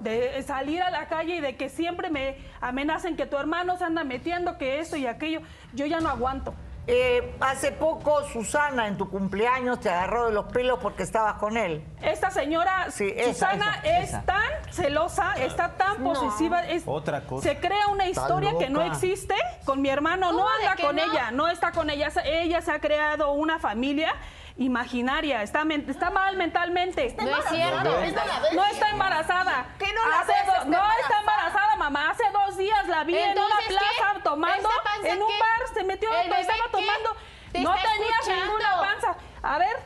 Speaker 20: de salir a la calle y de que siempre me amenacen que tu hermano se anda metiendo, que esto y aquello. Yo ya no aguanto.
Speaker 1: Eh, hace poco Susana en tu cumpleaños te agarró de los pelos porque estabas con él.
Speaker 20: Esta señora
Speaker 1: esa,
Speaker 20: Susana
Speaker 1: esa,
Speaker 20: es
Speaker 1: esa.
Speaker 20: tan celosa, está tan
Speaker 6: No.
Speaker 20: posesiva, es-
Speaker 16: Otra cosa.
Speaker 20: se crea una
Speaker 16: Está
Speaker 20: historia que no
Speaker 16: loca.
Speaker 20: existe con mi hermano, no
Speaker 6: ¿Cómo de
Speaker 20: anda
Speaker 6: que
Speaker 20: con
Speaker 6: no?
Speaker 20: ella, no está con ella, se- ella se ha creado una familia imaginaria, está, men- está mal mentalmente.
Speaker 6: No es cierto,
Speaker 20: No
Speaker 6: es mala
Speaker 20: está-
Speaker 6: vez.
Speaker 20: no está embarazada.
Speaker 6: ¿Qué no la
Speaker 20: Hace
Speaker 6: ves?
Speaker 20: dos-
Speaker 6: Está
Speaker 20: no
Speaker 6: embarazada.
Speaker 20: está embarazada, mamá. Hace dos días la vi en una
Speaker 6: Entonces, ¿qué?
Speaker 20: plaza tomando,
Speaker 6: ¿Esa panza
Speaker 20: en un
Speaker 6: qué?
Speaker 20: bar se metió,
Speaker 6: ¿El bebé
Speaker 20: estaba
Speaker 6: qué?
Speaker 20: tomando.
Speaker 6: Te
Speaker 20: no
Speaker 6: está
Speaker 20: tenía
Speaker 6: escuchando.
Speaker 20: ninguna panza. A ver,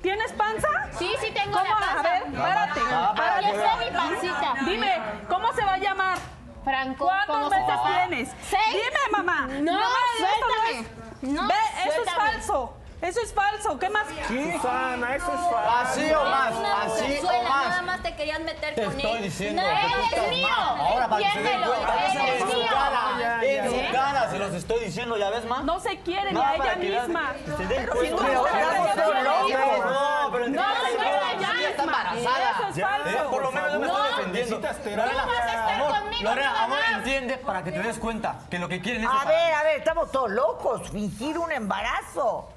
Speaker 20: ¿tienes panza?
Speaker 6: Sí, sí tengo
Speaker 20: ¿Cómo?
Speaker 6: la panza.
Speaker 20: A ver, párate.
Speaker 6: Ah, para
Speaker 20: párate.
Speaker 6: que vea. Aquí está mi pancita.
Speaker 20: Dime, ¿cómo se va a llamar?
Speaker 6: Franco, ¿cómo
Speaker 20: ¿Cuántos
Speaker 6: se
Speaker 20: meses
Speaker 6: llama?
Speaker 20: tienes?
Speaker 6: Seis.
Speaker 20: Dime, mamá.
Speaker 6: No,
Speaker 20: Mamá, esto
Speaker 6: suéltame. No,
Speaker 20: Ve, eso es
Speaker 6: suéltame.
Speaker 20: falso. Eso es falso. ¿Qué más?
Speaker 16: Susana, eso es falso.
Speaker 3: Así o más,
Speaker 6: Eres una
Speaker 3: así o
Speaker 6: mujerzuela,
Speaker 3: más.
Speaker 6: Nada más te querías meter
Speaker 3: Te
Speaker 6: con él.
Speaker 3: estoy diciendo
Speaker 6: No,
Speaker 3: que tú
Speaker 6: eres
Speaker 3: estás
Speaker 6: mío.
Speaker 3: mal. Ahora para que se den
Speaker 6: Entiéndelo,
Speaker 3: cuenta,
Speaker 6: eres
Speaker 3: en su
Speaker 6: mío.
Speaker 3: cara, en
Speaker 6: ¿Eh?
Speaker 3: su cara, se los estoy diciendo, ¿ya ves, ma?
Speaker 20: No se quiere ni
Speaker 3: Ma,
Speaker 20: a ella
Speaker 3: para que ya
Speaker 20: misma.
Speaker 3: se den
Speaker 20: Pero
Speaker 3: cuenta.
Speaker 20: si tú estás
Speaker 3: Pero
Speaker 20: haciendo
Speaker 3: no,
Speaker 20: eso.
Speaker 3: pero no, pero
Speaker 20: No,
Speaker 3: entonces,
Speaker 20: no,
Speaker 3: no,
Speaker 20: ya
Speaker 3: si ella está
Speaker 20: misma.
Speaker 3: embarazada.
Speaker 20: Eso es falso.
Speaker 3: Ella por lo menos ya me está defendiendo.
Speaker 16: Necesitas terapia.
Speaker 3: Lorena,
Speaker 16: No vas a estar
Speaker 3: amor,
Speaker 16: conmigo,
Speaker 3: Lorena,
Speaker 16: nada
Speaker 3: amor,
Speaker 16: más.
Speaker 3: entiende para que te des cuenta que lo que quieren es
Speaker 1: A
Speaker 3: separar.
Speaker 1: ver, a ver, estamos todos locos. Fingir un embarazo.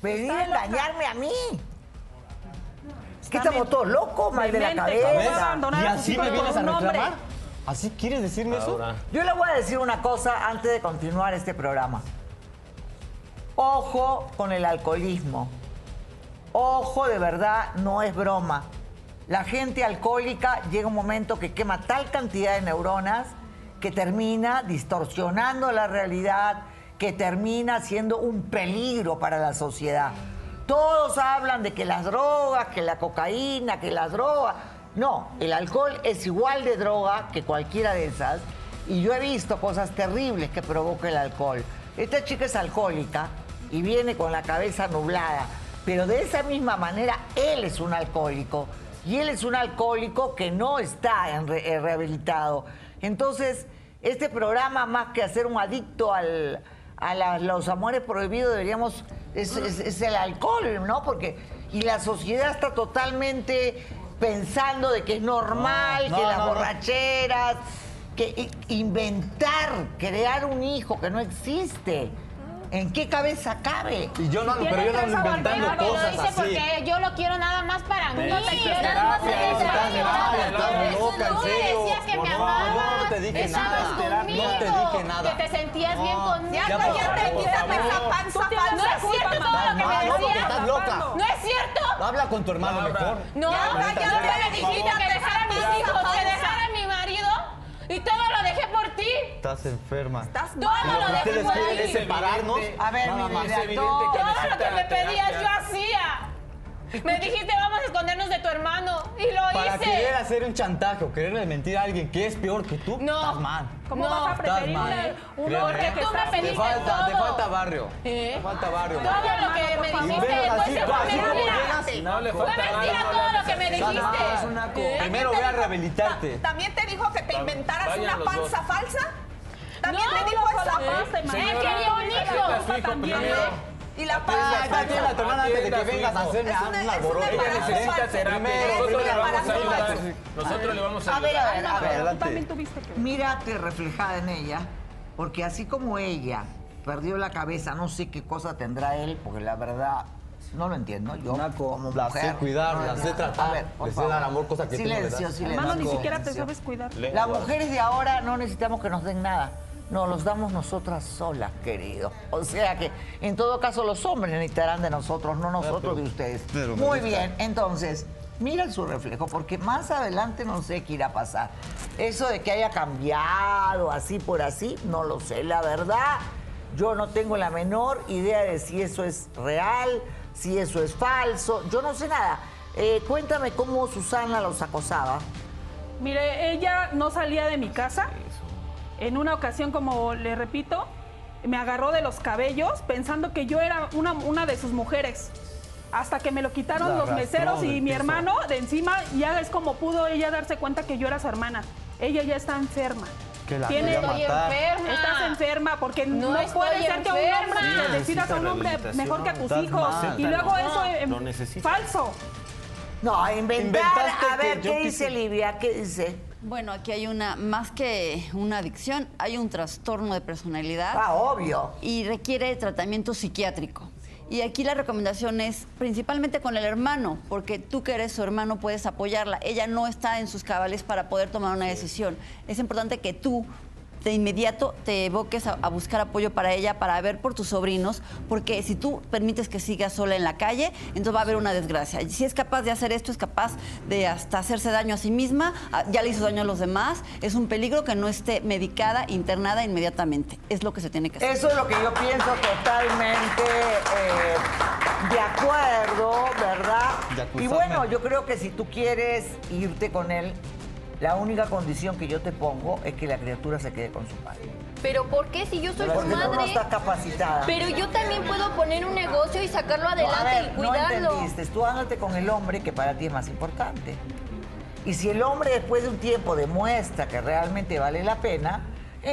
Speaker 1: Venir a engañarme a mí. Es que estamos todos locos, mal de la
Speaker 20: demente, ¿cómo va a
Speaker 1: cabeza.
Speaker 20: abandonar
Speaker 3: ¿Y
Speaker 20: a su
Speaker 3: así
Speaker 20: hijo
Speaker 3: me
Speaker 20: por
Speaker 3: vienes a
Speaker 20: un hombre?
Speaker 3: reclamar? ¿Así quieres decirme
Speaker 10: Pues,
Speaker 3: eso?
Speaker 1: Yo le voy a decir una cosa antes de continuar este programa. Ojo con el alcoholismo. Ojo, de verdad, no es broma. La gente alcohólica llega un momento que quema tal cantidad de neuronas que termina distorsionando la realidad, que termina siendo un peligro para la sociedad. Todos hablan de que las drogas, que la cocaína, que las drogas. No, el alcohol es igual de droga que cualquiera de esas. Y yo he visto cosas terribles que provoca el alcohol. Esta chica es alcohólica y viene con la cabeza nublada. Pero de esa misma manera, él es un alcohólico. Y él es un alcohólico que no está en re- eh, rehabilitado. Entonces, este programa, más que hacer un adicto al- a la- los amores prohibidos, deberíamos. Es, es- es el alcohol, ¿no? Porque. Y la sociedad está totalmente pensando de que es normal,
Speaker 3: No,
Speaker 1: que
Speaker 3: no,
Speaker 1: las
Speaker 3: no, no.
Speaker 1: borracheras, que i- inventar, crear un hijo que no existe. ¿En qué cabeza cabe?
Speaker 3: Y yo no, pero yo no ando inventando cosas
Speaker 7: dice
Speaker 3: así.
Speaker 7: porque yo lo quiero nada más para mí. decías que me amabas.
Speaker 3: no te dije
Speaker 7: Estabas
Speaker 3: nada.
Speaker 7: conmigo.
Speaker 3: No te dije
Speaker 7: Que
Speaker 3: nada.
Speaker 7: te sentías bien
Speaker 3: No,
Speaker 7: conmigo.
Speaker 3: ya, por favor, por favor.
Speaker 7: panza
Speaker 20: tienes
Speaker 7: No
Speaker 20: la
Speaker 7: es cierto
Speaker 20: culpa,
Speaker 7: todo lo que
Speaker 3: mamá,
Speaker 7: me
Speaker 3: no, porque
Speaker 7: decías.
Speaker 3: estás loca.
Speaker 7: No es cierto.
Speaker 3: Habla con tu hermano mejor.
Speaker 7: No, ya
Speaker 3: Ahorita llega,
Speaker 7: me
Speaker 3: por
Speaker 7: dijiste
Speaker 3: favor.
Speaker 7: que dejara a mis
Speaker 3: Ya,
Speaker 7: hijos,
Speaker 3: papá,
Speaker 7: que dejara a mi marido y todo lo dejé por ti.
Speaker 3: Estás enferma.
Speaker 7: Todo lo
Speaker 3: que
Speaker 7: dejé
Speaker 3: ustedes
Speaker 7: por
Speaker 3: quieren es
Speaker 7: ti.
Speaker 3: separarnos.
Speaker 7: A ver,
Speaker 3: nada
Speaker 7: mi
Speaker 3: más.
Speaker 7: vida, todo lo que me pedías yo hacía. Me dijiste vamos a escondernos de tu hermano y lo
Speaker 3: Para
Speaker 7: hice.
Speaker 3: querer hacer un chantaje o quererle mentir a alguien que es peor que tú,
Speaker 7: No.
Speaker 3: estás mal.
Speaker 7: ¿Cómo vas a
Speaker 3: Estás
Speaker 7: preferir
Speaker 3: mal,
Speaker 7: una-
Speaker 3: ¿eh?
Speaker 7: un
Speaker 3: Créeme,
Speaker 7: hombre
Speaker 3: ¿eh?
Speaker 7: que tú me
Speaker 3: Te
Speaker 7: pediste
Speaker 3: falta, te
Speaker 7: todo?
Speaker 3: falta barrio.
Speaker 7: ¿Eh?
Speaker 3: Te falta barrio.
Speaker 7: Todo lo que me
Speaker 3: Y
Speaker 7: dijiste,
Speaker 3: ves
Speaker 7: después
Speaker 3: así,
Speaker 7: se fue
Speaker 3: así como
Speaker 7: mentira.
Speaker 3: llegas, no le
Speaker 7: Fue
Speaker 3: falta
Speaker 7: mentira
Speaker 3: nada.
Speaker 7: todo lo que me
Speaker 3: Estás mal, es un naco.
Speaker 7: dijiste.
Speaker 3: Primero ve a rehabilitarte.
Speaker 13: También te dijo que te inventaras
Speaker 3: vayan
Speaker 13: una
Speaker 3: los dos.
Speaker 13: panza falsa. También
Speaker 20: No,
Speaker 13: te dijo
Speaker 20: no
Speaker 13: eso.
Speaker 20: solamente, Señora, Él quería un hijo.
Speaker 16: atienda a su hijo
Speaker 13: También.
Speaker 16: primero.
Speaker 7: ¿eh?
Speaker 3: ¿eh?
Speaker 13: Y la
Speaker 3: Atienda
Speaker 13: panza
Speaker 3: a su hijo.
Speaker 13: falsa.
Speaker 3: Hermana, antes de que vengas a hacerme
Speaker 13: Es una-
Speaker 3: un
Speaker 13: es un
Speaker 3: alboroto.
Speaker 13: embarazo
Speaker 3: Ella necesita
Speaker 13: falso.
Speaker 3: terapia. Primero,
Speaker 13: Es un
Speaker 3: primero vamos a
Speaker 13: embarazo
Speaker 3: ayudar.
Speaker 13: falso.
Speaker 16: Nosotros le vamos a
Speaker 1: A ver,
Speaker 16: ayudar.
Speaker 1: a ver, a ver.
Speaker 16: Adelante.
Speaker 1: Mírate reflejada en ella, porque así como ella perdió la cabeza, no sé qué cosa tendrá él, porque la verdad no lo entiendo. Yo como
Speaker 3: la sé
Speaker 1: mujer,
Speaker 3: cuidar, la sé tratar,
Speaker 1: A ver, por
Speaker 3: le sé dar
Speaker 1: favor.
Speaker 3: amor, cosa que tú no le das.
Speaker 1: silencio, silencio.
Speaker 3: Hermano, ni
Speaker 20: siquiera te sabes cuidar.
Speaker 1: Las mujeres de ahora no necesitamos que nos den nada. Nos los damos nosotras solas, querido. O sea que, en todo caso, los hombres necesitarán de nosotros, no nosotros de ustedes.
Speaker 17: pero me
Speaker 1: Muy
Speaker 17: gusta.
Speaker 1: bien, entonces, mira su reflejo, porque más adelante no sé qué irá a pasar. Eso de que haya cambiado así por así, no lo sé. La verdad, yo no tengo la menor idea de si eso es real, si eso es falso. Yo no sé nada. Eh, cuéntame cómo Susana los acosaba.
Speaker 20: Mire, ella no salía de mi casa. En una ocasión, como le repito, me agarró de los cabellos pensando que yo era una, una de sus mujeres. hasta que me lo quitaron
Speaker 10: La
Speaker 20: los
Speaker 10: arrastró
Speaker 20: meseros
Speaker 10: del
Speaker 20: y mi
Speaker 10: piso.
Speaker 20: hermano de encima, ya es como pudo ella darse cuenta que yo era su hermana. Ella ya está enferma.
Speaker 3: Que la
Speaker 20: Tiene-
Speaker 3: quería matar.
Speaker 20: Estás enferma porque
Speaker 6: No
Speaker 20: no,
Speaker 6: estoy
Speaker 20: puede ser que un hombre
Speaker 6: enferma.
Speaker 20: le decidas a un hombre mejor que a tus hijos. Y luego eso eh, falso.
Speaker 1: No, inventar.
Speaker 4: Inventaste
Speaker 1: A ver,
Speaker 4: que yo
Speaker 1: ¿qué dice
Speaker 4: quise-
Speaker 1: Livia? ¿Qué dice?
Speaker 4: Bueno, aquí hay una, más que una adicción, hay un trastorno de personalidad.
Speaker 1: Ah, obvio.
Speaker 4: Y requiere de tratamiento psiquiátrico. Y aquí la recomendación es principalmente con el hermano, porque tú que eres su hermano puedes apoyarla. Ella no está en sus cabales para poder tomar una decisión. Es importante que tú de inmediato te evoques a, a buscar apoyo para ella, para ver por tus sobrinos, porque si tú permites que siga sola en la calle, entonces va a haber una desgracia. Y Si es capaz de hacer esto, es capaz de hasta hacerse daño a sí misma, a- ya le hizo daño a los demás, es un peligro que no esté medicada, internada inmediatamente. Es lo que se tiene que hacer.
Speaker 1: Eso es lo que yo pienso totalmente eh, de acuerdo, ¿verdad?
Speaker 17: De acuerdo.
Speaker 1: Y bueno, yo creo que si tú quieres irte con él, la única condición que yo te pongo es que la criatura se quede con su padre.
Speaker 6: Pero ¿por qué si yo soy su
Speaker 1: Porque tú no
Speaker 6: madre?
Speaker 1: estás capacitada.
Speaker 6: Pero yo también puedo poner un negocio y sacarlo
Speaker 1: a
Speaker 6: adelante
Speaker 1: ver,
Speaker 6: y
Speaker 1: No
Speaker 6: cuidarlo.
Speaker 1: entendiste. Tú ándate con el hombre que para ti es más importante. Y si el hombre después de un tiempo demuestra que realmente vale la pena,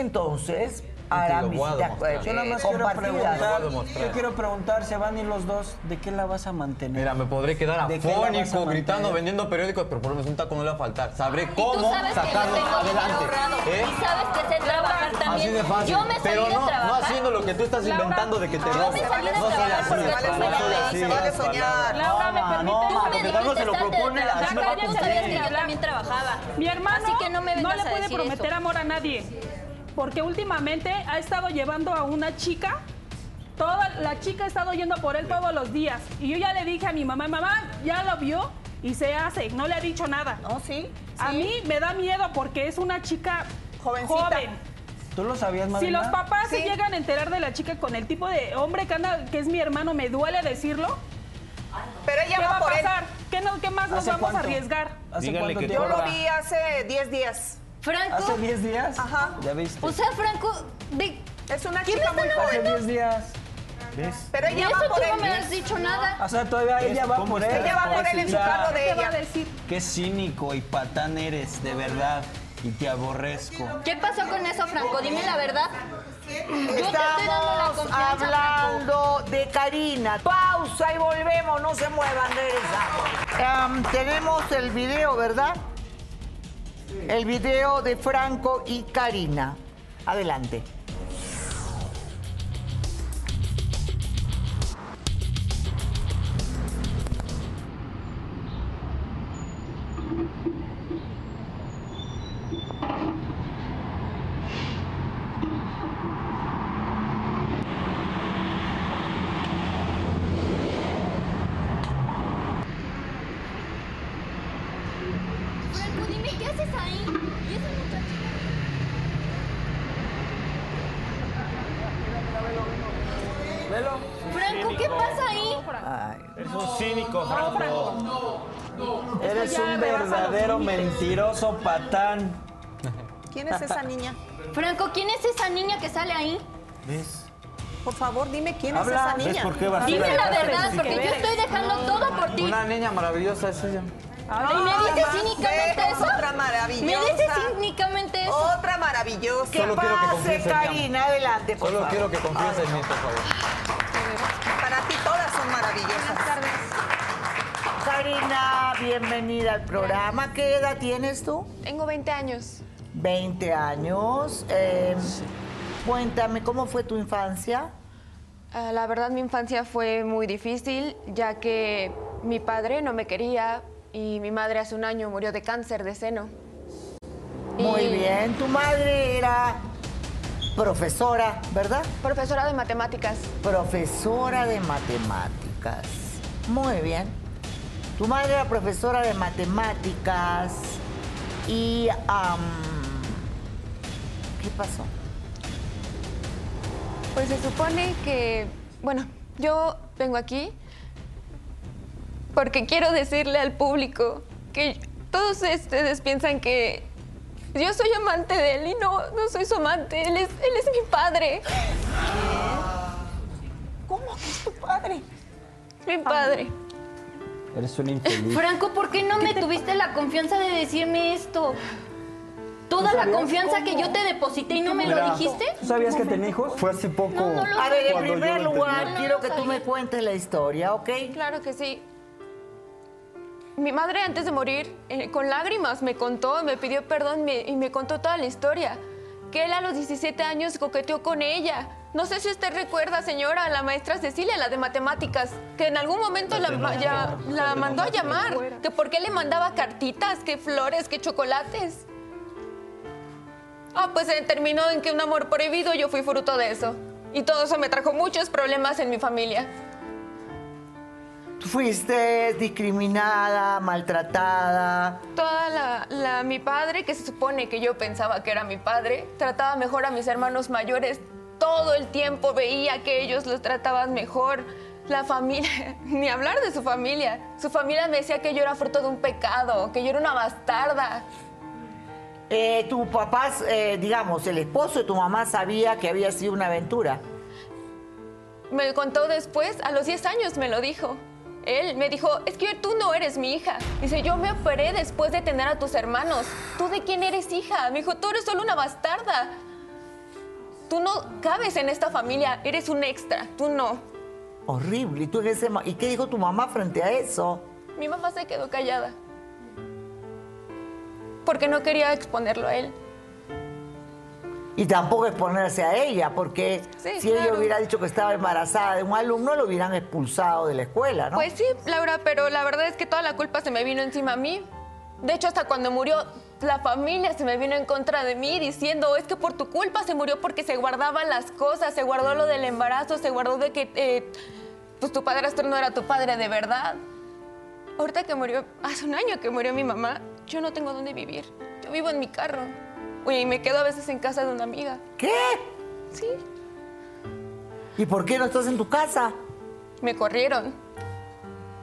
Speaker 1: entonces harán visitas eh,
Speaker 15: Yo nada más quiero
Speaker 1: compartidas.
Speaker 15: preguntar, yo quiero preguntar, ¿se van a ir los dos? ¿De qué la vas a mantener?
Speaker 3: Mira, me podré quedar
Speaker 15: ¿De qué la vas a
Speaker 3: afónico,
Speaker 15: mantener?
Speaker 3: gritando, vendiendo periódicos, pero por lo menos un taco no le va a faltar. Sabré
Speaker 6: Tú
Speaker 3: cómo
Speaker 6: sabes que yo
Speaker 3: sacarlo
Speaker 6: tengo dinero
Speaker 3: adelante.
Speaker 6: ahorrado
Speaker 3: ¿eh?
Speaker 6: y sabes que sé trabajar
Speaker 3: Así
Speaker 6: también.
Speaker 3: de fácil.
Speaker 6: Yo me salí
Speaker 3: Pero
Speaker 6: de
Speaker 3: no, no
Speaker 6: trabajar.
Speaker 3: haciendo lo que tú estás
Speaker 6: Laura,
Speaker 3: inventando de que te
Speaker 6: yo me
Speaker 3: roben.
Speaker 6: salí de
Speaker 3: No soy
Speaker 6: trabajar
Speaker 3: así,
Speaker 6: porque
Speaker 3: no soy así.
Speaker 6: se vale soñar. Laura, ¿me
Speaker 3: No,
Speaker 6: permites? Tú
Speaker 3: ma,
Speaker 6: me
Speaker 3: porque
Speaker 6: dijiste
Speaker 3: cuando se lo
Speaker 6: salte de
Speaker 3: propone,
Speaker 6: trabajar.
Speaker 3: así me va a
Speaker 6: Cállate,
Speaker 3: conseguir.
Speaker 6: sabías que yo también trabajaba.
Speaker 20: Mi hermano
Speaker 6: Así que no me vengas
Speaker 20: le
Speaker 6: a
Speaker 20: puede
Speaker 6: decir
Speaker 20: prometer
Speaker 6: eso.
Speaker 20: amor a nadie. Porque últimamente ha estado llevando a una chica. Toda la chica ha estado yendo por él todos los días. Y yo ya le dije a mi mamá, mamá, ya lo vio y se hace. No le ha dicho nada. No, sí. A mí me da miedo porque es una chica joven.
Speaker 15: ¿Tú lo sabías, madre?
Speaker 20: Si los papás se llegan a enterar de la chica con el tipo de hombre que anda, que es mi hermano, me duele decirlo. Pero
Speaker 13: ella
Speaker 20: ¿Qué
Speaker 13: va
Speaker 20: va a
Speaker 13: por él.
Speaker 20: pasar? ¿Qué, no- qué más nos
Speaker 13: ¿Hace
Speaker 20: vamos a
Speaker 13: cuánto?
Speaker 20: arriesgar?
Speaker 15: ¿Hace Díganle cuánto que
Speaker 13: Yo
Speaker 15: tiempo?
Speaker 13: lo vi hace 10 días.
Speaker 6: ¿Franco?
Speaker 15: ¿Hace 10 días?
Speaker 13: Ajá.
Speaker 15: ¿Ya viste?
Speaker 6: O sea, Franco, de...
Speaker 13: Es una
Speaker 6: ¿Qué me
Speaker 13: chica
Speaker 6: están
Speaker 13: muy
Speaker 15: Hace
Speaker 6: hablando?
Speaker 15: 10 días. ¿Ves?
Speaker 13: Pero
Speaker 6: Y
Speaker 13: ella
Speaker 6: eso
Speaker 13: va
Speaker 6: tú
Speaker 13: por él.
Speaker 6: no me has dicho nada.
Speaker 15: O sea, todavía ella va
Speaker 13: ¿Cómo
Speaker 15: por él.
Speaker 13: está? Ella va por él en su
Speaker 15: O sea,
Speaker 13: carro de ella.
Speaker 15: Qué cínico y patán eres, de verdad. Y te aborrezco.
Speaker 6: ¿Qué pasó con eso, Franco? Dime la verdad. Yo te estoy dando la
Speaker 1: Estamos
Speaker 6: confianza,
Speaker 1: hablando de Karina. Pausa y volvemos, no se muevan, regresamos. Em, tenemos el video, ¿verdad? El video de Franco y Karina. Adelante.
Speaker 6: Franco, dime qué haces ahí. ¿Y ese muchacho? Franco, ¿qué pasa ahí?
Speaker 15: Eres un cínico, Franco. Eres
Speaker 6: Esto ya
Speaker 15: un
Speaker 6: rebasa los
Speaker 15: verdadero
Speaker 6: límites.
Speaker 15: mentiroso patán.
Speaker 13: ¿Quién es esa niña?
Speaker 6: Franco, ¿quién es esa niña que sale ahí?
Speaker 15: ¿Ves?
Speaker 13: Por favor, dime quién
Speaker 15: Habla.
Speaker 13: es esa
Speaker 15: ¿Ves
Speaker 13: niña.
Speaker 15: por qué vas a
Speaker 6: Dime
Speaker 15: ir a
Speaker 6: la
Speaker 15: dejarse
Speaker 6: verdad,
Speaker 15: decir
Speaker 6: porque
Speaker 15: que
Speaker 6: yo
Speaker 15: eres?
Speaker 6: estoy dejando todo por ti.
Speaker 3: Una niña maravillosa es ella.
Speaker 6: ¿Y me
Speaker 13: Ah, No,
Speaker 6: dices
Speaker 13: mamá,
Speaker 6: cínicamente
Speaker 13: ve,
Speaker 6: eso?
Speaker 13: Otra maravillosa.
Speaker 6: ¿Me dices cínicamente eso?
Speaker 13: Otra maravillosa.
Speaker 1: Que pase, Karina, adelante, por
Speaker 3: Solo
Speaker 1: favor.
Speaker 3: quiero que confíes en mí, por favor.
Speaker 13: Para ti todas son maravillosas. Buenas tardes.
Speaker 1: Karina, bienvenida al programa. ¿Qué edad tienes tú?
Speaker 21: Tengo 20 años.
Speaker 1: 20 años. Eh, cuéntame, ¿cómo fue tu infancia?
Speaker 21: Ah, la verdad, mi infancia fue muy difícil, ya que mi padre no me quería y mi madre hace un año murió de cáncer de seno.
Speaker 1: Muy
Speaker 21: Y-
Speaker 1: bien. Tu madre era profesora, ¿verdad?
Speaker 21: Profesora de matemáticas.
Speaker 1: Profesora de matemáticas. Muy bien. Tu madre era profesora de matemáticas y... am, ¿Qué pasó?
Speaker 21: Pues se supone que, bueno, yo vengo aquí porque quiero decirle al público que todos ustedes piensan que yo soy amante de él y no, no soy su amante, él es, él es mi padre. ¿Cómo que es tu padre? Mi padre.
Speaker 15: Eres un infeliz.
Speaker 6: Franco, ¿por qué no me tuviste la confianza de decirme esto? Toda la confianza que yo te deposité y no me
Speaker 15: Mira,
Speaker 6: lo dijiste.
Speaker 15: ¿tú ¿Sabías que tenía hijos? Fue hace poco.
Speaker 1: A ver, en
Speaker 15: cuando yo
Speaker 1: primer
Speaker 15: lo
Speaker 1: lugar,
Speaker 15: tenía.
Speaker 1: quiero que tú me cuentes la historia, ¿ok?
Speaker 21: Claro que sí. Mi madre antes de morir, eh, con lágrimas, me contó, me pidió perdón me- y me contó toda la historia. Que él a los 17 años coqueteó con ella. No sé si usted recuerda, señora, a la maestra Cecilia, la de matemáticas, que en algún momento la, ma- ya- la mandó a llamar. Que por qué le mandaba cartitas, que flores, que chocolates. Ah, pues eh, terminó en que un amor prohibido, yo fui fruto de eso. Y todo eso me trajo muchos problemas en mi familia.
Speaker 1: Fuiste discriminada, maltratada.
Speaker 21: Toda la, la- mi padre, que se supone que yo pensaba que era mi padre, trataba mejor a mis hermanos mayores. Todo el tiempo veía que ellos los trataban mejor. La familia, ni hablar de su familia. Su familia me decía que yo era fruto de un pecado, que yo era una bastarda.
Speaker 1: Eh, tu papá, eh, digamos, el esposo de tu mamá sabía que había sido una aventura.
Speaker 21: Me contó después, a los 10 años me lo dijo. Él me dijo, es que tú no eres mi hija. Dice, yo me operé después de tener a tus hermanos. ¿Tú de quién eres hija? Me dijo, tú eres solo una bastarda. Tú no cabes en esta familia, eres un extra, tú no.
Speaker 1: Horrible. ¿Y, tú en ese ma- ¿Y qué dijo tu mamá frente a eso?
Speaker 21: Mi mamá se quedó callada. Porque no quería exponerlo a él.
Speaker 1: Y tampoco exponerse a ella, porque
Speaker 21: Sí,
Speaker 1: si ella
Speaker 21: claro.
Speaker 1: hubiera dicho que estaba embarazada de un alumno, lo hubieran expulsado de la escuela, ¿no?
Speaker 21: Pues sí, Laura, pero la verdad es que toda la culpa se me vino encima a mí. De hecho, hasta cuando murió, la familia se me vino en contra de mí diciendo, es que por tu culpa se murió porque se guardaban las cosas, se guardó lo del embarazo, se guardó de que eh, pues tu padrastro no era tu padre de verdad. Ahorita que murió, hace un año que murió mi mamá, yo no tengo dónde vivir. Yo vivo en mi carro. Oye, y me quedo a veces en casa de una amiga.
Speaker 1: ¿Qué?
Speaker 21: Sí,
Speaker 1: ¿Y por qué no estás en tu casa?
Speaker 21: me corrieron.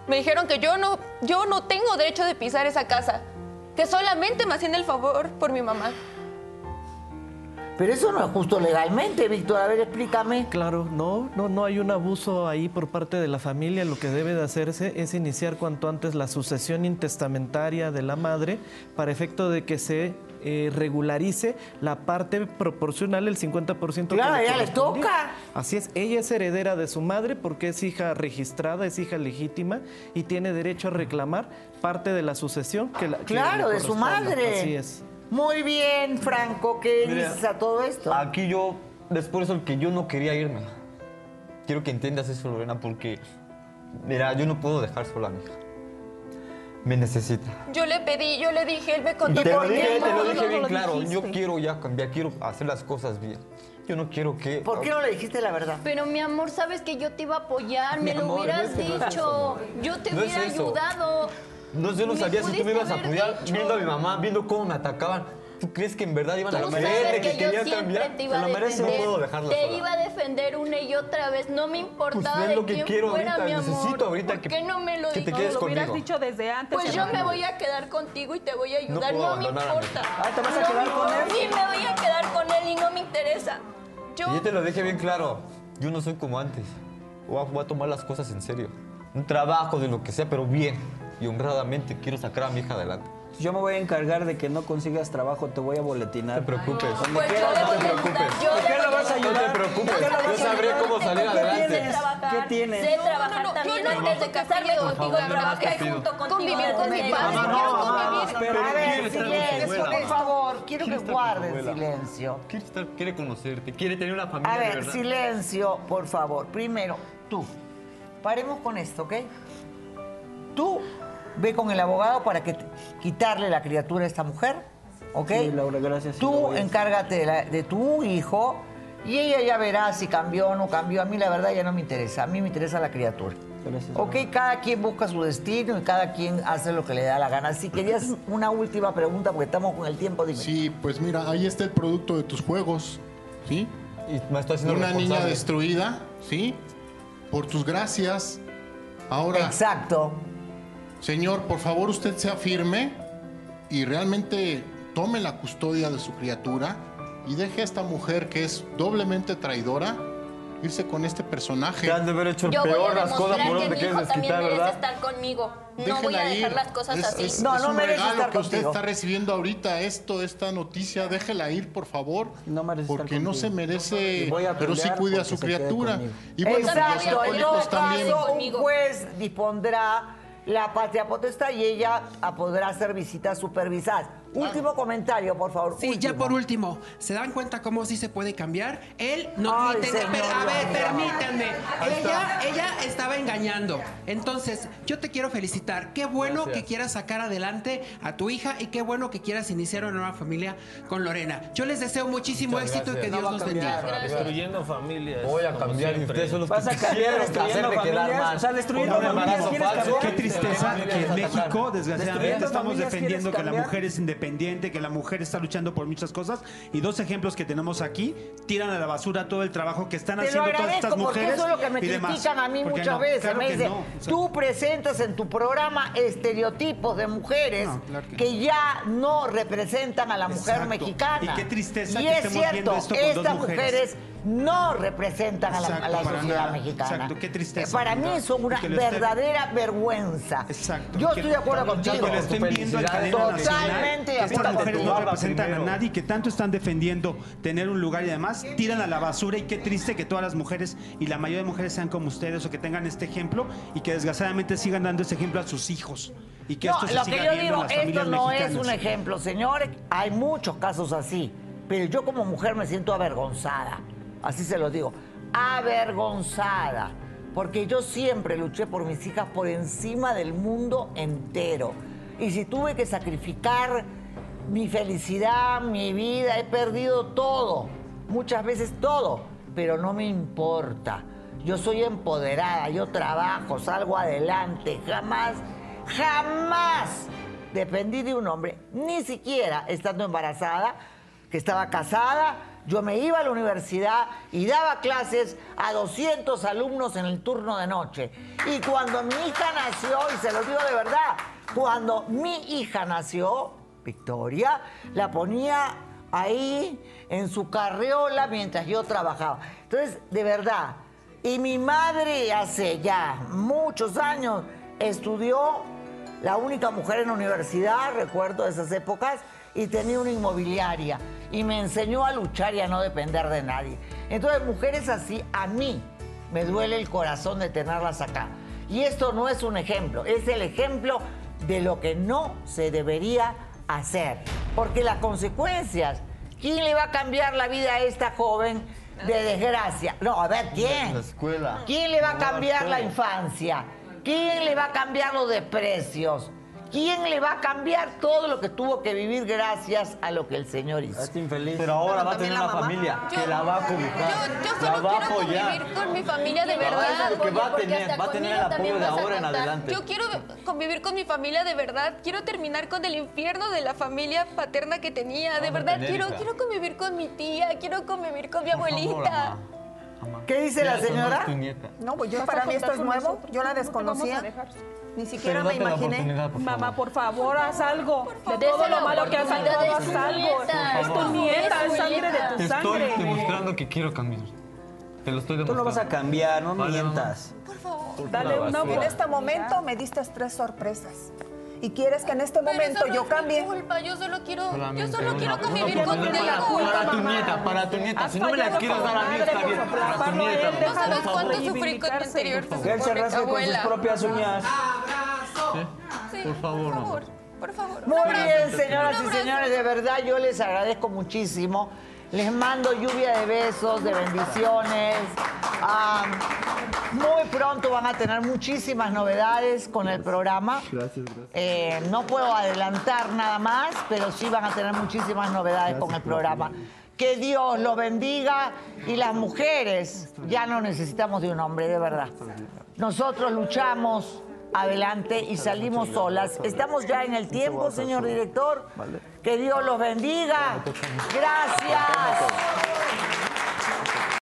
Speaker 21: Me dijeron que yo no, yo no tengo derecho de pisar esa casa, que solamente me hacían el favor por mi mamá.
Speaker 1: Pero eso no es justo legalmente, Víctor. A ver, explícame.
Speaker 8: Claro, no, no, no hay un abuso ahí por parte de la familia. Lo que debe de hacerse es iniciar cuanto antes la sucesión intestamentaria de la madre para efecto de que se eh, regularice la parte proporcional, el 50%. que
Speaker 1: Claro, a ella le
Speaker 8: correspondía.
Speaker 1: toca.
Speaker 8: Así es, ella es heredera de su madre porque es hija registrada, es hija legítima y tiene derecho a reclamar parte de la sucesión que la que
Speaker 1: Claro,
Speaker 8: le
Speaker 1: de su
Speaker 8: corresponda.
Speaker 1: madre.
Speaker 8: Así es.
Speaker 1: Muy bien, Franco, ¿qué
Speaker 3: Mira,
Speaker 1: dices a todo esto?
Speaker 3: Aquí yo, después de eso, que yo no quería irme. Quiero que entiendas eso, Lorena, porque, mira, yo no puedo dejar sola a mi hija. Me necesita.
Speaker 21: Yo le pedí, yo le dije, él me
Speaker 3: Y
Speaker 21: contó
Speaker 3: te lo
Speaker 21: por qué
Speaker 3: dije, te
Speaker 21: no,
Speaker 3: lo
Speaker 21: no,
Speaker 3: dije
Speaker 21: no
Speaker 3: bien
Speaker 21: lo
Speaker 3: claro. Yo
Speaker 21: dijiste.
Speaker 3: quiero ya cambiar, quiero hacer las cosas bien. Yo no quiero que.
Speaker 1: ¿Por qué no le dijiste la verdad?
Speaker 6: Pero mi amor, sabes que yo te iba a apoyar,
Speaker 3: Mi
Speaker 6: me lo
Speaker 3: amor,
Speaker 6: hubieras
Speaker 3: no es que no es
Speaker 6: dicho.
Speaker 3: eso, amor.
Speaker 6: yo te
Speaker 3: No es
Speaker 6: hubiera
Speaker 3: eso.
Speaker 6: ayudado.
Speaker 3: No, yo no
Speaker 6: Me
Speaker 3: sabía si tú me ibas
Speaker 6: pudiste
Speaker 3: a
Speaker 6: haber
Speaker 3: cuidar
Speaker 6: dicho.
Speaker 3: viendo a mi mamá, viendo cómo me atacaban. ¿Tú crees que en verdad iban a
Speaker 6: Tú
Speaker 3: creer
Speaker 6: sabes
Speaker 3: de
Speaker 6: que, yo
Speaker 3: quería
Speaker 6: siempre te iba
Speaker 3: Se
Speaker 6: a
Speaker 3: lo merece,
Speaker 6: defender.
Speaker 3: no puedo dejarla
Speaker 6: te
Speaker 3: sola.
Speaker 6: iba a defender una y otra vez. No me
Speaker 3: Pues
Speaker 6: importaba
Speaker 3: es
Speaker 6: de
Speaker 3: lo que
Speaker 6: quién
Speaker 3: quiero
Speaker 6: fuera,
Speaker 3: ahorita,
Speaker 6: mi amor.
Speaker 3: necesito ahorita
Speaker 6: ¿Por
Speaker 3: que-
Speaker 6: qué no me lo
Speaker 3: que te
Speaker 6: dijiste?
Speaker 3: quedes Lo hubieras conmigo.
Speaker 20: dicho desde antes.
Speaker 6: Pues yo
Speaker 20: hermano.
Speaker 6: me voy a quedar contigo y te voy a ayudar.
Speaker 3: puedo
Speaker 6: No, me
Speaker 3: abandonar a mi
Speaker 6: importa.
Speaker 3: hija. Ah, ¿te vas a quedar con él?
Speaker 6: Sí, me voy a quedar con él y no me interesa. Yo
Speaker 3: Y yo te lo dije bien claro. Yo no soy como antes. Voy a, voy a tomar las cosas en serio. Un trabajo de lo que sea, pero bien. Y honradamente quiero sacar a mi hija adelante.
Speaker 15: Yo me voy a encargar de que no consigas trabajo, te voy a boletinar. No te
Speaker 3: preocupes.
Speaker 15: Donde quieras, no te preocupes.
Speaker 3: yo
Speaker 15: ¿Por qué
Speaker 3: le
Speaker 15: lo
Speaker 3: voy a
Speaker 15: vas a ayudar?
Speaker 3: ayudar. No te preocupes,
Speaker 15: ¿Por qué lo
Speaker 3: yo
Speaker 15: vas a
Speaker 3: sabré
Speaker 15: ayudar?
Speaker 3: cómo salir
Speaker 15: ¿Qué
Speaker 3: adelante.
Speaker 15: tienes? ¿Qué tienes?
Speaker 6: Sé trabajar
Speaker 15: no,
Speaker 6: también
Speaker 15: yo no-
Speaker 6: antes de casarme contigo.
Speaker 15: favor,
Speaker 6: Trabajé
Speaker 15: te pido.
Speaker 6: junto contigo.
Speaker 17: Convivir con mi padre,
Speaker 6: Mamá,
Speaker 17: quiero
Speaker 6: no, mamá,
Speaker 17: convivir.
Speaker 6: pero
Speaker 17: A
Speaker 3: quiere
Speaker 17: ver,
Speaker 3: estar con su
Speaker 17: silencio,
Speaker 3: abuela.
Speaker 17: por favor, quiero que guarden silencio.
Speaker 3: Quiere, estar- quiere conocerte, quiere tener una familia
Speaker 1: A
Speaker 3: de
Speaker 1: ver,
Speaker 3: verdad.
Speaker 1: silencio, por favor. Primero, tú. Paremos con esto, ¿ok? Tú ve con el abogado para que te- quitarle la criatura a esta mujer, ¿ok?
Speaker 15: Sí, Laura, gracias. lo
Speaker 1: Tú
Speaker 15: voy a hacer.
Speaker 1: encárgate de, la- de tu hijo y ella ya verá si cambió o no cambió. A mí la verdad ya no me interesa, a mí me interesa la criatura.
Speaker 15: Gracias.
Speaker 1: Ok, cada quien busca su destino y cada quien hace lo que le da la gana. Si querías una última pregunta, porque estamos con el tiempo, dime.
Speaker 22: Sí, pues mira, ahí está el producto de tus juegos, ¿sí?
Speaker 3: Y me estoy haciendo
Speaker 22: Una niña
Speaker 3: responsable.
Speaker 22: destruida, ¿sí? Por tus gracias. Ahora.
Speaker 1: Exacto.
Speaker 22: Señor, por favor, usted sea firme y realmente tome la custodia de su criatura y deje a esta mujer que es doblemente traidora irse con este personaje.
Speaker 3: Te han de haber hecho
Speaker 21: Yo voy a
Speaker 3: peor las cosas
Speaker 21: demostrar
Speaker 3: por
Speaker 21: que
Speaker 3: donde
Speaker 21: mi
Speaker 3: quieres
Speaker 21: hijo también
Speaker 3: desquitar,
Speaker 21: merece este
Speaker 3: ¿verdad?
Speaker 21: estar conmigo. no
Speaker 22: Déjenla
Speaker 21: voy a dejar
Speaker 22: ir.
Speaker 21: las cosas
Speaker 22: Es-
Speaker 21: así.
Speaker 22: es- es un regalo que usted está recibiendo ahorita esto, esta noticia. Déjela ir, por favor. porque no se merece. Voy a pero sí pelear cuide a porque su se quede criatura. conmigo. Y bueno, pues, los
Speaker 1: Exacto, en todo
Speaker 22: alcohólicos también.
Speaker 1: caso, un juez dispondrá la patria potestad y ella podrá hacer visitas supervisadas. Último comentario, por favor.
Speaker 10: Sí, ya por último, ¿se dan cuenta cómo sí se puede cambiar? Él no
Speaker 1: Ay,
Speaker 10: griten,
Speaker 1: señor,
Speaker 10: pero- a
Speaker 1: Dios
Speaker 10: ver,
Speaker 1: mío.
Speaker 10: permítanme.
Speaker 1: Ahí
Speaker 10: Ella,
Speaker 1: está.
Speaker 10: ella estaba engañando. Entonces, yo te quiero felicitar. Qué bueno
Speaker 16: Gracias.
Speaker 10: que quieras sacar adelante a tu hija y qué bueno que quieras iniciar una nueva familia con Lorena. Yo les deseo muchísimo
Speaker 16: Muchas
Speaker 10: éxito y que
Speaker 16: gracias.
Speaker 10: Dios
Speaker 16: No va a
Speaker 10: nos
Speaker 16: cambiar,
Speaker 10: bendiga.
Speaker 16: Destruyendo familias.
Speaker 3: Voy a cambiar y ustedes son los
Speaker 16: Vas
Speaker 3: que
Speaker 16: a cambiar
Speaker 3: quisieron
Speaker 16: destruyendo
Speaker 3: hacerme quedar
Speaker 16: familias,
Speaker 3: mal.
Speaker 16: o sea, destruyendo
Speaker 3: Con un
Speaker 16: familias,
Speaker 3: embarazo
Speaker 16: ¿quieres
Speaker 3: falso.
Speaker 16: cambiar?
Speaker 12: Qué tristeza que en México, desgraciadamente,
Speaker 16: Destruyendo
Speaker 12: estamos
Speaker 16: familias,
Speaker 12: defendiendo
Speaker 16: ¿quieres
Speaker 12: que la
Speaker 16: cambiar?
Speaker 12: mujer es independiente, que la mujer está luchando por muchas cosas. Y dos ejemplos que tenemos aquí tiran a la basura todo el trabajo que están
Speaker 1: Te lo
Speaker 12: haciendo todas
Speaker 1: agradezco
Speaker 12: estas
Speaker 1: porque
Speaker 12: mujeres.
Speaker 1: eso es lo que me
Speaker 12: y demás.
Speaker 1: critican a mí
Speaker 12: ¿Por qué
Speaker 1: muchas
Speaker 12: no?
Speaker 1: veces.
Speaker 12: Claro
Speaker 1: me
Speaker 12: que
Speaker 1: dicen,
Speaker 12: no. O sea,
Speaker 1: tú presentas en tu programa estereotipos de mujeres
Speaker 12: No, claro
Speaker 1: que,
Speaker 12: que
Speaker 1: ya no representan a la mujer
Speaker 12: Exacto.
Speaker 1: mexicana.
Speaker 12: Y qué tristeza
Speaker 1: Y
Speaker 12: que
Speaker 1: es
Speaker 12: estemos
Speaker 1: cierto,
Speaker 12: viendo esto con dos
Speaker 1: estas
Speaker 12: mujeres.
Speaker 1: no representan a la- a la,
Speaker 12: Exacto, para
Speaker 1: sociedad
Speaker 12: nada.
Speaker 1: mexicana.
Speaker 12: Exacto, qué tristeza,
Speaker 1: Eh, Para
Speaker 12: ¿verdad?
Speaker 1: mí son una
Speaker 12: Y que lo estén-
Speaker 1: verdadera vergüenza. Exacto. Yo
Speaker 12: que-
Speaker 1: estoy de acuerdo
Speaker 12: que
Speaker 1: contigo.
Speaker 12: lo estén viendo en cadena nacional,
Speaker 1: Totalmente de
Speaker 12: que estas
Speaker 1: acuerdo
Speaker 12: mujeres
Speaker 1: contigo.
Speaker 12: no representan a nadie, que tanto están defendiendo tener un lugar y además tiran a la basura y qué triste que todas las mujeres y la mayoría de mujeres sean como ustedes o que tengan este ejemplo y que desgraciadamente sigan dando ese ejemplo a sus hijos y que
Speaker 1: No,
Speaker 12: esto se
Speaker 1: lo
Speaker 12: siga
Speaker 1: que yo
Speaker 12: viendo en
Speaker 1: digo,
Speaker 12: las
Speaker 1: esto
Speaker 12: familias
Speaker 1: no es
Speaker 12: mexicanas.
Speaker 1: un ejemplo, señores. Hay muchos casos así, pero yo como mujer me siento avergonzada. Así se lo digo, avergonzada, porque yo siempre luché por mis hijas por encima del mundo entero. Y si tuve que sacrificar mi felicidad, mi vida, he perdido todo, muchas veces todo, pero no me importa. Yo soy empoderada, yo trabajo, salgo adelante, jamás, jamás dependí de un hombre, ni siquiera estando embarazada, que estaba casada, yo me iba a la universidad y daba clases a 200 alumnos en el turno de noche. Y cuando mi hija nació, y se lo digo de verdad, cuando mi hija nació, Victoria, la ponía ahí en su carriola mientras yo trabajaba. Entonces, de verdad, y mi madre hace ya muchos años estudió la única mujer en la universidad, recuerdo esas épocas, y tenía una inmobiliaria. Y me enseñó a luchar y a no depender de nadie. Entonces, mujeres así, a mí me duele el corazón de tenerlas acá. Y esto no es un ejemplo, es el ejemplo de lo que no se debería hacer. Porque las consecuencias, ¿quién le va a cambiar la vida a esta joven de desgracia? No, a ver, ¿quién?
Speaker 3: La escuela.
Speaker 1: ¿Quién le va a
Speaker 3: No va a
Speaker 1: cambiar la
Speaker 3: todo.
Speaker 1: infancia? ¿Quién le va a cambiar los desprecios? ¿Quién le va a cambiar todo lo que tuvo que vivir gracias a lo que el Señor hizo?
Speaker 3: Pero ahora va a
Speaker 1: también
Speaker 3: tener
Speaker 1: la
Speaker 3: una
Speaker 1: mamá.
Speaker 3: familia que
Speaker 1: Yo-
Speaker 3: la va a cobijar.
Speaker 21: Yo
Speaker 3: la
Speaker 21: solo
Speaker 3: va a
Speaker 21: quiero
Speaker 3: apoyar.
Speaker 21: convivir con mi familia de
Speaker 3: No, eso
Speaker 21: verdad.
Speaker 3: es lo que va a
Speaker 21: porque
Speaker 3: tener,
Speaker 21: hasta
Speaker 3: va a tener
Speaker 21: conmigo
Speaker 3: el apoyo
Speaker 21: también
Speaker 3: de
Speaker 21: vas a
Speaker 3: ahora en
Speaker 21: contar.
Speaker 3: adelante.
Speaker 21: Yo quiero convivir con mi familia de verdad. Quiero terminar con el infierno de la familia paterna que tenía. De
Speaker 3: Vamos a
Speaker 21: verdad,
Speaker 3: tener,
Speaker 21: quiero,
Speaker 3: hija.
Speaker 21: quiero convivir con mi tía. Quiero convivir con mi abuelita.
Speaker 1: ¿Qué dice la
Speaker 3: Eso no es
Speaker 1: señora?
Speaker 3: tu nieta.
Speaker 13: No, pues yo
Speaker 20: ¿Vas a
Speaker 13: para mí esto
Speaker 20: contar
Speaker 13: es
Speaker 20: con
Speaker 13: nuevo.
Speaker 20: nosotros?
Speaker 13: Yo la
Speaker 20: No te vamos a
Speaker 13: desconocía.
Speaker 20: dejar.
Speaker 13: Ni
Speaker 3: Pero
Speaker 13: siquiera me
Speaker 3: date la
Speaker 13: imaginé.
Speaker 3: oportunidad, por
Speaker 20: Mamá, por favor, haz algo. De
Speaker 21: Dese
Speaker 20: todo lo
Speaker 21: la
Speaker 20: malo que has
Speaker 21: oportunidad,
Speaker 20: sacado,
Speaker 21: es
Speaker 20: haz
Speaker 21: su
Speaker 20: algo.
Speaker 21: nieta,
Speaker 20: Es tu
Speaker 21: es su
Speaker 20: nieta, es sangre de
Speaker 21: nieta.
Speaker 20: tu
Speaker 3: Te
Speaker 20: sangre.
Speaker 3: estoy demostrando que quiero cambiar. Te lo estoy demostrando.
Speaker 15: Tú lo vas a cambiar, no mientas.
Speaker 3: Dale una
Speaker 13: En este momento me diste tres sorpresas. Y quieres que en este
Speaker 21: Pero eso
Speaker 13: momento
Speaker 21: no
Speaker 13: yo
Speaker 21: es mi
Speaker 13: cambie.
Speaker 21: culpa, Yo solo quiero, yo
Speaker 3: Solamente
Speaker 21: solo
Speaker 3: una-
Speaker 21: quiero
Speaker 3: una
Speaker 21: convivir
Speaker 3: oportunidad
Speaker 21: con mi
Speaker 3: para, para tu nieta, para tu nieta.
Speaker 21: Has
Speaker 3: Si no me la
Speaker 21: fallado
Speaker 3: quieres
Speaker 21: como
Speaker 3: dar a mí,
Speaker 21: madre
Speaker 3: está
Speaker 21: por
Speaker 3: bien. Para tu
Speaker 21: atraparlo a él,
Speaker 3: nieta.
Speaker 21: No sabes
Speaker 3: por favor.
Speaker 21: cuánto sufrí con mi anterior
Speaker 15: Que él se rasque con sus
Speaker 21: abuela.
Speaker 15: propias uñas.
Speaker 21: Sí,
Speaker 3: Por favor, no.
Speaker 21: Por favor.
Speaker 1: Muy
Speaker 21: Un abrazo.
Speaker 1: bien, señoras
Speaker 21: Un
Speaker 1: y
Speaker 21: abrazo.
Speaker 1: señores, de verdad yo les agradezco muchísimo. Les mando lluvia de besos, de bendiciones. Ah, muy pronto van a tener muchísimas novedades con el programa.
Speaker 2: Gracias, gracias.
Speaker 1: Eh, no puedo adelantar nada más, pero sí van a tener muchísimas novedades con el programa. Que Dios los bendiga y las mujeres ya no necesitamos de un hombre, de verdad. Nosotros luchamos adelante y salimos solas. Estamos ya en el tiempo, señor director. Que Dios los bendiga. Gracias.